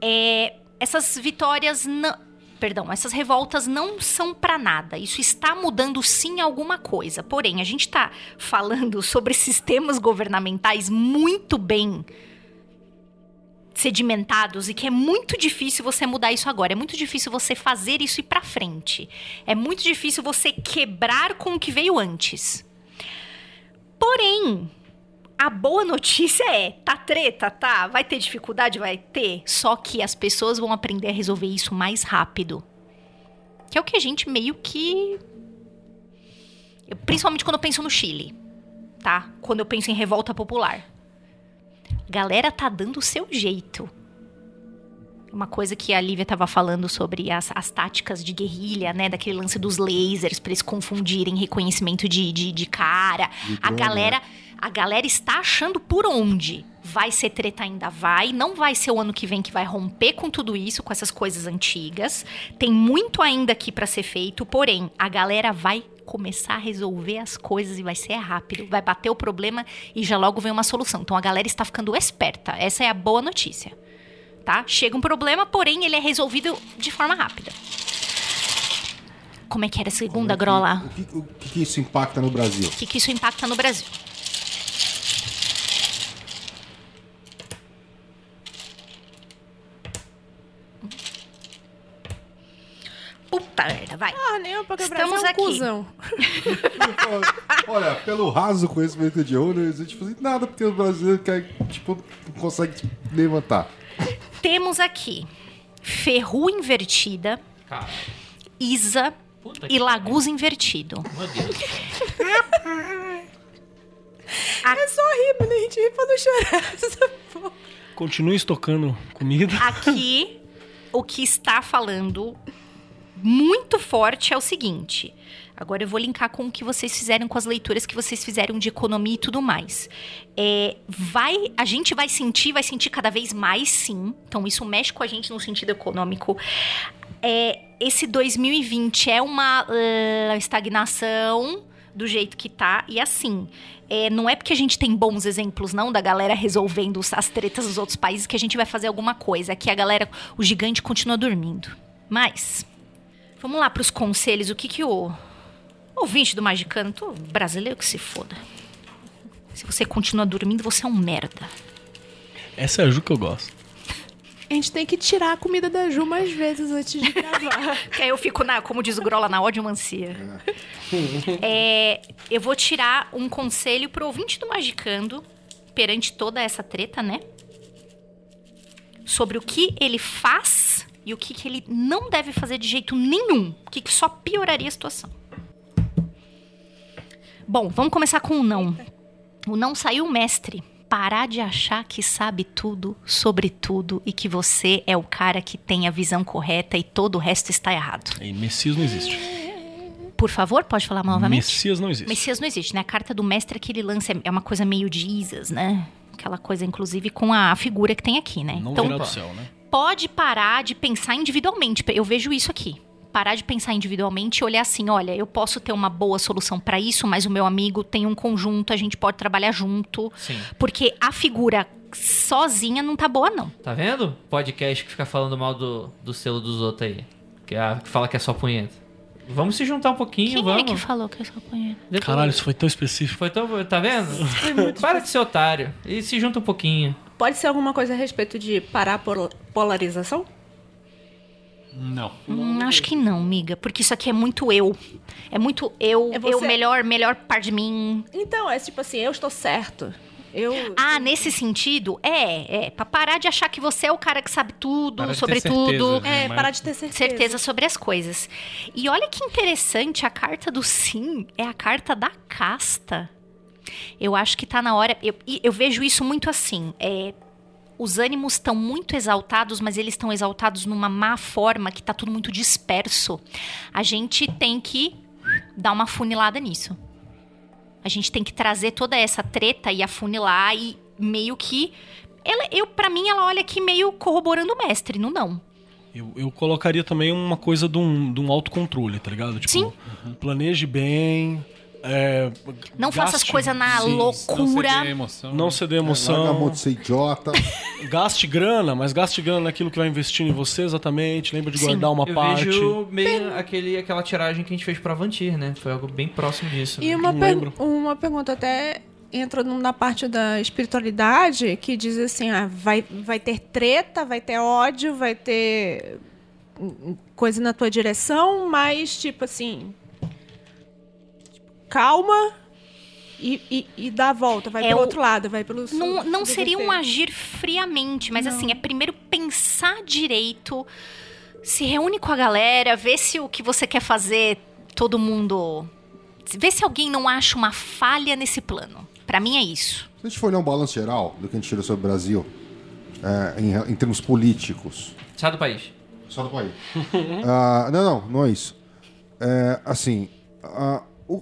Speaker 2: É, essas vitórias não. Perdão, essas revoltas não são pra nada. Isso está mudando sim alguma coisa. Porém, a gente tá falando sobre sistemas governamentais muito bem sedimentados e que é muito difícil você mudar isso agora. É muito difícil você fazer isso ir pra frente. É muito difícil você quebrar com o que veio antes. Porém, a boa notícia é, tá treta, tá? Vai ter dificuldade, vai ter. Só que as pessoas vão aprender a resolver isso mais rápido. Que é o que a gente meio que eu- principalmente quando eu penso no Chile, tá? Quando eu penso em revolta popular. Galera tá dando o seu jeito. Uma coisa que a Lívia tava falando sobre as, as táticas de guerrilha, né? Daquele lance dos lasers pra eles confundirem reconhecimento de, de, de cara.
Speaker 7: De
Speaker 2: A
Speaker 7: drone,
Speaker 2: galera, a galera está achando por onde. vai ser treta ainda vai, não vai ser o ano que vem que vai romper com tudo isso, com essas coisas antigas. Tem muito ainda aqui para ser feito, porém a galera vai começar a resolver as coisas e vai ser rápido, vai bater o problema e já logo vem uma solução. Então a galera está ficando esperta. Essa é a boa notícia. Tá? Chega um problema, porém ele é resolvido de forma rápida. Como é que era a segunda, Grola?
Speaker 7: O que, o que que isso impacta no Brasil?
Speaker 2: O que, que isso impacta no Brasil? Puta merda, vai.
Speaker 5: Ah, nem eu, porque Brasil é
Speaker 2: Estamos
Speaker 5: um
Speaker 2: aqui.
Speaker 5: cuzão.
Speaker 7: Olha, pelo raso conhecimento de ouro, não existe fazer nada porque o brasileiro quer, tipo, não consegue levantar.
Speaker 2: Temos aqui Ferru invertida,
Speaker 12: Cara,
Speaker 2: Isa
Speaker 12: Puta
Speaker 2: e Laguz invertido.
Speaker 12: meu Deus.
Speaker 5: É só rir, quando a gente ri pra não chorar. Essa porra.
Speaker 4: Continue estocando comida.
Speaker 2: Aqui, o que está falando muito forte é o seguinte. Agora eu vou linkar com o que vocês fizeram, com as leituras que vocês fizeram de economia e tudo mais. É, vai, a gente vai sentir, vai sentir cada vez mais, sim. Então isso mexe com a gente no sentido econômico. É, esse 2020 é uma ah, estagnação do jeito que tá e assim. é, não é porque a gente tem bons exemplos, não, da galera resolvendo os- as tretas dos outros países que a gente vai fazer alguma coisa. Aqui a galera, o gigante continua dormindo. Mas, vamos lá pros conselhos. O que que o ouvinte do Magicano, tô brasileiro que se foda. Se você continua dormindo, você é um merda.
Speaker 4: Essa é a Ju que eu gosto.
Speaker 5: A gente tem que tirar a comida da Ju mais vezes antes de gravar.
Speaker 2: Porque aí eu fico, na, como diz o Grola, na odiomancia. É, eu vou tirar um conselho pro ouvinte do Magicando, perante toda essa treta, né? Sobre o que ele faz e o que, que ele não deve fazer de jeito nenhum. O que, que só pioraria a situação. Bom, vamos começar com o não. O não saiu mestre. Parar de achar que sabe tudo sobre tudo e que você é o cara que tem a visão correta e todo o resto está errado.
Speaker 4: E Messias não existe.
Speaker 2: Por favor, pode falar novamente?
Speaker 4: Messias não existe.
Speaker 2: Messias não existe, né? A carta do mestre que ele lança é uma coisa meio Jesus, né? Aquela coisa, inclusive, com a figura que tem aqui, né?
Speaker 4: Não
Speaker 2: então,
Speaker 4: virá do céu, né?
Speaker 2: pode parar de pensar individualmente. Eu vejo isso aqui. Parar de pensar individualmente e olhar assim, olha, eu posso ter uma boa solução para isso, mas o meu amigo tem um conjunto, a gente pode trabalhar junto.
Speaker 12: Sim.
Speaker 2: Porque a figura sozinha não tá boa, não.
Speaker 12: Tá vendo? Podcast que fica falando mal do, do selo dos outros aí. Que, é- que fala que é só punheta. Vamos se juntar um pouquinho,
Speaker 2: Quem
Speaker 12: vamos.
Speaker 2: é que falou que eu só conheço?
Speaker 12: Depois-
Speaker 4: Caralho, isso foi tão específico.
Speaker 12: Foi tão. Tá vendo? Para de ser otário. E se junta um pouquinho.
Speaker 5: Pode ser alguma coisa a respeito de parar a pol- polarização?
Speaker 6: Não.
Speaker 2: Hum, acho que não, amiga, porque isso aqui é muito eu. É muito eu,
Speaker 5: É você.
Speaker 2: eu melhor, melhor par de mim.
Speaker 5: Então, é tipo assim, eu estou certo. Eu.
Speaker 2: Ah, nesse sentido, é, é, pra parar de achar que você é o cara que sabe tudo,
Speaker 6: Parar de ter
Speaker 2: sobre tudo.
Speaker 6: certeza.
Speaker 5: é,
Speaker 6: mas-
Speaker 5: parar de ter certeza.
Speaker 2: certeza sobre as coisas. E olha que interessante, a carta do sim é a carta da casta. Eu acho que tá na hora. Eu, e eu vejo isso muito assim. é, os ânimos estão muito exaltados, mas eles estão exaltados numa má forma que tá tudo muito disperso. A gente tem que dar uma funilada nisso. A gente tem que trazer toda essa treta e afunilar e meio que. Ela, eu, para mim, ela olha aqui meio corroborando o mestre, não não.
Speaker 4: Eu, eu colocaria também uma coisa de um, de um autocontrole, tá ligado? Tipo,
Speaker 2: Sim.
Speaker 4: planeje bem. é,
Speaker 2: Não faça as
Speaker 4: gaste-
Speaker 2: coisas na
Speaker 4: sim,
Speaker 2: loucura.
Speaker 6: Não ceder a emoção.
Speaker 4: Não ceder
Speaker 7: Larga a mão
Speaker 4: emoção.
Speaker 7: de ser idiota.
Speaker 4: Gaste grana, mas gaste grana naquilo que vai investir em você exatamente. Lembra de
Speaker 2: Sim.
Speaker 4: guardar uma
Speaker 12: Eu
Speaker 4: parte.
Speaker 12: vejo meio aquele, aquela tiragem que a gente fez pra Avantir, né? Foi algo bem próximo disso. né?
Speaker 5: E uma,
Speaker 4: Não
Speaker 5: per-
Speaker 4: lembro.
Speaker 5: uma pergunta até entra num- na parte da espiritualidade que diz assim, ah, vai, vai ter treta, vai ter ódio, vai ter hum, coisa na tua direção, mas tipo assim, tipo, calma e, e, e dá a volta, vai
Speaker 2: É
Speaker 5: pelo
Speaker 2: o-
Speaker 5: outro lado, vai pelo sul.
Speaker 2: Não, não
Speaker 5: do
Speaker 2: seria um
Speaker 5: roteiro.
Speaker 2: agir friamente, mas assim, é primeiro pensar direito, se reúne com a galera, vê se o que você quer fazer, todo mundo. Vê se alguém não acha uma falha nesse plano. Pra mim é isso.
Speaker 7: Se a gente for olhar um balanço geral do que a gente tirou sobre o Brasil, é, em, em termos políticos.
Speaker 12: Sai do país.
Speaker 7: Só do país. Ah, não, não, não é isso. É, assim, ah, o,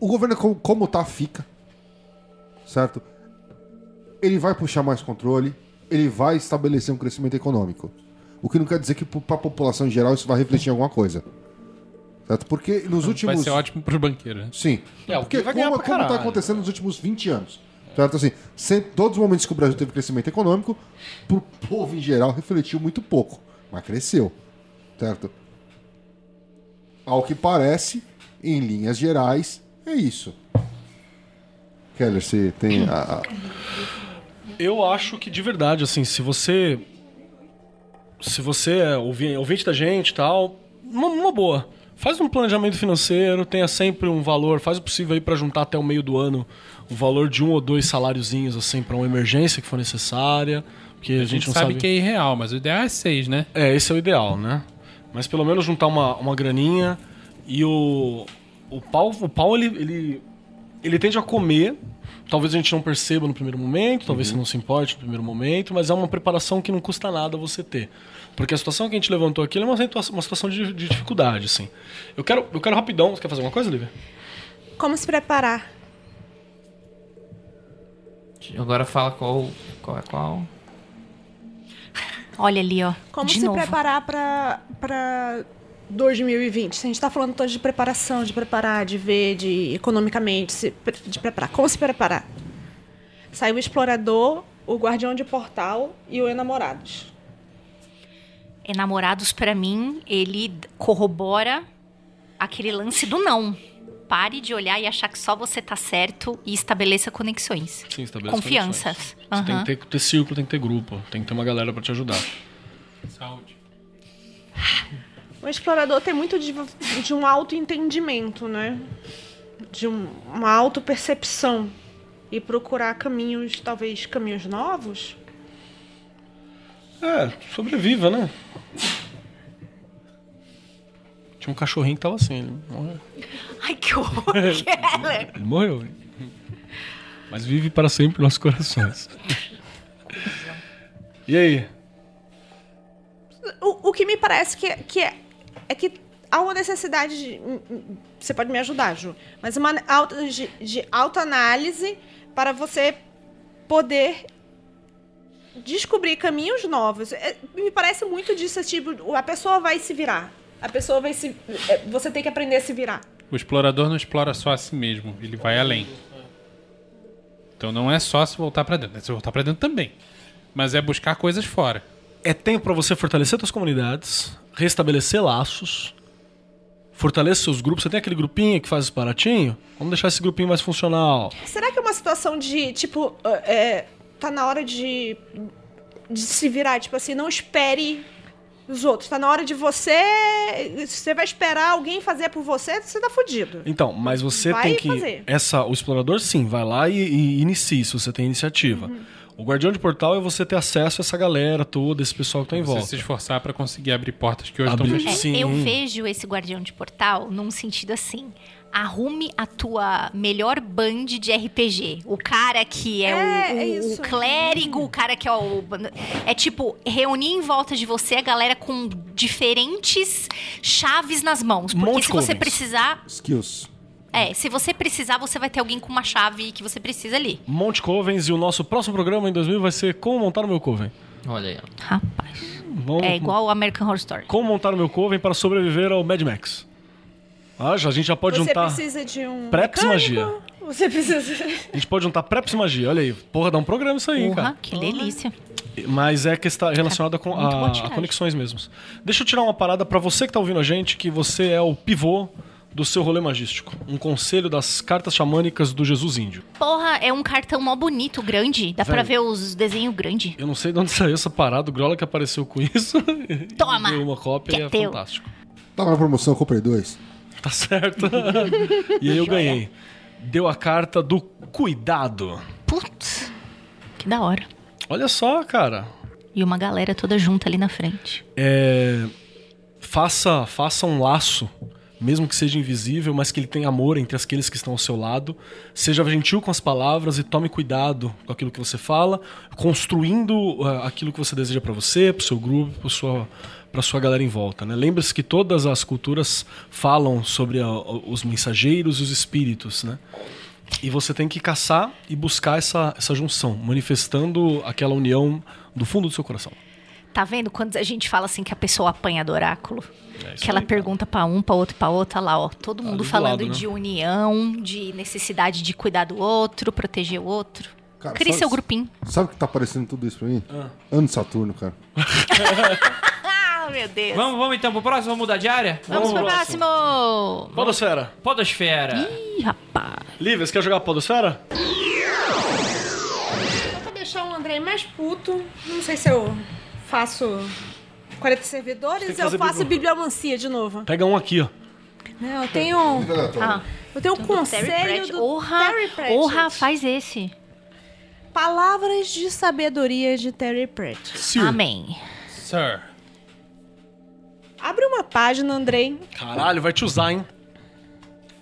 Speaker 7: o governo como, como tá, fica. Certo? ele vai puxar mais controle, ele vai estabelecer um crescimento econômico. O que não quer dizer que para a população em geral isso vai refletir em alguma coisa. Certo? Porque nos últimos.
Speaker 6: Vai ser ótimo pros banqueiros, né?
Speaker 7: Sim.
Speaker 4: É, o
Speaker 7: Porque
Speaker 4: que vai ganhar
Speaker 7: como,
Speaker 4: pra
Speaker 7: como tá
Speaker 4: caralho.
Speaker 7: acontecendo nos últimos 20 anos. Certo? Assim, sempre, todos os momentos que o Brasil teve crescimento econômico, pro povo em geral refletiu muito pouco. Mas cresceu. Certo? Ao que parece, em linhas gerais, é isso. Keller, você tem a- a,
Speaker 4: Eu acho que de verdade, assim, se você. Se você é ouvi- ouvinte da gente e tal, uma, uma boa. Faz um planejamento financeiro, tenha sempre um valor, faz o possível aí pra juntar até o meio do ano o valor de um ou dois saláriozinhos, assim, pra uma emergência que for necessária. Porque a gente,
Speaker 6: A gente
Speaker 4: não
Speaker 6: sabe
Speaker 4: sabe
Speaker 6: que é irreal, mas o ideal é seis, né?
Speaker 4: é, esse é o ideal, né? Mas pelo menos juntar uma, uma graninha e o. O pau, o pau ele, ele, ele tende a comer. Talvez a gente não perceba no primeiro momento, talvez você não se importe no primeiro momento, mas é uma preparação que não custa nada você ter. Porque a situação que a gente levantou aqui ela é uma situação, uma situação de, de dificuldade, assim. Eu quero, eu quero rapidão. Você quer fazer alguma coisa, Lívia?
Speaker 5: Como se preparar?
Speaker 12: Agora fala qual, qual é qual.
Speaker 2: Olha ali, ó.
Speaker 5: Como
Speaker 2: de
Speaker 5: se
Speaker 2: novo.
Speaker 5: preparar pra, pra 2020? Se a gente tá falando tanto de preparação, de preparar, de ver, de economicamente, se pre- de preparar. Como se preparar? Saiu o explorador, o guardião de portal e o enamorados.
Speaker 2: É, namorados, pra mim, ele corrobora aquele lance do não. Pare de olhar e achar que só você tá certo e estabeleça conexões.
Speaker 4: Sim, estabelece
Speaker 2: Confianças.
Speaker 4: Você tem que
Speaker 2: Aham.
Speaker 4: ter, ter círculo, tem que ter grupo, tem que ter uma galera pra te ajudar.
Speaker 6: Saúde.
Speaker 5: O explorador tem muito de, de um autoentendimento, né? De um- uma autopercepção. E procurar caminhos, talvez caminhos novos.
Speaker 4: É, sobreviva, né? Tinha um cachorrinho que tava assim, ele morreu.
Speaker 2: Ai, que horror, Keller.
Speaker 4: Ele morreu, hein? Mas vive para sempre em nossos corações. E aí?
Speaker 5: O, o que me parece que, que é, é que há uma necessidade de. hum, hum, Você pode me ajudar, Ju. Mas uma alta, de, de autoanálise para você poder descobrir caminhos novos. É, me parece muito disso, é tipo, a pessoa vai se virar. A pessoa vai se. é, Você tem que aprender a se virar.
Speaker 6: O explorador não explora só a si mesmo, ele vai além. Então não é só se voltar pra dentro, é se voltar pra dentro também. Mas é buscar coisas fora.
Speaker 4: É tempo para você fortalecer suas comunidades, restabelecer laços, fortalecer seus grupos. Você tem aquele grupinho que faz os baratinho? Vamos deixar esse grupinho mais funcional.
Speaker 5: Será que é uma situação de, tipo, é, tá na hora de, de se virar, tipo assim, não espere os outros. Tá na hora de você. Se você vai esperar alguém fazer por você, você tá fudido.
Speaker 4: Então, mas você
Speaker 5: Vai
Speaker 4: tem que.
Speaker 5: fazer.
Speaker 4: Essa, o explorador, sim, vai lá e, e inicia, se você tem iniciativa.
Speaker 5: Uhum.
Speaker 4: O guardião de portal é você ter acesso a essa galera toda, esse pessoal que tá em
Speaker 6: Você
Speaker 4: volta.
Speaker 6: se esforçar pra conseguir abrir portas que hoje
Speaker 4: Abrir.
Speaker 6: estão
Speaker 4: Sim.
Speaker 2: É,
Speaker 6: fechadas.
Speaker 2: eu vejo esse guardião de portal num sentido assim. Arrume a tua melhor band de RPG. O cara que é, o-
Speaker 5: É,
Speaker 2: o,
Speaker 5: é
Speaker 2: o
Speaker 5: isso.
Speaker 2: clérigo, o cara que é o. É tipo, reunir em volta de você a galera com diferentes chaves nas mãos. Porque
Speaker 4: Um Monte
Speaker 2: se você
Speaker 4: Covens.
Speaker 2: precisar.
Speaker 7: skills.
Speaker 2: É, se você precisar, você vai ter alguém com uma chave que você precisa ali.
Speaker 4: Monte Covens e o nosso próximo programa em 2000 vai ser Como Montar o Meu Coven.
Speaker 12: Olha aí. ó.
Speaker 2: Rapaz.
Speaker 4: Vamos-
Speaker 2: É igual o American Horror Story.
Speaker 4: Como montar o meu coven para sobreviver ao Mad Max. Ah, já- a gente já pode
Speaker 5: você
Speaker 4: juntar...
Speaker 5: precisa de um.
Speaker 4: Preps e
Speaker 5: mecânico,
Speaker 4: magia.
Speaker 5: Você precisa.
Speaker 4: A gente pode juntar preps e magia, olha aí. Porra, dá um programa isso aí,
Speaker 2: Porra,
Speaker 4: cara.
Speaker 2: que delícia.
Speaker 4: Mas é questão relacionada com
Speaker 2: muito boa
Speaker 4: a,
Speaker 2: tiragem.
Speaker 4: a conexões mesmo. Deixa eu tirar uma parada para você que tá ouvindo a gente, que você é o pivô do seu rolê magístico. Um conselho das cartas xamânicas do Jesus Índio.
Speaker 2: Porra, é um cartão mó bonito, grande. Dá pra ver
Speaker 4: Velho.
Speaker 2: os desenhos grandes.
Speaker 4: Eu não sei de onde saiu essa parada, o Grola que apareceu com isso. e
Speaker 2: Toma!
Speaker 4: Deu uma cópia
Speaker 2: Que
Speaker 4: e
Speaker 2: é
Speaker 4: é
Speaker 2: teu.
Speaker 4: fantástico.
Speaker 7: Tava na Tá promoção, eu comprei dois.
Speaker 4: Tá certo. e aí eu
Speaker 2: Joia.
Speaker 4: ganhei. Deu a carta do cuidado.
Speaker 2: Putz, que da hora.
Speaker 4: Olha só, cara.
Speaker 2: E uma galera toda junta ali na frente.
Speaker 4: É, faça, faça um laço, mesmo que seja invisível, mas que ele tenha amor entre aqueles que estão ao seu lado. Seja gentil com as palavras e tome cuidado com aquilo que você fala, construindo ah, aquilo que você deseja para você, para seu grupo, para sua para sua galera em volta, né? Lembre-se que todas as culturas falam sobre a- os mensageiros e os espíritos, né? E você tem que caçar e buscar essa, essa junção, manifestando aquela união do fundo do seu coração.
Speaker 2: Tá vendo quando a gente fala assim que a pessoa apanha do oráculo?
Speaker 4: É isso
Speaker 2: que ela
Speaker 4: aí, cara.
Speaker 2: pergunta pra um, pra outro, pra outra, lá, ó. Todo mundo
Speaker 4: do
Speaker 2: falando
Speaker 4: lado, né?
Speaker 2: de união, de necessidade de cuidar do outro, proteger o outro.
Speaker 7: Cara,
Speaker 2: Crie
Speaker 7: só-
Speaker 2: seu grupinho.
Speaker 7: Sabe o que tá aparecendo tudo isso pra mim? Ano de Saturno, cara.
Speaker 2: Ah, meu Deus.
Speaker 3: Vamos, vamos então pro próximo, vamos mudar de área?
Speaker 2: Vamos, pro próximo.
Speaker 4: Podosfera.
Speaker 3: Podosfera.
Speaker 2: Ih, rapaz.
Speaker 4: Lívia, você quer jogar Podosfera?
Speaker 5: Só pra deixar o André mais puto, não sei se eu faço 40
Speaker 4: Tem
Speaker 5: servidores,
Speaker 4: que
Speaker 5: eu
Speaker 4: fazer
Speaker 5: faço
Speaker 4: bibli-
Speaker 5: bibliomancia de novo.
Speaker 4: Pega um aqui, ó.
Speaker 5: Não, É, Eu tenho,
Speaker 2: Ah,
Speaker 5: eu tenho um
Speaker 2: do Terry
Speaker 5: conselho
Speaker 2: Pratchett.
Speaker 5: do
Speaker 2: Orra,
Speaker 5: Terry Pratchett.
Speaker 2: orra, faz esse.
Speaker 5: Palavras de sabedoria de Terry Pratchett.
Speaker 4: Sir.
Speaker 2: Amém.
Speaker 6: Sir.
Speaker 5: Abre uma página, Andrei.
Speaker 4: Caralho, vai te usar, hein?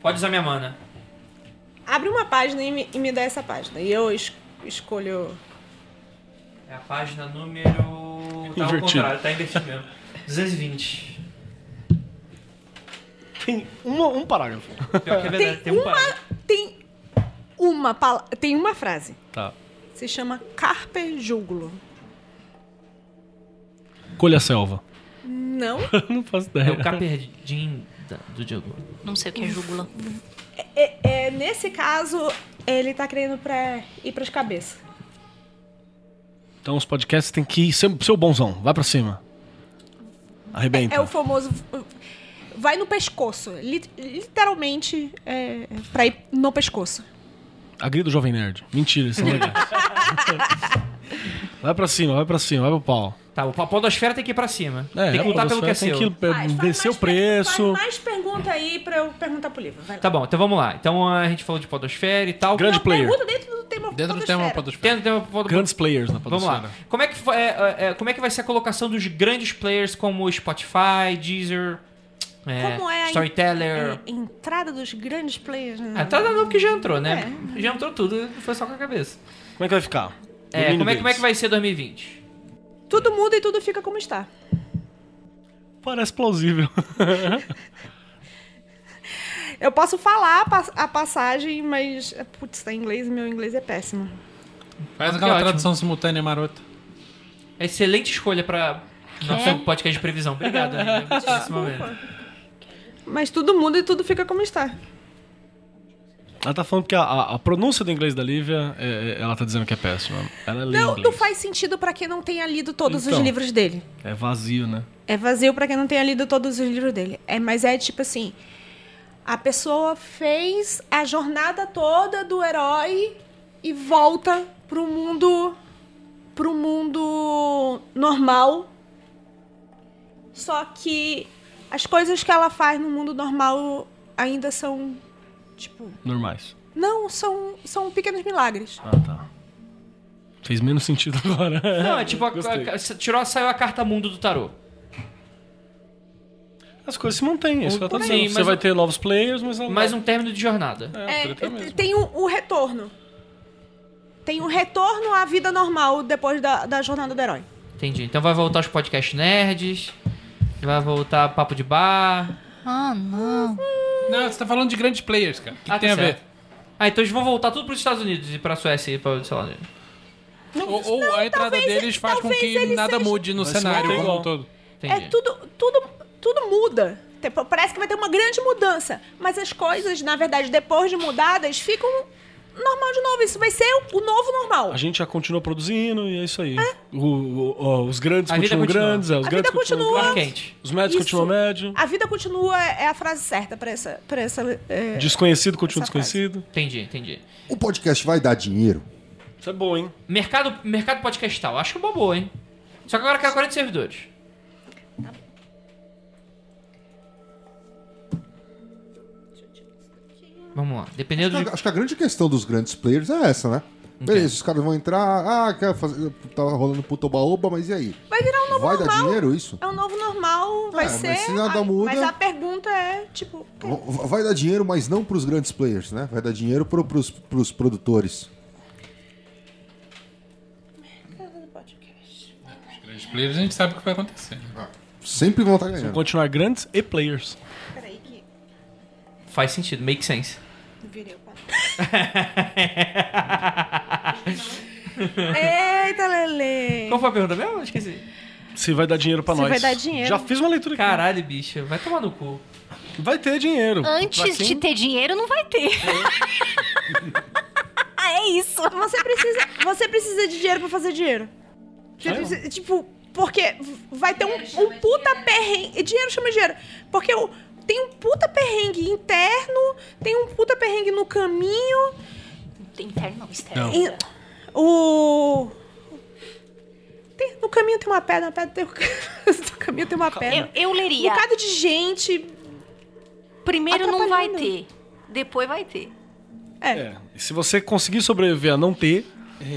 Speaker 3: Pode usar minha mana.
Speaker 5: Abre uma página e me, e me dá essa página. E eu es- escolho...
Speaker 3: É a página número. Tá ao
Speaker 4: Invertido.
Speaker 3: contrário, tá invertido mesmo. 220.
Speaker 4: Tem uma- um parágrafo.
Speaker 3: Pior que é verdade,
Speaker 5: Tem,
Speaker 3: tem, um
Speaker 5: uma...
Speaker 3: par.
Speaker 5: Tem uma, pala- tem uma frase.
Speaker 4: Tá.
Speaker 5: Se chama Carpe Júgulo.
Speaker 4: Colha a selva. Então,
Speaker 5: Não
Speaker 4: Não faço
Speaker 3: É
Speaker 4: ideia.
Speaker 3: o caperdim da- do Diogo.
Speaker 2: Não sei o que é júgula.
Speaker 5: É- é, nesse caso, ele tá querendo pra ir pras cabeças.
Speaker 4: Então os podcasts tem que ser, ser o bonzão. Vai pra cima. Arrebenta.
Speaker 5: É o famoso. Vai no pescoço. Li- literalmente, é, pra ir no pescoço.
Speaker 4: Agrida o Jovem Nerd. Mentira, isso não é legal. Vai pra cima, vai pra cima, vai pro pau.
Speaker 3: Tá, o papão da esfera tem que ir pra cima.
Speaker 4: É,
Speaker 3: tem que lutar
Speaker 4: a
Speaker 3: pelo que é
Speaker 4: Podosfera
Speaker 3: seu.
Speaker 4: tem que
Speaker 5: Vai, faz
Speaker 4: descer o
Speaker 5: mais per-
Speaker 4: preço.
Speaker 5: Faz mais pergunta aí pra eu perguntar pro livro. Vai lá.
Speaker 3: Tá bom, então vamos lá. Então a gente falou de podosfera e tal.
Speaker 4: Grande
Speaker 5: Não,
Speaker 4: player.
Speaker 5: Pergunta dentro do tema
Speaker 6: Dentro do tema
Speaker 5: podosfera.
Speaker 6: podosfera.
Speaker 3: Tem- tem- pod-
Speaker 4: Grandes players na
Speaker 3: Vamos
Speaker 4: podosfera.
Speaker 3: lá. Como é, que, fa- é, é, é, como é que vai ser a colocação dos grandes players como Spotify, Deezer, é,
Speaker 5: Como é a-
Speaker 3: Storyteller?
Speaker 5: É, entrada dos grandes players, né?
Speaker 3: Ah, tá não, porque já entrou, né?
Speaker 2: É.
Speaker 3: Já entrou tudo, foi só com a cabeça.
Speaker 4: Como é que vai ficar?
Speaker 3: É,
Speaker 4: Domínio
Speaker 3: como, é, como é
Speaker 4: deles.
Speaker 3: que vai ser 2020?
Speaker 5: Tudo muda e tudo fica como está.
Speaker 4: Parece plausível.
Speaker 5: Eu posso falar a pas- a passagem, mas. é, Putz, tá em inglês e meu inglês é péssimo.
Speaker 6: Faz
Speaker 3: que
Speaker 6: aquela
Speaker 3: ótimo.
Speaker 6: tradução simultânea marota.
Speaker 3: É Excelente escolha pra
Speaker 2: É.
Speaker 3: nosso podcast de previsão. Obrigado, amiga, por esse momento.
Speaker 5: Mas tudo muda e tudo fica como está.
Speaker 4: Ela tá falando que a, a- a pronúncia do inglês da Lívia, é- é- ela tá dizendo que é péssima. Ela é lê
Speaker 5: Não,
Speaker 4: inglês.
Speaker 5: não faz sentido pra quem não tenha lido todos os
Speaker 4: Então.
Speaker 5: livros dele.
Speaker 4: É vazio, né?
Speaker 5: É vazio pra quem não tenha lido todos os livros dele. É, mas é tipo assim, a pessoa fez a jornada toda do herói e volta pro mundo pro mundo normal. Só que as coisas que ela faz no mundo normal ainda são tipo,
Speaker 4: Normais.
Speaker 5: não, são são pequenos milagres.
Speaker 4: Ah, tá. Fez menos sentido agora.
Speaker 3: Não, é tipo, a-
Speaker 4: Gostei.
Speaker 3: a- tirou, saiu a carta mundo do tarô.
Speaker 4: As coisas se mantêm, é isso que ela tá
Speaker 3: Sim,
Speaker 4: dizendo.
Speaker 3: mas
Speaker 4: Você vai
Speaker 3: o-
Speaker 4: ter novos players, mas... é ela-
Speaker 3: Mais um término de jornada.
Speaker 4: É,
Speaker 5: É,
Speaker 4: por aqui mesmo.
Speaker 5: tem o, o retorno. Tem o retorno à vida normal depois da, da jornada do herói.
Speaker 3: Entendi. Então vai voltar os podcast nerds, vai voltar papo de bar.
Speaker 2: Ah, não.
Speaker 6: Não, você tá falando de grandes players, cara. O que, que
Speaker 3: Ah,
Speaker 6: tem
Speaker 3: tá
Speaker 6: a ver?
Speaker 3: certo. Ah, então eles vão voltar tudo pros Estados Unidos e pra Suécia e pra, sei lá. né?
Speaker 6: Ou, ou a entrada deles faz com
Speaker 5: talvez
Speaker 6: que
Speaker 5: ele
Speaker 6: nada
Speaker 5: seja-
Speaker 6: mude no
Speaker 4: Vai se
Speaker 6: cenário
Speaker 4: manter
Speaker 6: como
Speaker 4: igual.
Speaker 6: um todo.
Speaker 3: Entendi.
Speaker 5: É tudo, tudo, tudo muda. Tipo, Parece que vai ter uma grande mudança. Mas as coisas, na verdade, depois de mudadas, ficam normal de novo. Isso vai ser o, o novo normal.
Speaker 4: A gente já continua produzindo e é isso aí. O- o- o- os grandes
Speaker 3: A vida
Speaker 4: continuam
Speaker 3: continua.
Speaker 4: grandes, é, os
Speaker 5: A
Speaker 4: grandes
Speaker 5: vida continua.
Speaker 3: Bar
Speaker 4: continuam grandes.
Speaker 3: quente.
Speaker 4: Os médios
Speaker 5: Isso.
Speaker 4: continuam médio.
Speaker 5: A vida continua é a frase certa pra essa. Pra essa é,
Speaker 4: Desconhecido continua
Speaker 5: Essa frase.
Speaker 4: desconhecido.
Speaker 3: Entendi, entendi.
Speaker 7: O podcast vai dar dinheiro.
Speaker 4: Isso é bom, hein?
Speaker 3: Mercado, mercado podcastal. Acho que é uma boa, hein? Só que agora quero 40 servidores. Vamos lá. Dependendo de...
Speaker 7: Acho que a grande questão dos grandes players é essa, né? Beleza, os caras vão entrar, ah, quer fazer, tá rolando puto oba mas e aí?
Speaker 5: vai virar um novo
Speaker 7: Vai dar
Speaker 5: normal.
Speaker 7: dinheiro isso?
Speaker 5: É um novo normal, vai
Speaker 7: É, mas
Speaker 5: ser.
Speaker 7: se nada
Speaker 5: a-
Speaker 7: muda-
Speaker 5: Mas a pergunta é, tipo,
Speaker 7: V- Vai dar dinheiro, mas não pros grandes players, né? Vai dar dinheiro pro, pros, pros produtores.
Speaker 6: Grandes players a gente sabe o que vai acontecer. né?
Speaker 7: Sempre vão estar
Speaker 4: Vão
Speaker 7: ganhando.
Speaker 4: continuar grandes e players.
Speaker 5: peraí que
Speaker 3: Faz sentido, make sense.
Speaker 5: virei o quadro. Eita, Lele.
Speaker 12: Qual foi a pergunta mesmo? Esqueci.
Speaker 4: Se vai dar dinheiro pra
Speaker 5: Se
Speaker 4: nós.
Speaker 5: vai dar dinheiro.
Speaker 4: Já fiz uma leitura aqui.
Speaker 12: Caralho, bicho. Vai tomar no cu.
Speaker 4: Vai ter dinheiro. Pra
Speaker 2: Antes
Speaker 4: quem-
Speaker 2: de ter dinheiro, não vai ter. é isso.
Speaker 5: Você precisa, você precisa de dinheiro pra fazer dinheiro. Você precisa- tipo, porque vai ter um, um puta perrengue. Dinheiro chama dinheiro. Porque o- tem um puta perrengue interno, tem um puta perrengue no caminho.
Speaker 2: Interno ou externo?
Speaker 4: Não.
Speaker 5: e- o. tem- no caminho tem uma pedra, na pedra tem. no caminho tem uma
Speaker 2: Eu,
Speaker 5: pedra.
Speaker 2: eu
Speaker 5: Um
Speaker 2: leria.
Speaker 5: bocado de gente.
Speaker 2: Primeiro não vai ter.
Speaker 5: atrapalhando.
Speaker 2: Depois vai ter.
Speaker 5: É.
Speaker 4: É. E se você conseguir sobreviver a não ter,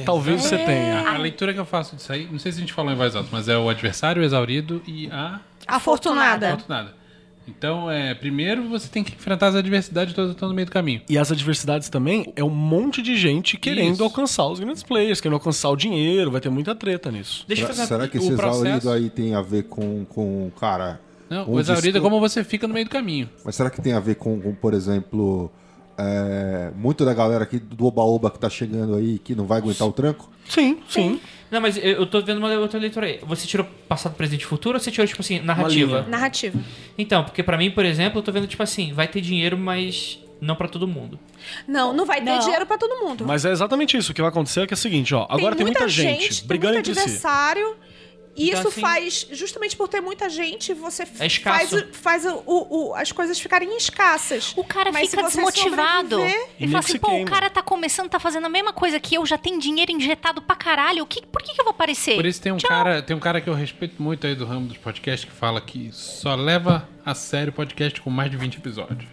Speaker 4: talvez você tenha.
Speaker 6: A leitura que eu faço disso aí, não sei se a gente falou em voz alta, mas é o adversário exaurido e a
Speaker 5: Afortunada.
Speaker 6: afortunada. Então, é, primeiro você tem que enfrentar as adversidades todas que estão no meio do caminho.
Speaker 4: E as adversidades também é um monte de gente querendo
Speaker 6: Isso.
Speaker 4: alcançar os grandes players, querendo alcançar o dinheiro, vai ter muita treta nisso.
Speaker 6: Deixa eu fazer uma-
Speaker 7: Será que
Speaker 6: o
Speaker 7: esse exaurido
Speaker 6: processo-
Speaker 7: aí tem a ver com, com cara...
Speaker 6: Não, o
Speaker 7: onde
Speaker 6: exaurido é
Speaker 7: estu-
Speaker 6: como você fica no meio do caminho.
Speaker 7: Mas será que tem a ver com, com, por exemplo, é, muito da galera aqui do Oba-Oba que tá chegando aí que não vai aguentar o tranco?
Speaker 4: Sim, sim.
Speaker 12: Não, mas eu, eu tô vendo uma outra leitura aí. Você tirou passado, presente e futuro ou você tirou, tipo assim, narrativa?
Speaker 5: Narrativa.
Speaker 12: Então, porque pra mim, por exemplo, eu tô vendo, tipo assim, vai ter dinheiro, mas não pra todo mundo.
Speaker 5: Não, não vai ter
Speaker 2: Não.
Speaker 5: dinheiro pra todo mundo.
Speaker 4: Mas é exatamente isso. O que vai acontecer é que é o seguinte, ó. Agora tem muita, gente, brigando
Speaker 5: tem
Speaker 4: entre
Speaker 5: muito
Speaker 4: si.
Speaker 5: adversário. E
Speaker 12: Então,
Speaker 5: isso
Speaker 12: assim-
Speaker 5: faz, justamente por ter muita gente, você
Speaker 12: É
Speaker 5: faz,
Speaker 12: escasso.
Speaker 5: o- faz o- o- o- as coisas ficarem escassas.
Speaker 2: O cara
Speaker 5: Mas
Speaker 2: fica
Speaker 5: se você
Speaker 2: desmotivado.
Speaker 5: sobreviver-
Speaker 4: E nem
Speaker 2: Ele fala
Speaker 4: se
Speaker 2: assim, pô,
Speaker 4: queima.
Speaker 2: o cara tá começando, tá fazendo a mesma coisa que eu, já tem dinheiro injetado pra caralho. O que, por que, que eu vou aparecer?
Speaker 6: Por isso tem um, cara, tem um cara que eu respeito muito aí do ramo dos podcasts que fala que só leva a sério podcast com mais de 20 episódios.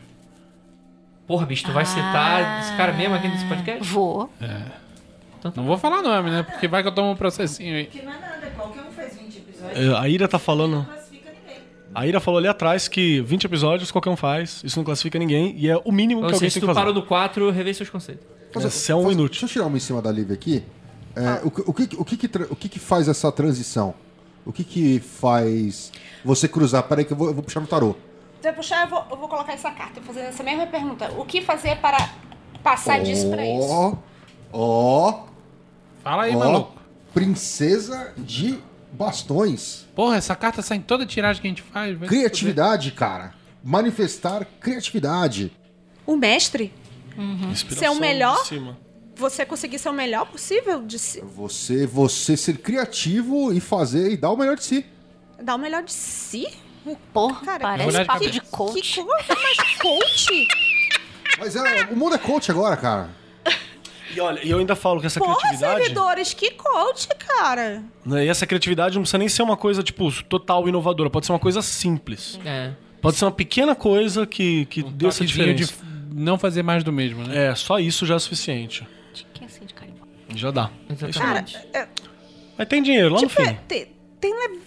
Speaker 12: Porra, bicho, tu vai citar esse cara mesmo aqui nesse podcast?
Speaker 2: É. Vou.
Speaker 6: Não vou falar nome, né? Porque vai que eu tomo um processinho aí.
Speaker 10: Que não é nada, qualquer um faz 20 episódios
Speaker 4: É, A Ira tá
Speaker 10: não
Speaker 4: falando.
Speaker 10: classifica ninguém.
Speaker 4: A Ira falou ali atrás que 20 episódios qualquer um faz, isso não classifica ninguém, e é o mínimo
Speaker 12: Ou
Speaker 4: que
Speaker 12: seja,
Speaker 4: alguém
Speaker 12: se
Speaker 4: tem que
Speaker 12: tu parou
Speaker 4: fazer.
Speaker 12: no 4, revê seus conceitos.
Speaker 4: Esse é um
Speaker 7: Faz-
Speaker 4: inútil.
Speaker 7: Deixa eu tirar uma em cima da Lívia aqui. É,
Speaker 5: Ah.
Speaker 7: o, que- o que, o, que, que tra- o que que faz essa transição? O que que faz você cruzar? Peraí que eu vou, eu vou puxar no tarô.
Speaker 5: Se eu puxar, eu vou, eu vou colocar essa carta. Eu vou fazer essa mesma pergunta. O que fazer para passar disso pra isso?
Speaker 7: Ó, ó,
Speaker 6: Fala aí,
Speaker 7: ó,
Speaker 6: maluco.
Speaker 7: princesa de bastões.
Speaker 6: Porra, essa carta sai em toda tiragem que a gente faz. vai se
Speaker 7: Criatividade, cara. Manifestar criatividade.
Speaker 5: O mestre,
Speaker 4: Inspiração
Speaker 5: Ser o melhor?
Speaker 4: de cima.
Speaker 5: você conseguir ser o melhor possível de si.
Speaker 7: Você, você ser criativo e fazer e dar o melhor de si.
Speaker 5: Dar o melhor de si?
Speaker 2: Hum, Porra,
Speaker 5: Cara,
Speaker 6: vou olhar
Speaker 2: parece
Speaker 6: de
Speaker 2: papo
Speaker 6: cabeça.
Speaker 2: de coach.
Speaker 5: Que coisa, mas coach?
Speaker 7: Mas é, o mundo é coach agora, cara.
Speaker 4: E olha, e eu ainda falo que essa
Speaker 5: Porra,
Speaker 4: criatividade.
Speaker 5: servidores, que coach, cara?
Speaker 4: Né, e essa criatividade não precisa nem ser uma coisa, tipo, total inovadora. Pode ser uma coisa simples.
Speaker 12: É.
Speaker 4: Pode ser uma pequena coisa que, que
Speaker 6: fuder.
Speaker 4: dê essa
Speaker 6: Toquezinho
Speaker 4: diferença.
Speaker 6: de não fazer mais do mesmo, né?
Speaker 4: É, só isso já é suficiente.
Speaker 2: Quem acende carimbó?
Speaker 4: Já dá.
Speaker 12: Exatamente.
Speaker 4: Mas tem dinheiro lá no
Speaker 5: é- Tipo,
Speaker 4: fim.
Speaker 5: é, tem, tem le-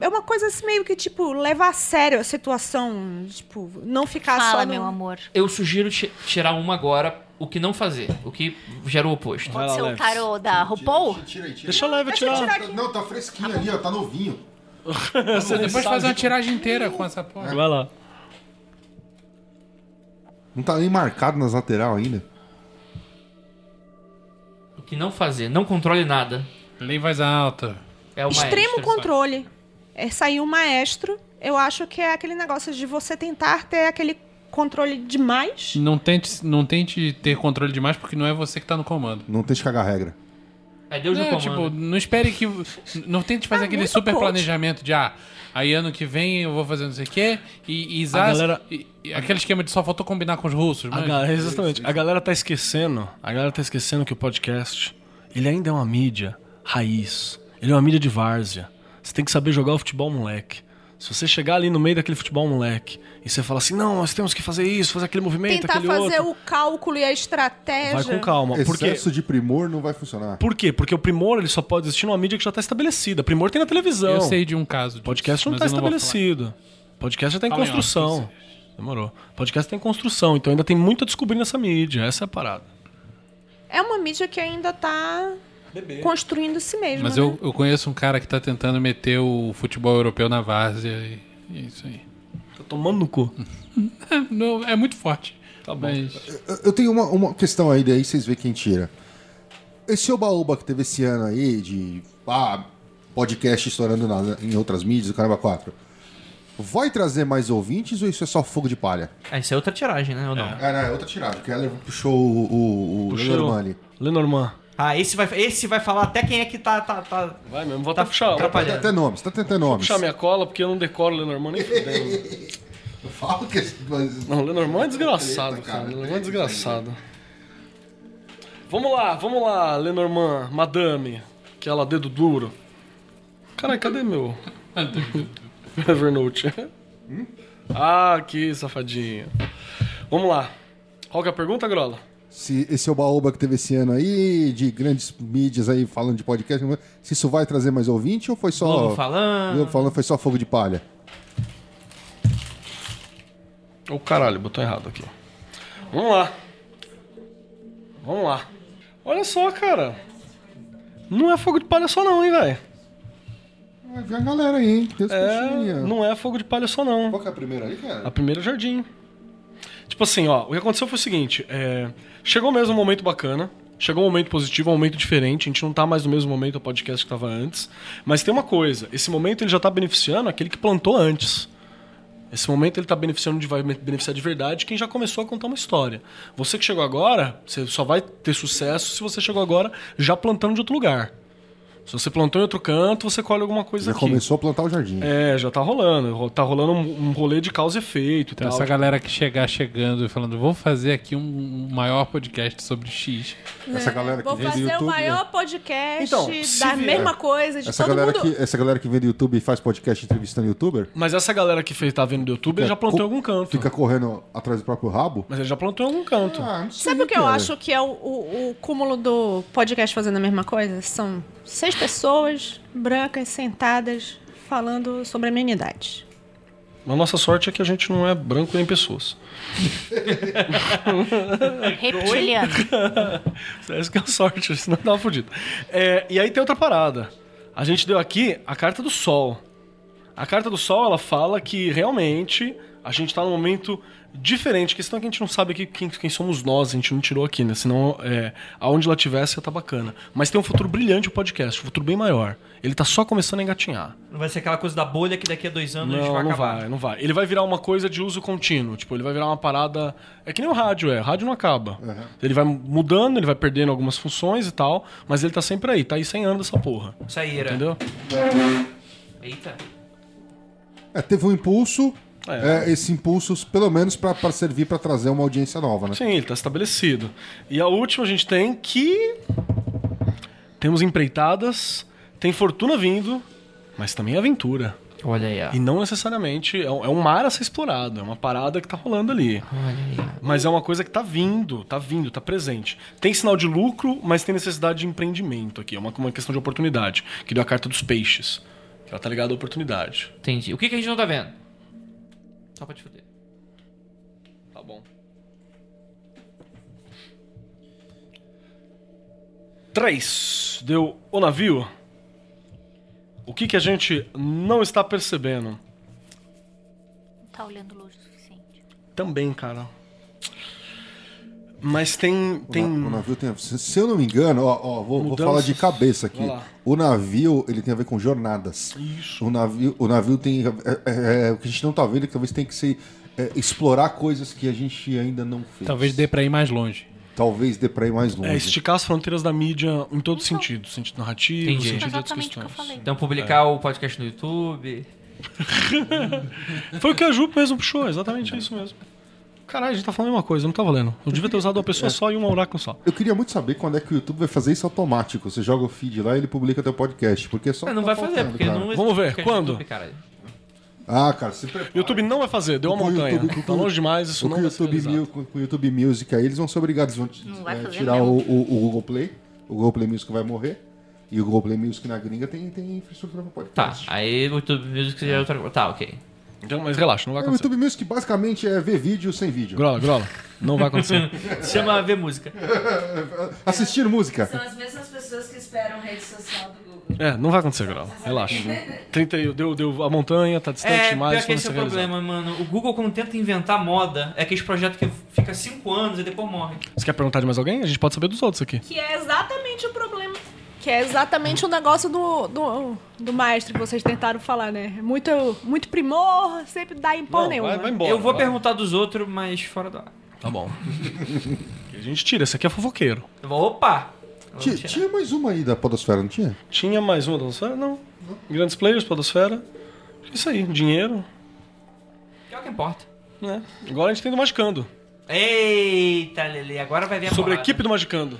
Speaker 5: é uma coisa assim, meio que, tipo, levar a sério a situação. Tipo, não ficar
Speaker 2: Fala,
Speaker 5: só no...
Speaker 2: meu amor.
Speaker 12: Eu sugiro ti- tirar uma agora, o que não fazer, o que gera o oposto.
Speaker 4: Vai
Speaker 2: Pode
Speaker 4: lá,
Speaker 2: ser o
Speaker 4: Lex.
Speaker 2: tarô da RuPaul?
Speaker 7: Tira aí, tira
Speaker 4: Deixa eu leve
Speaker 5: Deixa eu tirar
Speaker 4: tirar.
Speaker 5: aqui.
Speaker 7: Não, tá fresquinho ali, ó, tá novinho.
Speaker 6: Você depois faz uma tiragem inteira com essa porra.
Speaker 4: Vai lá.
Speaker 7: Não tá nem marcado nas lateral ainda.
Speaker 12: O que não fazer, não controle nada.
Speaker 6: Lei voz alta.
Speaker 12: É
Speaker 2: um
Speaker 12: o
Speaker 5: Extremo
Speaker 12: maestro,
Speaker 5: controle. É, saiu o maestro. Eu acho que é aquele negócio de você tentar ter aquele controle demais.
Speaker 6: Não tente, não tente ter controle demais porque não é você que tá no comando.
Speaker 7: Não tem que cagar regra.
Speaker 12: sabe? É Deus no
Speaker 6: É,
Speaker 12: comando.
Speaker 6: tipo, não espere que. Não tente fazer aquele
Speaker 5: muito
Speaker 6: super
Speaker 5: coach.
Speaker 6: planejamento de ah, aí ano que vem eu vou fazer não sei o quê. E, e, Zaz-
Speaker 4: galera-
Speaker 6: e- e aquele esquema de só faltou combinar com os russos,
Speaker 4: A
Speaker 6: mas-
Speaker 4: ga- Exatamente. A galera tá esquecendo. A galera tá esquecendo que o podcast, ele ainda é uma mídia raiz. Ele é uma mídia de várzea. Você tem que saber jogar o futebol moleque. Se você chegar ali no meio daquele futebol moleque e você falar assim, não, nós temos que fazer isso, fazer aquele movimento,
Speaker 5: tentar
Speaker 4: aquele
Speaker 5: fazer
Speaker 4: outro.
Speaker 5: o cálculo e a estratégia.
Speaker 4: Vai com calma. Porque
Speaker 7: Excesso de primor não vai funcionar.
Speaker 4: Por quê? Porque o primor ele só pode existir numa mídia que já está estabelecida. Primor tem na televisão.
Speaker 6: Eu sei de um caso. disso,
Speaker 4: Podcast não
Speaker 6: mas
Speaker 4: está
Speaker 6: eu vou
Speaker 4: estabelecido. Podcast já está em
Speaker 6: Fala em off,
Speaker 4: construção. Demorou. Podcast está em construção, então ainda tem muito a descobrir nessa mídia. Essa é a parada.
Speaker 5: É uma mídia que ainda tá construindo si
Speaker 6: falar.
Speaker 5: mesma.
Speaker 6: Mas
Speaker 5: né?
Speaker 6: eu, eu conheço um cara que tá tentando meter o futebol europeu na várzea e, e é isso aí.
Speaker 4: Tô tomando no cu.
Speaker 6: Não, é muito forte. Tá bom. Mas...
Speaker 7: Eu- Eu tenho uma, uma questão aí, daí vocês veem quem tira. Esse oba-oba que teve esse ano aí, de ah, podcast estourando na- em outras mídias, o Caramba 4, vai trazer mais ouvintes ou isso é só fogo de palha?
Speaker 12: Ah, isso é outra tiragem, né? Ou não?
Speaker 7: Ah, não, é outra tirada, porque ela puxou o, o, o
Speaker 4: Puxou.
Speaker 7: Lenormand.
Speaker 4: Lenormand.
Speaker 12: Ah, esse vai, esse vai falar até quem é que tá. tá, tá...
Speaker 4: Vai mesmo, vou até puxar. Vou
Speaker 7: Tá até nomes, tá tentando nomes.
Speaker 4: puxar minha cola, porque eu não decoro o Lenormand nem fudendo.
Speaker 7: Eu falo que... mas-
Speaker 4: Não, o Lenormand é desgraçado, cara. Lenormand é desgraçado. Vamos lá, vamos lá, Lenormand, madame. Aquela dedo duro. Caralho, cadê meu... Evernote. Hum? ah, que safadinha. Vamos lá. Qual que é a pergunta, Grola?
Speaker 7: Se esse oba-oba que teve esse ano aí, de grandes mídias aí falando de podcast, se isso vai trazer mais ouvinte ou foi só...
Speaker 12: Globo falando.
Speaker 7: Globo falando foi só fogo de palha?
Speaker 4: Ô caralho, botou errado aqui. Vamos lá. Vamos lá. Olha só, cara. Não é fogo de palha só não, hein, velho.
Speaker 7: Vai ver a galera aí, hein? Tem os
Speaker 4: É,
Speaker 7: peixinhos aí, ó.
Speaker 4: não é fogo de palha só não.
Speaker 7: Qual que é a primeira aí, cara?
Speaker 4: A primeira é o jardim. Tipo assim, ó, o que aconteceu foi o seguinte: é, chegou mesmo um momento bacana, chegou um momento positivo, um momento diferente. A gente não tá mais no mesmo momento do podcast que tava antes. Mas tem uma coisa: esse momento ele já tá beneficiando aquele que plantou antes. Esse momento ele tá beneficiando de vai beneficiar de verdade quem já começou a contar uma história. Você que chegou agora, você só vai ter sucesso se você chegou agora já plantando de outro lugar. Se você plantou em outro canto, você colhe alguma coisa
Speaker 7: Já
Speaker 4: aqui.
Speaker 7: começou a plantar o jardim.
Speaker 4: É, já tá rolando. Ro- Tá rolando um um rolê de causa e efeito e
Speaker 6: Então,
Speaker 4: tal.
Speaker 6: essa galera que chegar chegando e falando, vou fazer aqui um- um maior podcast sobre X.
Speaker 7: Essa galera
Speaker 5: Vou
Speaker 7: que vem do
Speaker 5: fazer
Speaker 7: YouTube.
Speaker 5: o maior
Speaker 7: né?
Speaker 5: podcast
Speaker 4: Então, se
Speaker 5: da
Speaker 4: vier-
Speaker 5: mesma coisa de
Speaker 7: Essa
Speaker 5: todo
Speaker 7: galera,
Speaker 5: mundo.
Speaker 7: que, essa galera que vem do YouTube e faz podcast entrevistando youtuber,
Speaker 4: Mas essa galera que fez, tá vendo do YouTube
Speaker 7: Fica
Speaker 4: já plantou em
Speaker 7: co-
Speaker 4: algum canto.
Speaker 7: fica correndo atrás do próprio rabo.
Speaker 4: Mas ele já plantou em algum canto.
Speaker 7: Ah, não sei,
Speaker 5: Sabe o que eu
Speaker 7: cara.
Speaker 5: acho que é o, o- o cúmulo do podcast fazendo a mesma coisa? São seis pessoas brancas sentadas falando sobre amenidades.
Speaker 4: A nossa sorte é que a gente não é branco nem pessoas.
Speaker 2: Reptiliano.
Speaker 4: Essa que é a sorte, senão dava fudido. É, e aí tem outra parada. A gente deu aqui a carta do sol. A carta do sol, ela fala que realmente a gente tá num momento diferente. Questão é que a gente não sabe aqui quem, quem somos nós, a gente não tirou aqui, né? Senão, é, aonde ela tivesse, ia tá bacana. Mas tem um futuro brilhante o podcast, um futuro bem maior. Ele tá só começando a engatinhar.
Speaker 12: Não vai ser aquela coisa da bolha que daqui a dois anos a gente
Speaker 4: Não,
Speaker 12: vai
Speaker 4: não
Speaker 12: acabar.
Speaker 4: vai, não vai. Ele vai virar uma coisa de uso contínuo. Tipo, ele vai virar uma parada. É que nem o rádio, é. Rádio não acaba. Ele vai mudando, ele vai perdendo algumas funções e tal, mas ele tá sempre aí, tá aí 100 anos essa porra.
Speaker 12: Saíra.
Speaker 4: Entendeu?
Speaker 12: Eita.
Speaker 7: É, teve um impulso.
Speaker 4: É.
Speaker 7: é, esse impulso, pelo menos, pra, pra servir pra trazer uma audiência nova, né?
Speaker 4: Sim, ele tá estabelecido. E a última a gente tem que. Temos empreitadas, tem fortuna vindo, mas também é aventura.
Speaker 12: Olha aí, ó.
Speaker 4: E não necessariamente. É um, é um mar a ser explorado, é uma parada que tá rolando ali. Mas é uma coisa que tá vindo, tá vindo, tá presente. Tem sinal de lucro, mas tem necessidade de empreendimento aqui. É uma, uma questão de oportunidade, que deu a carta dos peixes. que Ela tá ligada à oportunidade.
Speaker 12: Entendi. O que, que a gente não tá vendo? Só pra te fuder.
Speaker 4: Tá bom. Três. Deu o navio. O que, que a gente não está percebendo?
Speaker 2: Tá olhando longe o suficiente.
Speaker 4: Também, cara. Mas tem.
Speaker 7: O
Speaker 4: tem... um é,
Speaker 7: na- O navio tem. Se se eu não me engano, ó, ó, vou, vou
Speaker 4: Mudanças.
Speaker 7: falar de cabeça aqui.
Speaker 4: Vai lá.
Speaker 7: O navio, ele tem a ver com jornadas.
Speaker 4: Isso.
Speaker 7: O navio, o navio tem. é, é, é, o que a gente não tá vendo, é que talvez tem que ser. é, explorar coisas que a gente ainda não fez.
Speaker 6: Talvez dê pra ir mais longe.
Speaker 7: Talvez dê pra ir mais longe.
Speaker 4: É, esticar as fronteiras da mídia em todo
Speaker 11: Então-
Speaker 4: sentido. Sentido narrativo,
Speaker 12: Entendi.
Speaker 4: sentido de outras
Speaker 2: Exatamente o que eu
Speaker 4: questões.
Speaker 2: falei.
Speaker 12: Então,
Speaker 4: É.
Speaker 12: publicar o podcast no YouTube.
Speaker 4: Foi o que a Ju mesmo puxou, exatamente isso mesmo. Caralho, a gente tá falando a mesma coisa, não tá valendo. Eu devia ter usado uma
Speaker 7: É.
Speaker 4: pessoa só e um oráculo só.
Speaker 7: Eu queria muito saber quando é que o YouTube vai fazer isso automático. Você joga o feed lá e ele publica teu podcast. Porque é só.
Speaker 12: Ah, não
Speaker 7: tá
Speaker 12: vai fazer,
Speaker 7: faltando,
Speaker 12: porque
Speaker 7: cara.
Speaker 12: não existe
Speaker 4: Vamos ver,
Speaker 12: podcast no
Speaker 4: quando?
Speaker 12: YouTube, caralho.
Speaker 7: Ah, cara, se prepara.
Speaker 4: O YouTube não vai fazer, deu uma
Speaker 7: Com o
Speaker 4: montanha.
Speaker 7: YouTube-
Speaker 4: tá longe demais, isso
Speaker 7: Com
Speaker 4: não
Speaker 7: o
Speaker 4: vai ser
Speaker 7: YouTube,
Speaker 4: realizado.
Speaker 7: Mu- com, com o YouTube Music aí, eles vão ser obrigados. Vão t-
Speaker 2: Não vai
Speaker 7: eh,
Speaker 2: fazer
Speaker 7: tirar o,
Speaker 2: mesmo.
Speaker 7: o- o Google Play. O Google Play Music vai morrer. E o Google Play Music na gringa tem, tem infraestrutura pra
Speaker 12: Tá,
Speaker 7: podcast.
Speaker 12: aí o YouTube Music já é outra coisa. Tá, ok.
Speaker 4: Então, mas relaxa, não vai
Speaker 7: É, o
Speaker 4: acontecer.
Speaker 7: YouTube Music basicamente é ver vídeo sem vídeo.
Speaker 4: Grola, grola. Não vai acontecer.
Speaker 12: Chama ver música.
Speaker 7: Assistir música.
Speaker 10: São as mesmas pessoas que esperam rede social do Google.
Speaker 4: É, não vai acontecer, Grau. Relaxa. 31, deu, deu a montanha, tá distante
Speaker 11: É,
Speaker 4: demais.
Speaker 11: pior que
Speaker 4: quando
Speaker 11: esse é o
Speaker 4: você realizar.
Speaker 11: problema, mano. O Google, quando tenta inventar moda, é aquele projeto que fica cinco anos e depois morre.
Speaker 4: Você quer perguntar de mais alguém? A gente pode saber dos outros aqui.
Speaker 5: Que é exatamente o problema. Que é exatamente o negócio do, do, do maestro que vocês tentaram falar, né? Muito, muito primor, sempre dá em porra
Speaker 4: Não,
Speaker 5: nenhuma.
Speaker 4: vai, vai embora.
Speaker 11: Eu vou
Speaker 4: vai.
Speaker 11: perguntar dos outros, mas fora da área.
Speaker 4: Tá bom. a gente tira, esse aqui é fofoqueiro.
Speaker 11: Eu vou, Opa! Vamos
Speaker 7: Tinha,
Speaker 11: tirar.
Speaker 7: tinha mais uma aí da Podosfera, não tinha?
Speaker 4: Tinha mais uma Podosfera? Não. Grandes players, Podosfera. Isso aí, dinheiro.
Speaker 11: Que é o que importa.
Speaker 4: Né? Agora a gente tem do Magicando.
Speaker 11: Eita, Lele, agora vai vir a
Speaker 4: Sobre a
Speaker 11: porrada.
Speaker 4: equipe do Magicando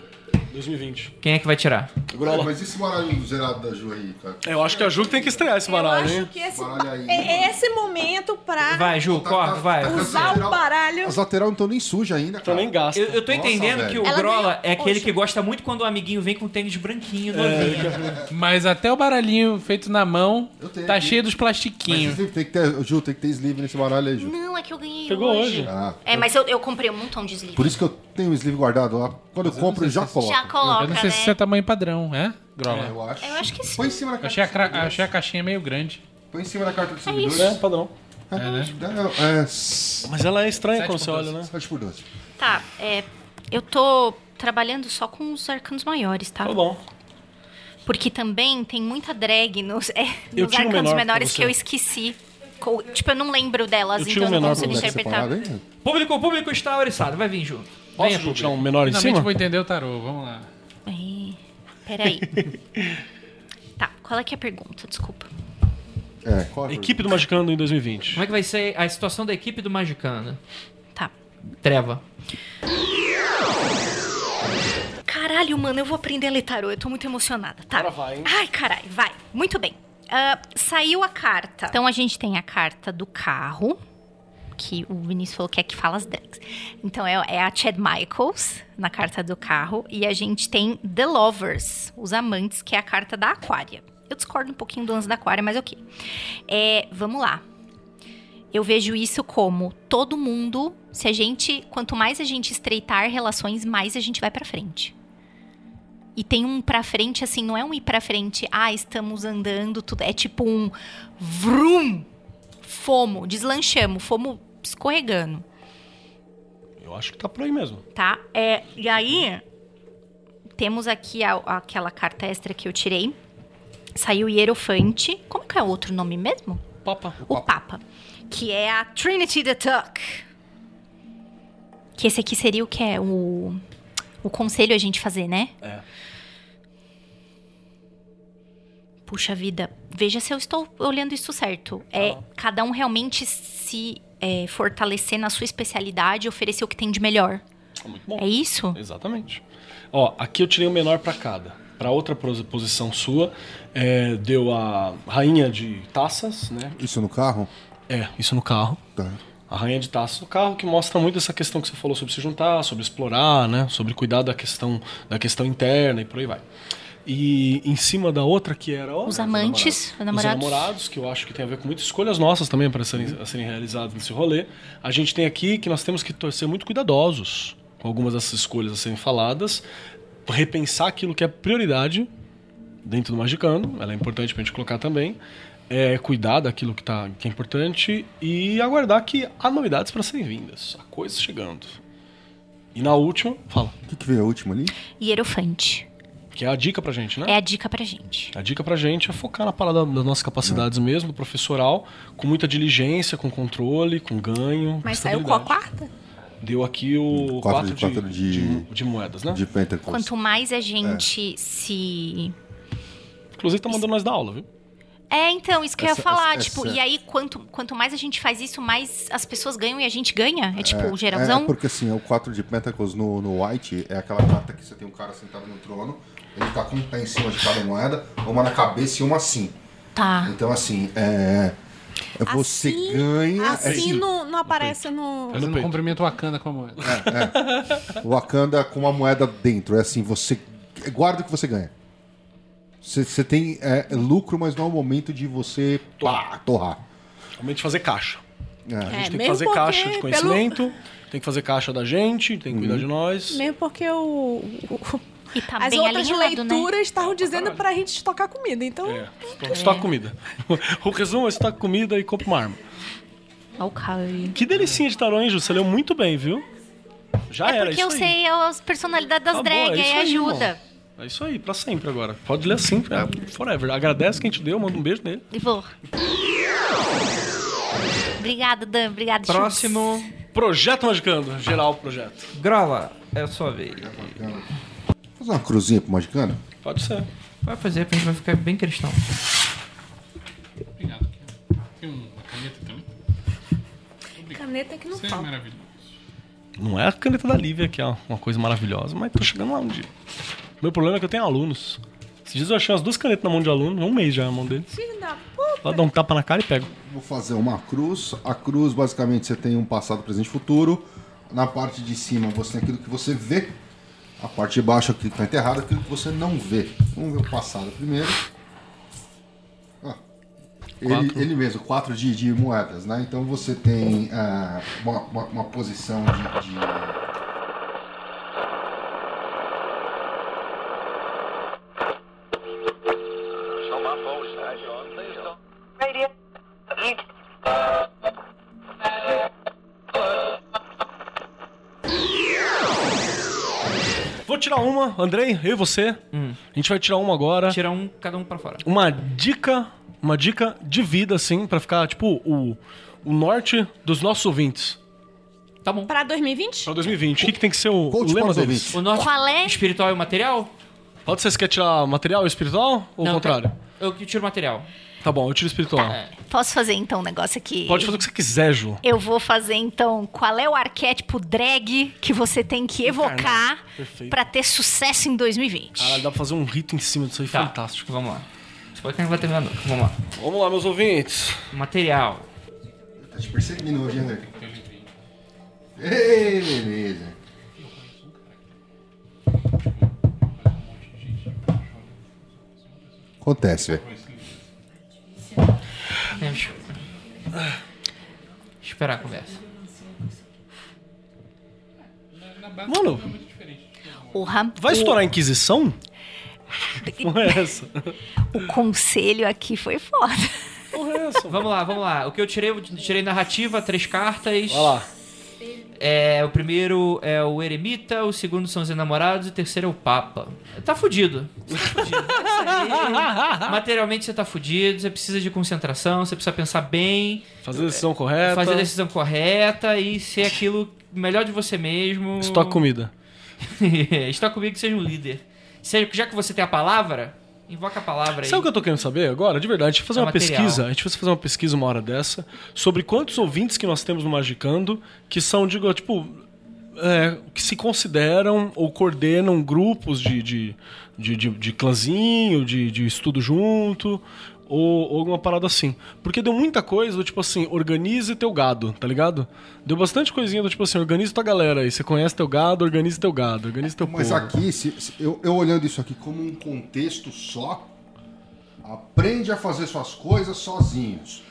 Speaker 4: 2020.
Speaker 11: Quem é que vai tirar?
Speaker 4: Grola.
Speaker 15: Mas e esse baralho um zerado da Ju aí, cara?
Speaker 4: É, Eu acho que a Ju que tem que estrear esse
Speaker 5: Eu
Speaker 4: baralho,
Speaker 5: acho
Speaker 4: hein?
Speaker 5: que esse,
Speaker 15: Baralho aí.
Speaker 5: é esse momento pra
Speaker 11: Vai, Ju, corre, vai.
Speaker 5: usar o baralho.
Speaker 7: As lateral não estão nem suja ainda,
Speaker 4: Então
Speaker 7: cara.
Speaker 4: nem gasta.
Speaker 11: Eu, eu tô
Speaker 15: Nossa,
Speaker 11: entendendo
Speaker 15: velho.
Speaker 11: que o
Speaker 5: Ela
Speaker 11: Grola
Speaker 5: ganhou-
Speaker 11: é aquele
Speaker 5: Poxa.
Speaker 11: que gosta muito quando o amiguinho vem com um tênis branquinho, novinho.
Speaker 6: Mas até o baralhinho feito na mão
Speaker 15: Eu tenho
Speaker 6: tá
Speaker 15: aqui.
Speaker 6: cheio dos plastiquinhos.
Speaker 7: Mas tem, tem que ter, Ju, tem que ter sleeve nesse baralho aí, Ju.
Speaker 2: Não, é que eu ganhei
Speaker 4: Pegou hoje.
Speaker 7: Ah,
Speaker 2: É, mas eu, eu comprei um montão de livros.
Speaker 7: por isso que eu tenho o sleeve guardado lá. Quando eu compro, eu já coloco.
Speaker 2: Já
Speaker 6: Eu
Speaker 2: coloca,
Speaker 6: não
Speaker 2: né?
Speaker 6: sei se isso é tamanho padrão, é?
Speaker 7: É,
Speaker 6: Grola.
Speaker 7: eu acho.
Speaker 2: Eu acho que sim.
Speaker 15: Põe em cima da
Speaker 6: Eu
Speaker 15: carta.
Speaker 6: achei a,
Speaker 15: do
Speaker 6: cra-
Speaker 15: servidor.
Speaker 6: achei a caixinha meio grande.
Speaker 15: Põe em cima da carta do
Speaker 2: É
Speaker 15: servidor.
Speaker 2: isso.
Speaker 4: É, padrão.
Speaker 6: né?
Speaker 7: É, é, s-
Speaker 4: Mas ela é estranha quando você
Speaker 6: 7.12.
Speaker 4: olha, né?
Speaker 7: 7 por 12.
Speaker 2: Tá, é, eu tô trabalhando só com os arcanos maiores, tá?
Speaker 4: Tá bom.
Speaker 2: Porque também tem muita drag nos, é,
Speaker 4: Eu
Speaker 2: nos
Speaker 4: tiro o
Speaker 2: arcanos
Speaker 4: menor pra
Speaker 2: menores que
Speaker 4: você.
Speaker 2: eu esqueci. Co- Tipo, eu não lembro delas,
Speaker 4: Eu tiro
Speaker 2: então
Speaker 4: o
Speaker 2: eu não
Speaker 4: menor
Speaker 2: consigo
Speaker 4: pra você,
Speaker 2: interpretar.
Speaker 7: Separado, hein?
Speaker 11: Público, o público está oriçado. Vai vir, Ju.
Speaker 4: Posso
Speaker 11: Venha,
Speaker 4: Ju,
Speaker 11: público.
Speaker 4: tirar um menor em
Speaker 6: Finalmente
Speaker 4: cima?
Speaker 6: vou entender o tarô, vamos lá.
Speaker 2: Ai, Peraí. tá, qual é que é a pergunta? Desculpa.
Speaker 7: É, corre.
Speaker 4: Equipe do Magicando em 2020.
Speaker 11: Como é que vai ser a situação da equipe do Magicana?
Speaker 2: Tá.
Speaker 11: Treva.
Speaker 2: Caralho, mano, eu vou aprender a ler tarô. Eu tô muito emocionada, tá?
Speaker 4: Agora vai, hein?
Speaker 2: Ai, caralho, vai. Muito bem. Ah, saiu a carta. Então a gente tem a carta do carro, que o Vinícius falou que é que fala as drags. Então é, é a Chad Michaels na carta do carro. E a gente tem The Lovers, os amantes, que é a carta da Aquária. Eu discordo um pouquinho do lance da Aquária, mas ok. É, vamos lá. Eu vejo isso como todo mundo, se a gente, quanto mais a gente estreitar relações, mais a gente vai pra frente. E tem um pra frente assim, não é um ir pra frente, ah, estamos andando, tudo, é tipo um vrum. Fomo, deslanchamos, fomos escorregando,
Speaker 4: Eu acho que tá por aí mesmo.
Speaker 2: tá? É, e aí temos aqui a- aquela carta extra que eu tirei. Saiu Hierofante. Como que é o outro nome mesmo?
Speaker 4: Papa.
Speaker 2: o Papa, que é a Trinity the Tuck. Que esse aqui seria o que é o, o conselho a gente fazer, né? É. Puxa vida, veja se eu estou olhando isso certo. É cada um realmente se é, fortalecer na sua especialidade e oferecer o que tem de melhor.
Speaker 4: Tá muito bom.
Speaker 2: É isso?
Speaker 4: Exatamente. Ó, aqui eu tirei o menor pra cada. Pra outra pos- posição sua, é, deu a rainha de taças, né?
Speaker 7: Isso no carro?
Speaker 4: É, isso no carro.
Speaker 7: Tá.
Speaker 4: A rainha de taças no carro, que mostra muito essa questão que você falou sobre se juntar, sobre explorar, né? Sobre cuidar da questão, da questão interna e por aí vai. E em cima da outra que era... ó,
Speaker 2: Os amantes, namorados.
Speaker 4: Os namorados, que eu acho que tem a ver com muitas escolhas nossas também para serem, a serem realizadas nesse rolê. A gente tem aqui que nós temos que tor- ser muito cuidadosos com algumas dessas escolhas a serem faladas, repensar aquilo que é prioridade dentro do Magicando, ela é importante pra gente colocar também, é, cuidar daquilo que, tá, que é importante e aguardar que há novidades para serem vindas, há coisas chegando. E na última, fala,
Speaker 7: O que, que veio a última ali?
Speaker 2: Hierofante.
Speaker 4: que é a dica pra gente, né?
Speaker 2: É a dica pra gente.
Speaker 4: A dica pra gente é focar na parada das nossas capacidades mesmo, do professoral, com muita diligência, com controle, com ganho.
Speaker 5: Mas
Speaker 4: com
Speaker 5: saiu com a
Speaker 4: estabilidade.
Speaker 5: quarta?
Speaker 4: Deu aqui o 4
Speaker 7: Quatro de-
Speaker 4: de,
Speaker 7: quatro de-
Speaker 4: de- de moedas, né?
Speaker 7: De Pentecost.
Speaker 2: Quanto mais a gente se
Speaker 4: Inclusive tá mandando nós dar aula, viu?
Speaker 2: É, então, isso que eu ia
Speaker 7: Essa-
Speaker 2: falar,
Speaker 7: essa-
Speaker 2: tipo,
Speaker 7: essa-
Speaker 2: e aí quanto, quanto mais a gente faz isso, mais as pessoas ganham e a gente ganha. É tipo,
Speaker 7: É
Speaker 2: geralzão.
Speaker 7: porque assim, é o 4 de Pentacles no, no White é aquela carta que você tem um cara sentado no trono, ele tá com um pé em cima de cada moeda, uma na cabeça e uma assim.
Speaker 2: Tá.
Speaker 7: Então assim, é. é Você
Speaker 5: Assim-
Speaker 7: ganha. é
Speaker 5: Assim não, não aparece no.
Speaker 6: Fazendo um
Speaker 4: peito.
Speaker 6: cumprimento Wakanda com a moeda.
Speaker 7: Wakanda com uma moeda dentro. É assim, você guarda o que você ganha. Você, você tem é, lucro, mas não é o momento de você pá, torrar.
Speaker 4: Realmente fazer caixa. A gente
Speaker 5: É,
Speaker 4: tem que
Speaker 5: mesmo
Speaker 4: fazer
Speaker 5: porque
Speaker 4: caixa de
Speaker 5: pelo-
Speaker 7: Uhum.
Speaker 4: conhecimento, tem que fazer caixa da gente, tem que cuidar de nós.
Speaker 5: Mesmo porque o, o-
Speaker 2: E tá
Speaker 5: As
Speaker 2: bem
Speaker 5: outras
Speaker 2: alinhado, né?
Speaker 5: leituras
Speaker 4: É,
Speaker 5: estavam dizendo pra gente estocar comida, então...
Speaker 4: Estoque comida. O resumo é estoque comida e compra uma arma.
Speaker 2: Olha o cara aí.
Speaker 4: Que delicinha de tarô, hein, Ju? Você leu muito bem, viu? Já
Speaker 2: É
Speaker 4: era,
Speaker 2: porque
Speaker 4: isso
Speaker 2: eu
Speaker 4: aí.
Speaker 2: sei as personalidades das
Speaker 4: Tá bom,
Speaker 2: drag,
Speaker 4: é isso
Speaker 2: aí
Speaker 4: aí,
Speaker 2: ajuda.
Speaker 4: irmão. É isso aí, pra sempre agora. Pode ler assim, é, forever. Agradece quem te deu, manda um beijo nele.
Speaker 2: E vou. Obrigada, Dan. Obrigada, Chutes.
Speaker 11: Próximo.
Speaker 4: Projeto Magicando, geral projeto.
Speaker 11: Grava, é a sua vez.
Speaker 7: Fazer uma cruzinha pro Magicano?
Speaker 4: Pode ser.
Speaker 11: Vai fazer, porque a gente vai ficar bem cristão.
Speaker 6: Obrigado. Tem um, uma caneta também?
Speaker 5: Caneta que não
Speaker 6: Isso é
Speaker 4: né?
Speaker 5: falta.
Speaker 6: maravilhoso.
Speaker 4: Não é a caneta da Lívia, que é uma coisa maravilhosa, mas tô chegando lá um dia. Meu problema é que eu tenho alunos. Esses dias eu achei umas duas canetas na mão de aluno, um mês já na mão deles.
Speaker 5: Filho da puta!
Speaker 4: Lá dá um tapa na cara e pego.
Speaker 7: Vou fazer uma cruz. A cruz, basicamente, você tem um passado, presente e futuro. Na parte de cima, você tem aquilo que você vê. A parte de baixo, aquilo que está enterrado, aquilo que você não vê. Vamos ver o passado primeiro. Ah, ele, ele mesmo, quatro de, de moedas, né? Então você tem ah, uma, uma- uma posição de- de
Speaker 4: Vou tirar uma, Andrei, eu e você. A gente vai tirar uma agora.
Speaker 11: Tirar um, cada um pra fora.
Speaker 4: Uma dica, uma dica de vida, assim, pra ficar, tipo, o, o norte dos nossos ouvintes.
Speaker 11: Tá bom.
Speaker 5: Pra 2020?
Speaker 4: Pra 2020. O que, que tem que ser o, o
Speaker 7: Coach para
Speaker 4: lema
Speaker 7: os
Speaker 4: deles?
Speaker 11: O nosso
Speaker 2: Qual é?
Speaker 11: espiritual e o material?
Speaker 4: Pode ser, você quer tirar material e espiritual ou o
Speaker 11: Não, Ah,
Speaker 4: contrário?
Speaker 11: Eu que tiro o material.
Speaker 4: Tá bom, eu tiro espiritual.
Speaker 2: Posso fazer então um negócio aqui?
Speaker 4: Pode fazer o que você quiser, Ju.
Speaker 2: Eu vou fazer então qual é o arquétipo drag que você tem que evocar
Speaker 4: Perfeito.
Speaker 2: pra ter sucesso em 2020.
Speaker 4: Caralho, dá pra fazer um rito em cima disso aí,
Speaker 11: Tá.
Speaker 4: fantástico.
Speaker 11: Vamos lá. Você pode que não vai terminar nunca. Vamos lá.
Speaker 4: Vamos lá, meus ouvintes.
Speaker 11: Material.
Speaker 7: Tá te perseguindo hoje, hein, André? Ei, beleza. Acontece, velho.
Speaker 11: É, deixa eu- Deixa eu Esperar a conversa.
Speaker 4: Mano,
Speaker 2: Porra,
Speaker 4: vai
Speaker 2: o,
Speaker 4: estourar a Inquisição? Porra é essa?
Speaker 2: o conselho aqui foi foda.
Speaker 4: Porra é essa?
Speaker 11: Vamos lá, vamos lá. O que eu tirei, eu tirei narrativa, três cartas.
Speaker 4: Vai lá.
Speaker 11: É, o primeiro é o Eremita, o segundo são os enamorados e o terceiro é o Papa. Tá fudido. Você tá fudido.
Speaker 4: Ah.
Speaker 11: Materialmente você tá fudido, você precisa de concentração, você precisa pensar bem,
Speaker 4: Fazer a decisão correta.
Speaker 11: fazer a decisão correta e ser aquilo melhor de você mesmo.
Speaker 4: Estoque comida.
Speaker 11: Está comigo que seja um líder. Seja- Já que você tem a palavra, invoca a palavra aí.
Speaker 4: Sabe o que eu tô querendo saber agora? De verdade, a gente vai fazer
Speaker 11: É
Speaker 4: uma
Speaker 11: material.
Speaker 4: pesquisa. A gente vai fazer uma pesquisa uma hora dessa sobre quantos ouvintes que nós temos no Magicando que são, digo, tipo. é, que se consideram ou coordenam grupos de, de, de, de, de clãzinho, de, de estudo junto, ou, ou alguma parada assim. Porque deu muita coisa do tipo assim, organize teu gado, tá ligado? Deu bastante coisinha do tipo assim, organize tua galera aí. Você conhece teu gado, organize teu gado, organize teu
Speaker 7: Mas
Speaker 4: povo.
Speaker 7: aqui, se- se- eu, eu olhando isso aqui como um contexto só, aprende a fazer suas coisas sozinhos.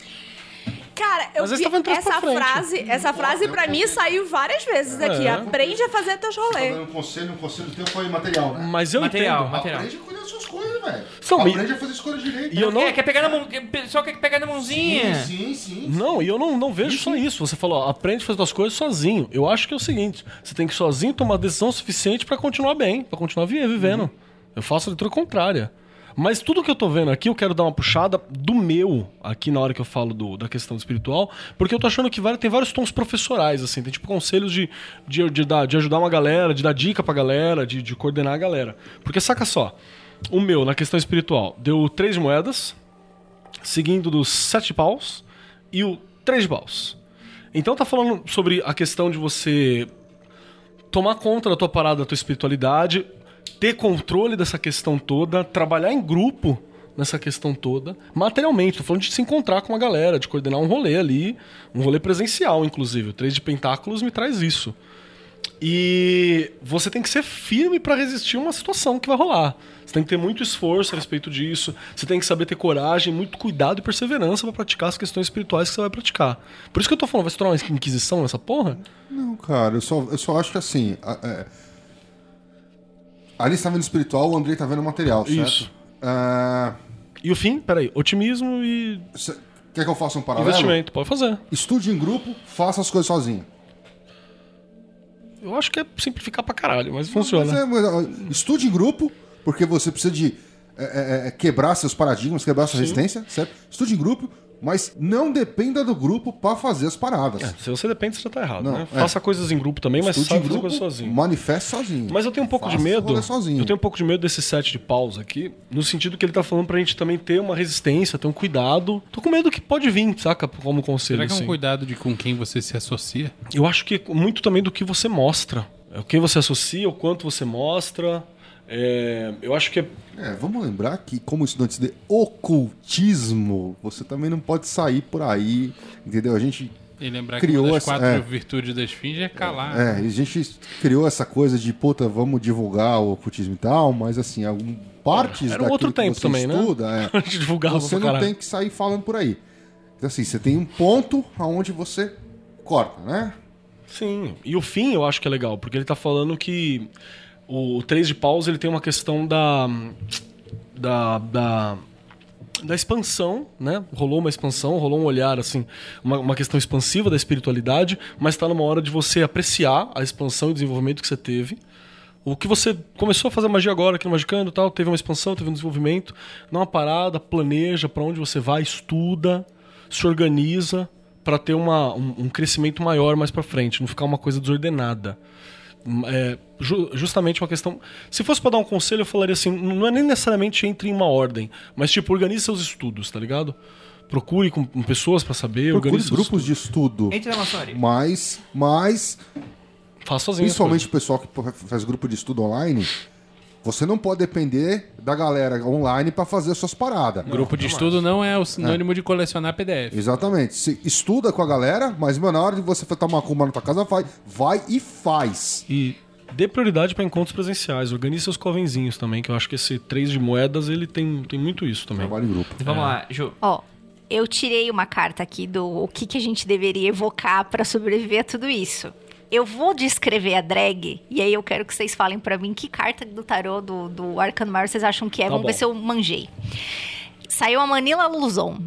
Speaker 5: Cara, eu
Speaker 4: Mas eles
Speaker 5: vi
Speaker 4: tavam entrando pra
Speaker 5: essa
Speaker 4: frente.
Speaker 5: frase, essa frase pra mim saiu várias vezes aqui.
Speaker 4: É.
Speaker 5: Aprende a fazer teus
Speaker 7: Tá
Speaker 5: rolês.
Speaker 7: dando um conselho, um conselho teu foi material, né?
Speaker 4: Mas eu
Speaker 11: Material,
Speaker 4: entendo.
Speaker 11: material.
Speaker 7: Aprende a cuidar das suas coisas, velho.
Speaker 4: São-
Speaker 7: Aprende a fazer escolha direito.
Speaker 4: E eu não,
Speaker 11: É, quer pegar na mão. quer- O pessoal quer pegar na mãozinha.
Speaker 7: Sim, sim, sim.
Speaker 4: Não, e eu não, não vejo só isso. Você falou, ó, aprende a fazer as coisas sozinho. Eu acho que é o seguinte: você tem que sozinho tomar decisão suficiente pra continuar bem, pra continuar vi- vivendo.
Speaker 7: Uhum.
Speaker 4: Eu faço a leitura contrária. Mas tudo que eu tô vendo aqui, eu quero dar uma puxada do meu, aqui na hora que eu falo do- da questão espiritual, porque eu tô achando que vai- tem vários tons professorais, assim, tem tipo conselhos de, de, de dar- de ajudar uma galera, de dar dica pra galera, de, de coordenar a galera. Porque saca só, o meu, na questão espiritual, deu três moedas, seguindo dos sete paus e o três paus. Então tá falando sobre a questão de você tomar conta da tua parada, da tua espiritualidade, ter controle dessa questão toda, trabalhar em grupo nessa questão toda, materialmente. Tô falando de se encontrar com uma galera, de coordenar um rolê ali, um rolê presencial, inclusive. O Três de Pentáculos me traz isso. E você tem que ser firme pra resistir a uma situação que vai rolar. Você tem que ter muito esforço a respeito disso. Você tem que saber ter coragem, muito cuidado e perseverança pra praticar as questões espirituais que você vai praticar. Por isso que eu tô falando, vai se tornar uma inquisição nessa porra?
Speaker 7: Não, cara, eu só, eu só acho que assim. a- é, Ali está vendo espiritual, o Andrei tá vendo material, certo?
Speaker 4: Isso.
Speaker 7: Ah,
Speaker 4: E o fim? Peraí, otimismo e.
Speaker 7: quer que eu faça um paralelo?
Speaker 4: Investimento, pode fazer.
Speaker 7: Estude em grupo, faça as coisas sozinho.
Speaker 4: Eu acho que é simplificar pra caralho, mas funciona.
Speaker 7: Mas é, mas, ó, estude em grupo, porque você precisa de é, é, é, quebrar seus paradigmas, quebrar sua
Speaker 4: Sim.
Speaker 7: resistência, certo? Estude em grupo, mas não dependa do grupo para fazer as paradas.
Speaker 4: É, se você depende, você já tá errado,
Speaker 7: Não,
Speaker 4: né?
Speaker 7: é.
Speaker 4: Faça coisas em grupo também, mas
Speaker 7: Estude em
Speaker 4: saiba fazer
Speaker 7: grupo,
Speaker 4: coisas sozinho.
Speaker 7: manifeste sozinho.
Speaker 4: Mas eu tenho um pouco de
Speaker 7: Faça
Speaker 4: medo.
Speaker 7: rolê É sozinho.
Speaker 4: Eu tenho um pouco de medo desse set de paus aqui, no sentido que ele tá falando pra gente também ter uma resistência, ter um cuidado. Tô com medo que pode vir, saca? Como conselho.
Speaker 6: Será que é um
Speaker 4: assim.
Speaker 6: cuidado de com quem você se associa?
Speaker 4: Eu acho que muito também do que você mostra. É O que você associa, o quanto você mostra. É, eu acho que é.
Speaker 7: É, vamos lembrar que, como estudante de ocultismo, você também não pode sair por aí, entendeu? A gente
Speaker 6: E lembrar
Speaker 7: criou
Speaker 6: que uma das
Speaker 7: essa-
Speaker 6: quatro
Speaker 7: é.
Speaker 6: virtudes da esfinge é
Speaker 4: Ah.
Speaker 6: calar.
Speaker 7: É, a gente criou essa coisa de, puta, vamos divulgar o ocultismo e tal, mas assim, algum, partes
Speaker 4: Era um outro
Speaker 7: daquilo
Speaker 4: tempo
Speaker 7: que você
Speaker 4: também,
Speaker 7: estuda,
Speaker 4: né?
Speaker 7: é,
Speaker 4: A gente divulgava
Speaker 7: você
Speaker 4: pra
Speaker 7: não
Speaker 4: caralho.
Speaker 7: tem que sair falando por aí. Então assim, você tem um ponto aonde você corta, né?
Speaker 4: Sim. E o fim eu acho que é legal, porque ele tá falando que o 3 de paus ele tem uma questão da. da. da da expansão, né? Rolou uma expansão, rolou um olhar, assim, uma, uma questão expansiva da espiritualidade, mas tá numa hora de você apreciar a expansão e desenvolvimento que você teve. O que você começou a fazer magia agora aqui no Magicando e tal, teve uma expansão, teve um desenvolvimento, dá uma parada, planeja pra onde você vai, estuda, se organiza pra ter uma, um, um crescimento maior mais pra frente, não ficar uma coisa desordenada. Hum, É, ju- justamente uma questão. Se fosse pra dar um conselho, eu falaria assim: não é nem necessariamente entre em uma ordem, mas tipo, organize seus estudos, tá ligado? Procure com, com pessoas pra saber,
Speaker 7: Procure
Speaker 4: organize seus
Speaker 7: grupos de estudo,
Speaker 4: É
Speaker 11: Entre na maçonaria.
Speaker 7: mas, mas
Speaker 4: estudos. Faça sozinho. as
Speaker 7: principalmente o pessoal que fa- faz grupo de estudo online, você não pode depender da galera online pra fazer as suas paradas.
Speaker 6: Grupo de estudo não é o sinônimo de colecionar PDF.
Speaker 7: Exatamente. Se estuda com a galera, mas, mano, na hora de você tomar uma cumba na tua casa, vai, vai e faz.
Speaker 4: E dê prioridade para encontros presenciais. Organize seus covenzinhos também, que eu acho que esse 3 de moedas ele tem, tem muito isso também.
Speaker 7: Trabalho em grupo.
Speaker 11: Vamos lá, Ju.
Speaker 2: Ó, eu tirei uma carta aqui do o que, que a gente deveria evocar pra sobreviver a tudo isso. Eu vou descrever a drag, e aí eu quero que vocês falem pra mim que carta do tarô do, do Arcano Maior vocês acham que é.
Speaker 4: Tá
Speaker 2: Vamos ver
Speaker 4: bom.
Speaker 2: se eu manjei. Saiu a Manila Luzon.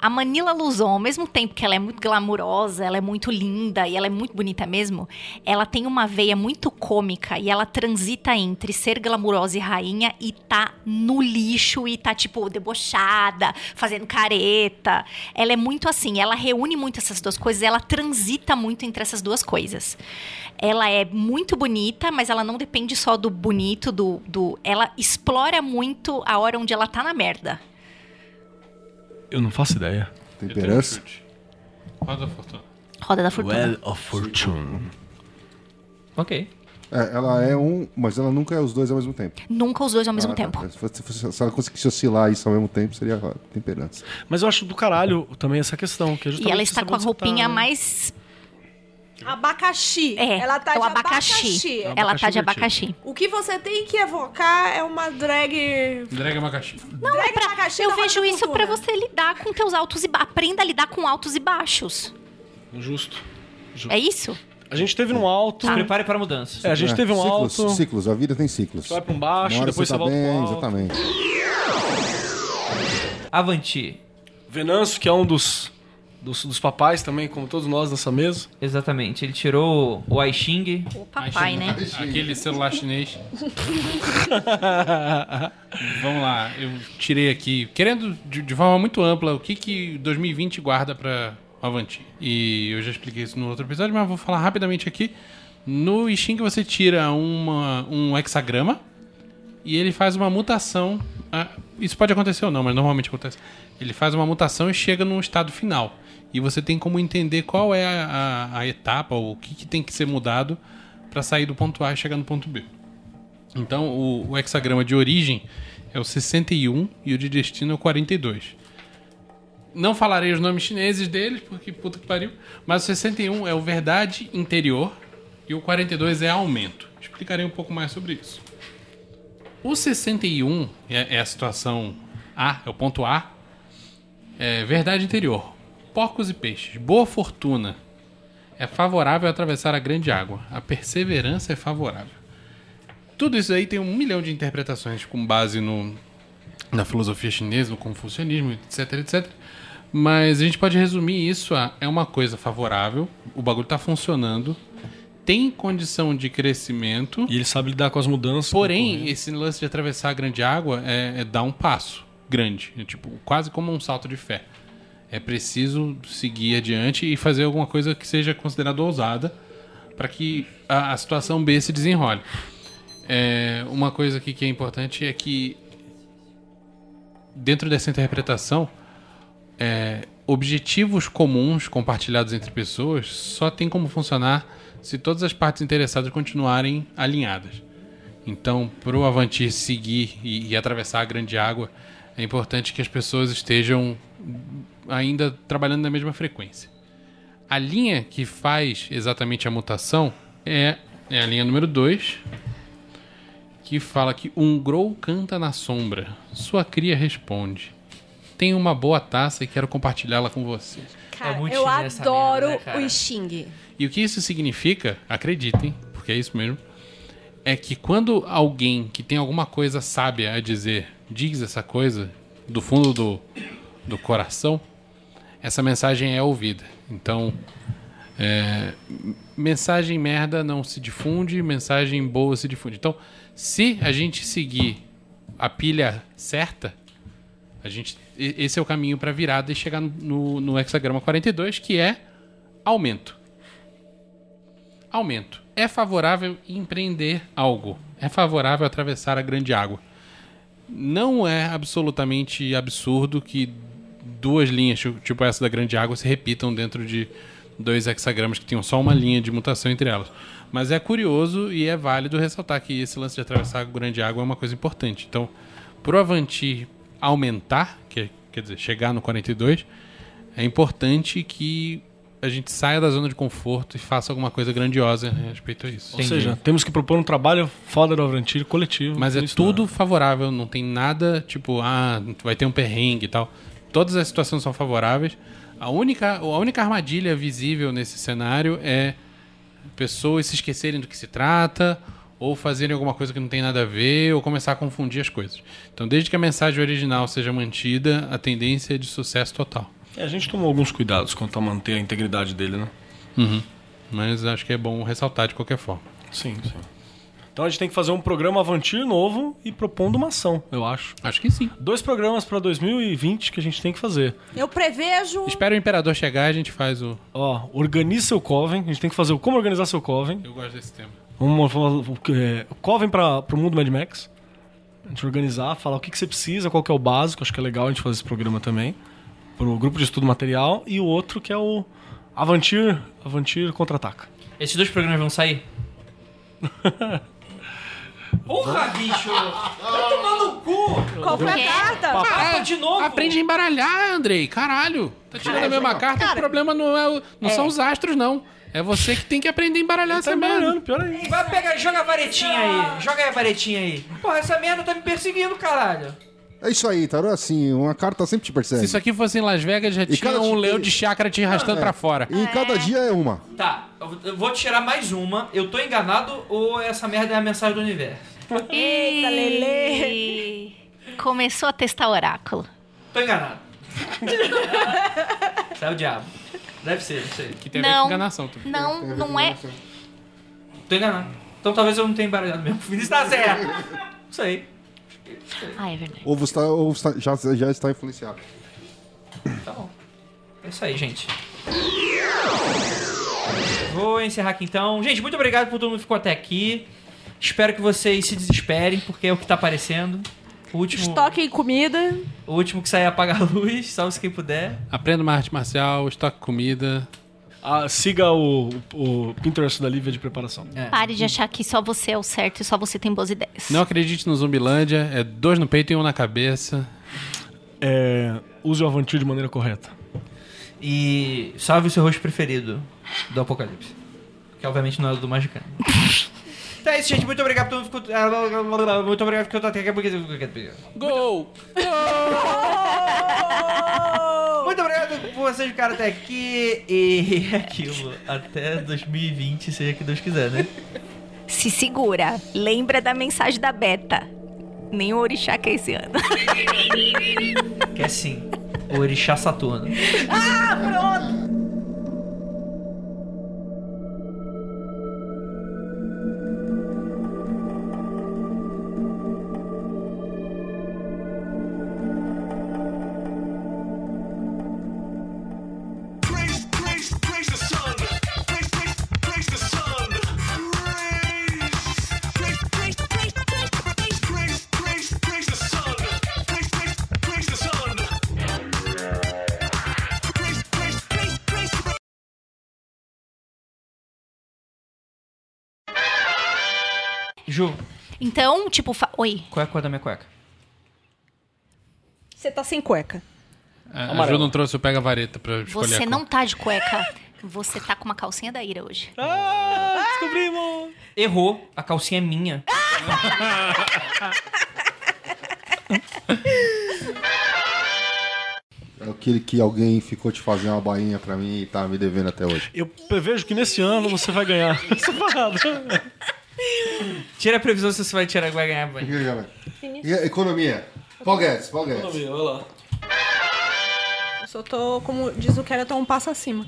Speaker 2: A Manila Luzon, ao mesmo tempo que ela é muito glamurosa, ela é muito linda e ela é muito bonita mesmo, ela tem uma veia muito cômica e ela transita entre ser glamurosa e rainha e tá no lixo e tá, tipo, debochada, fazendo careta. Ela é muito assim, ela reúne muito essas duas coisas, ela transita muito entre essas duas coisas. Ela é muito bonita, mas ela não depende só do bonito, do. do... Ela explora muito a hora onde ela tá na merda.
Speaker 4: Eu não faço ideia. um
Speaker 7: Temperança.
Speaker 6: Roda a fortuna.
Speaker 2: Roda da fortuna.
Speaker 4: of Fortune.
Speaker 11: Ok.
Speaker 7: É, ela é um, mas ela nunca é os dois ao mesmo tempo.
Speaker 2: Nunca os dois ao mesmo
Speaker 7: Ah,
Speaker 2: tempo.
Speaker 7: tá. Se, fosse- se ela conseguisse oscilar isso ao mesmo tempo, seria a temperança.
Speaker 4: Mas eu acho do caralho também essa questão. Que é
Speaker 2: E
Speaker 4: justamente
Speaker 2: ela
Speaker 4: você
Speaker 2: está
Speaker 4: saber
Speaker 2: com a
Speaker 4: onde você tá,
Speaker 2: roupinha
Speaker 4: né?
Speaker 2: mais.
Speaker 5: Abacaxi.
Speaker 2: É,
Speaker 5: ela tá
Speaker 2: é
Speaker 5: de
Speaker 2: o abacaxi.
Speaker 5: abacaxi.
Speaker 4: É um
Speaker 2: Ela
Speaker 4: abacaxi
Speaker 2: tá
Speaker 4: divertido.
Speaker 2: de abacaxi.
Speaker 5: O que você tem que evocar é uma drag.
Speaker 6: Drag abacaxi.
Speaker 5: Não, drag abacaxi
Speaker 2: é Eu
Speaker 5: da
Speaker 2: vejo
Speaker 5: Roda da
Speaker 2: isso pra
Speaker 5: Fortuna.
Speaker 2: você lidar com teus altos e ba... aprenda a lidar com altos e baixos.
Speaker 4: Justo.
Speaker 2: É isso?
Speaker 4: A gente teve um alto.
Speaker 2: Tá.
Speaker 11: Se prepare para a mudança.
Speaker 4: É, a gente
Speaker 7: É,
Speaker 4: teve um
Speaker 7: ciclos,
Speaker 4: alto.
Speaker 7: Ciclos, a vida tem ciclos.
Speaker 4: Você vai pra um baixo,
Speaker 7: Uma hora
Speaker 4: depois você,
Speaker 7: você tá
Speaker 4: volta
Speaker 7: bem,
Speaker 4: pro alto.
Speaker 7: exatamente.
Speaker 11: Avanti.
Speaker 4: Venâncio, que é um dos, dos, dos papais também, como todos nós nessa mesa.
Speaker 11: Exatamente. Ele tirou o Aixing.
Speaker 2: O papai, né?
Speaker 6: Aquele celular chinês. Vamos lá, eu tirei aqui, querendo de, de forma muito ampla, o que, que 2020 guarda para Avanti. E eu já expliquei isso no outro episódio, mas vou falar rapidamente aqui. No Steam que você tira uma, um hexagrama e ele faz uma mutação. ah, Isso pode acontecer ou não, mas normalmente acontece. Ele faz uma mutação e chega num estado final. E você tem como entender qual é a, a- a etapa ou o que, que tem que ser mudado para sair do ponto A e chegar no ponto B. Então, o, o hexagrama de origem é o 61 e o de destino é o 42. Não falarei os nomes chineses deles, porque puta que pariu. Mas o 61 é o verdade interior e o 42 é aumento. Explicarei um pouco mais sobre isso. O 61 é, é a situação A, é o ponto A. É verdade interior. Porcos e peixes. Boa fortuna. É favorável atravessar a grande água. A perseverança é favorável. Tudo isso aí tem um milhão de interpretações com base no, na filosofia chinesa, no confucionismo, etc, etc. Mas a gente pode resumir isso a é uma coisa favorável, o bagulho tá funcionando, tem condição de crescimento.
Speaker 4: E ele sabe lidar com as mudanças.
Speaker 6: Porém, esse lance de atravessar a grande água é, é dar um passo grande, é tipo quase como um salto de fé. É preciso seguir adiante e fazer alguma coisa que seja considerada ousada para que a, a situação B se desenrole. É, uma coisa aqui que é importante é que dentro dessa interpretação, é, objetivos comuns compartilhados entre pessoas só tem como funcionar se todas as partes interessadas continuarem alinhadas. Então, para o Avanti seguir e, e atravessar a grande água, é importante que as pessoas estejam ainda trabalhando na mesma frequência. A linha que faz exatamente a mutação é, é a linha número 2, que fala que um grow canta na sombra. Sua cria responde. Tenho uma boa taça e quero compartilhá-la com você.
Speaker 4: É
Speaker 5: Cara,
Speaker 3: muito
Speaker 5: eu
Speaker 3: chinês essa
Speaker 5: adoro
Speaker 3: merda, né, cara?
Speaker 5: o Xing.
Speaker 6: E o que isso significa, acreditem, porque é isso mesmo, é que quando alguém que tem alguma coisa sábia a dizer diz essa coisa do fundo do, do coração, essa mensagem é ouvida. Então, é, m- mensagem merda não se difunde, mensagem boa se difunde. Então, se a gente seguir a pilha certa, a gente, e- esse é o caminho para virada e chegar no, no hexagrama 42, que é aumento aumento. É favorável empreender algo. É favorável atravessar a grande água. Não é absolutamente absurdo que duas linhas, tipo- tipo essa da grande água, se repitam dentro de dois hexagramas que tinham só uma linha de mutação entre elas. Mas é curioso e é válido ressaltar que esse lance de atravessar a grande água é uma coisa importante. Então, pro Avanti aumentar, que é- quer dizer, chegar no 42, é importante que a gente saia da zona de conforto e faça alguma coisa grandiosa a respeito a isso.
Speaker 4: Ou seja, temos que propor um trabalho foda do Avrantilho coletivo.
Speaker 6: Mas é
Speaker 4: Isso,
Speaker 6: tudo favorável, não tem nada tipo, ah, vai ter um perrengue e tal. Todas as situações são favoráveis. A única, a única armadilha visível nesse cenário é pessoas se esquecerem do que se trata, ou fazerem alguma coisa que não tem nada a ver, ou começar a confundir as coisas. Então, desde que a mensagem original seja mantida, a tendência é de sucesso total.
Speaker 4: É, a gente tomou alguns cuidados quanto a manter a integridade dele, né?
Speaker 6: Mas acho que é bom ressaltar de qualquer forma.
Speaker 4: Sim, sim. Então a gente tem que fazer um programa Avantir novo e propondo uma ação, eu acho.
Speaker 6: Acho que sim.
Speaker 4: Dois programas pra 2020 que a gente tem que fazer.
Speaker 5: Eu prevejo.
Speaker 6: Espera o imperador chegar e a gente faz o.
Speaker 4: Ó, organize seu coven. A gente tem que fazer o como organizar seu coven.
Speaker 6: Eu gosto desse tema.
Speaker 4: Vamos falar o que- é, o coven para pro mundo Mad Max. A gente organizar, falar o que, que você precisa, qual que é o básico. Acho que é legal a gente fazer esse programa também. Pro grupo de estudo material. E o outro que é o Avantir, Avantir Contra-Ataca.
Speaker 3: Esses dois programas vão sair? Porra, bicho! Vai tomar no cu!
Speaker 5: Qual foi a
Speaker 4: Ah,
Speaker 5: carta?
Speaker 6: Ah,
Speaker 11: Tá
Speaker 6: tá
Speaker 3: Carta de novo!
Speaker 6: Aprende a embaralhar, Andrei. Caralho. Tá tirando a mesma carta. o problema não, é o- não são os astros, não. É você que tem que aprender a embaralhar essa merda.
Speaker 4: Caralho, Tá pior ainda.
Speaker 3: Vai pegar, joga a varetinha aí. Joga aí a varetinha aí. Porra, essa merda tá me perseguindo, caralho.
Speaker 7: É isso aí, tarô. Assim, uma carta sempre te persegue.
Speaker 6: Se isso aqui fosse em Las Vegas, já tinha
Speaker 7: cada
Speaker 6: um
Speaker 7: tipo-
Speaker 6: leão de chácara te arrastando pra fora.
Speaker 7: E em cada dia é uma.
Speaker 3: Tá, eu- eu vou tirar mais uma. Eu tô enganado ou essa merda é a mensagem do universo?
Speaker 5: Eita, Lele!
Speaker 2: E começou a testar oráculo.
Speaker 3: Tô enganado. Isso é o diabo. Deve ser, não sei.
Speaker 6: Que tem a ver
Speaker 2: Não.
Speaker 6: com enganação. tu-
Speaker 2: Não, não é.
Speaker 3: Tô enganado. Então talvez eu não tenha embaralhado mesmo. O Vinícius tá certo. Não sei.
Speaker 2: Ah, é verdade.
Speaker 7: Ou você, tá, ou você tá- já, já está influenciado.
Speaker 3: Tá bom. É isso aí, gente. Vou encerrar aqui então. Gente, muito obrigado por todo mundo que ficou até aqui. Espero que vocês se desesperem, porque é o que tá aparecendo. O último,
Speaker 5: Estoquem comida.
Speaker 3: o último que sair apaga a luz, salve-se quem puder.
Speaker 6: Aprenda uma arte marcial, estoque comida.
Speaker 4: Ah, siga o, o Pinterest da Lívia de preparação.
Speaker 2: Pare de achar que só você é o certo e só você tem boas ideias.
Speaker 6: Não acredite no Zumbilândia. É dois no peito e um na cabeça.
Speaker 4: É, use o Avantir de maneira correta.
Speaker 3: E salve o seu rosto preferido do Apocalipse. Que obviamente não é o do Magicano. então é isso, gente. Muito obrigado por todo mundo que ficou. Muito obrigado por todo mundo que ficou.
Speaker 6: Gol!
Speaker 3: Muito obrigado por vocês ficarem até
Speaker 11: é
Speaker 3: aqui e é aquilo. Até 2020, seja que Deus quiser, né?
Speaker 2: Se segura. Lembra da mensagem da Beta. Nenhum orixá que é esse ano.
Speaker 11: Que é sim. O orixá Saturno.
Speaker 2: ah, pronto!
Speaker 11: Ju,
Speaker 2: Então, tipo, fa... oi.
Speaker 11: qual é a cor da minha cueca?
Speaker 5: Você tá sem cueca.
Speaker 6: A, a
Speaker 4: Amarelo.
Speaker 6: Ju não trouxe o pega-vareta pra escolher. a
Speaker 2: Você
Speaker 6: cor.
Speaker 2: não tá de cueca. Você tá com uma calcinha da ira hoje.
Speaker 3: Ah, descobrimos!
Speaker 11: Errou, a calcinha é minha.
Speaker 7: É aquele que alguém ficou te fazendo uma bainha pra mim e tá me devendo até hoje.
Speaker 4: Eu prevejo que nesse ano você vai ganhar essa parada.
Speaker 11: Tira a previsão se você vai tirar vai ganhar,
Speaker 7: E
Speaker 11: vai.
Speaker 7: aí, galera? E a economia? Paul Guedes, Paul Guedes.
Speaker 5: Eu só tô, como diz o cara, eu tô um passo acima.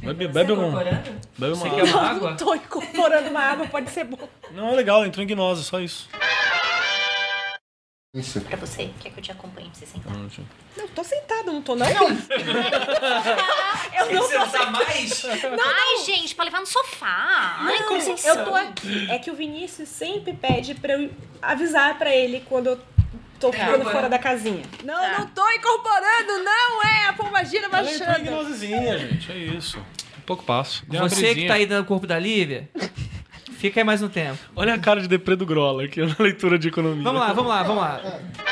Speaker 4: Bebe, bebe uma. Bebe uma
Speaker 11: Você
Speaker 4: água.
Speaker 11: quer uma
Speaker 5: Eu não
Speaker 11: água?
Speaker 5: tô incorporando uma água, pode ser bom.
Speaker 4: Não, é legal, entrou em gnose, só isso.
Speaker 7: Isso.
Speaker 2: Pra você, quer que eu te acompanhe pra você sentar?
Speaker 5: Não, tô sentada, não tô não. eu não tô
Speaker 11: Sentar mais?
Speaker 2: Ai, gente, pra levar no sofá. Ai,
Speaker 5: Não,
Speaker 2: Conceição.
Speaker 5: Eu tô aqui. É que o Vinícius sempre pede pra eu avisar pra ele quando eu tô ficando fora da casinha. Não, não tô incorporando, não é a pombagira
Speaker 4: Ela entrou em
Speaker 5: baixando.
Speaker 4: gnosezinha, gente, é isso. Um pouco passo.
Speaker 6: Deu uma
Speaker 11: Você que
Speaker 6: brisinha.
Speaker 11: tá aí no corpo da Lívia, fica aí mais um tempo.
Speaker 4: Olha a cara de deprê do Grola aqui é na leitura de economia.
Speaker 11: Vamos lá, vamos lá, vamos lá.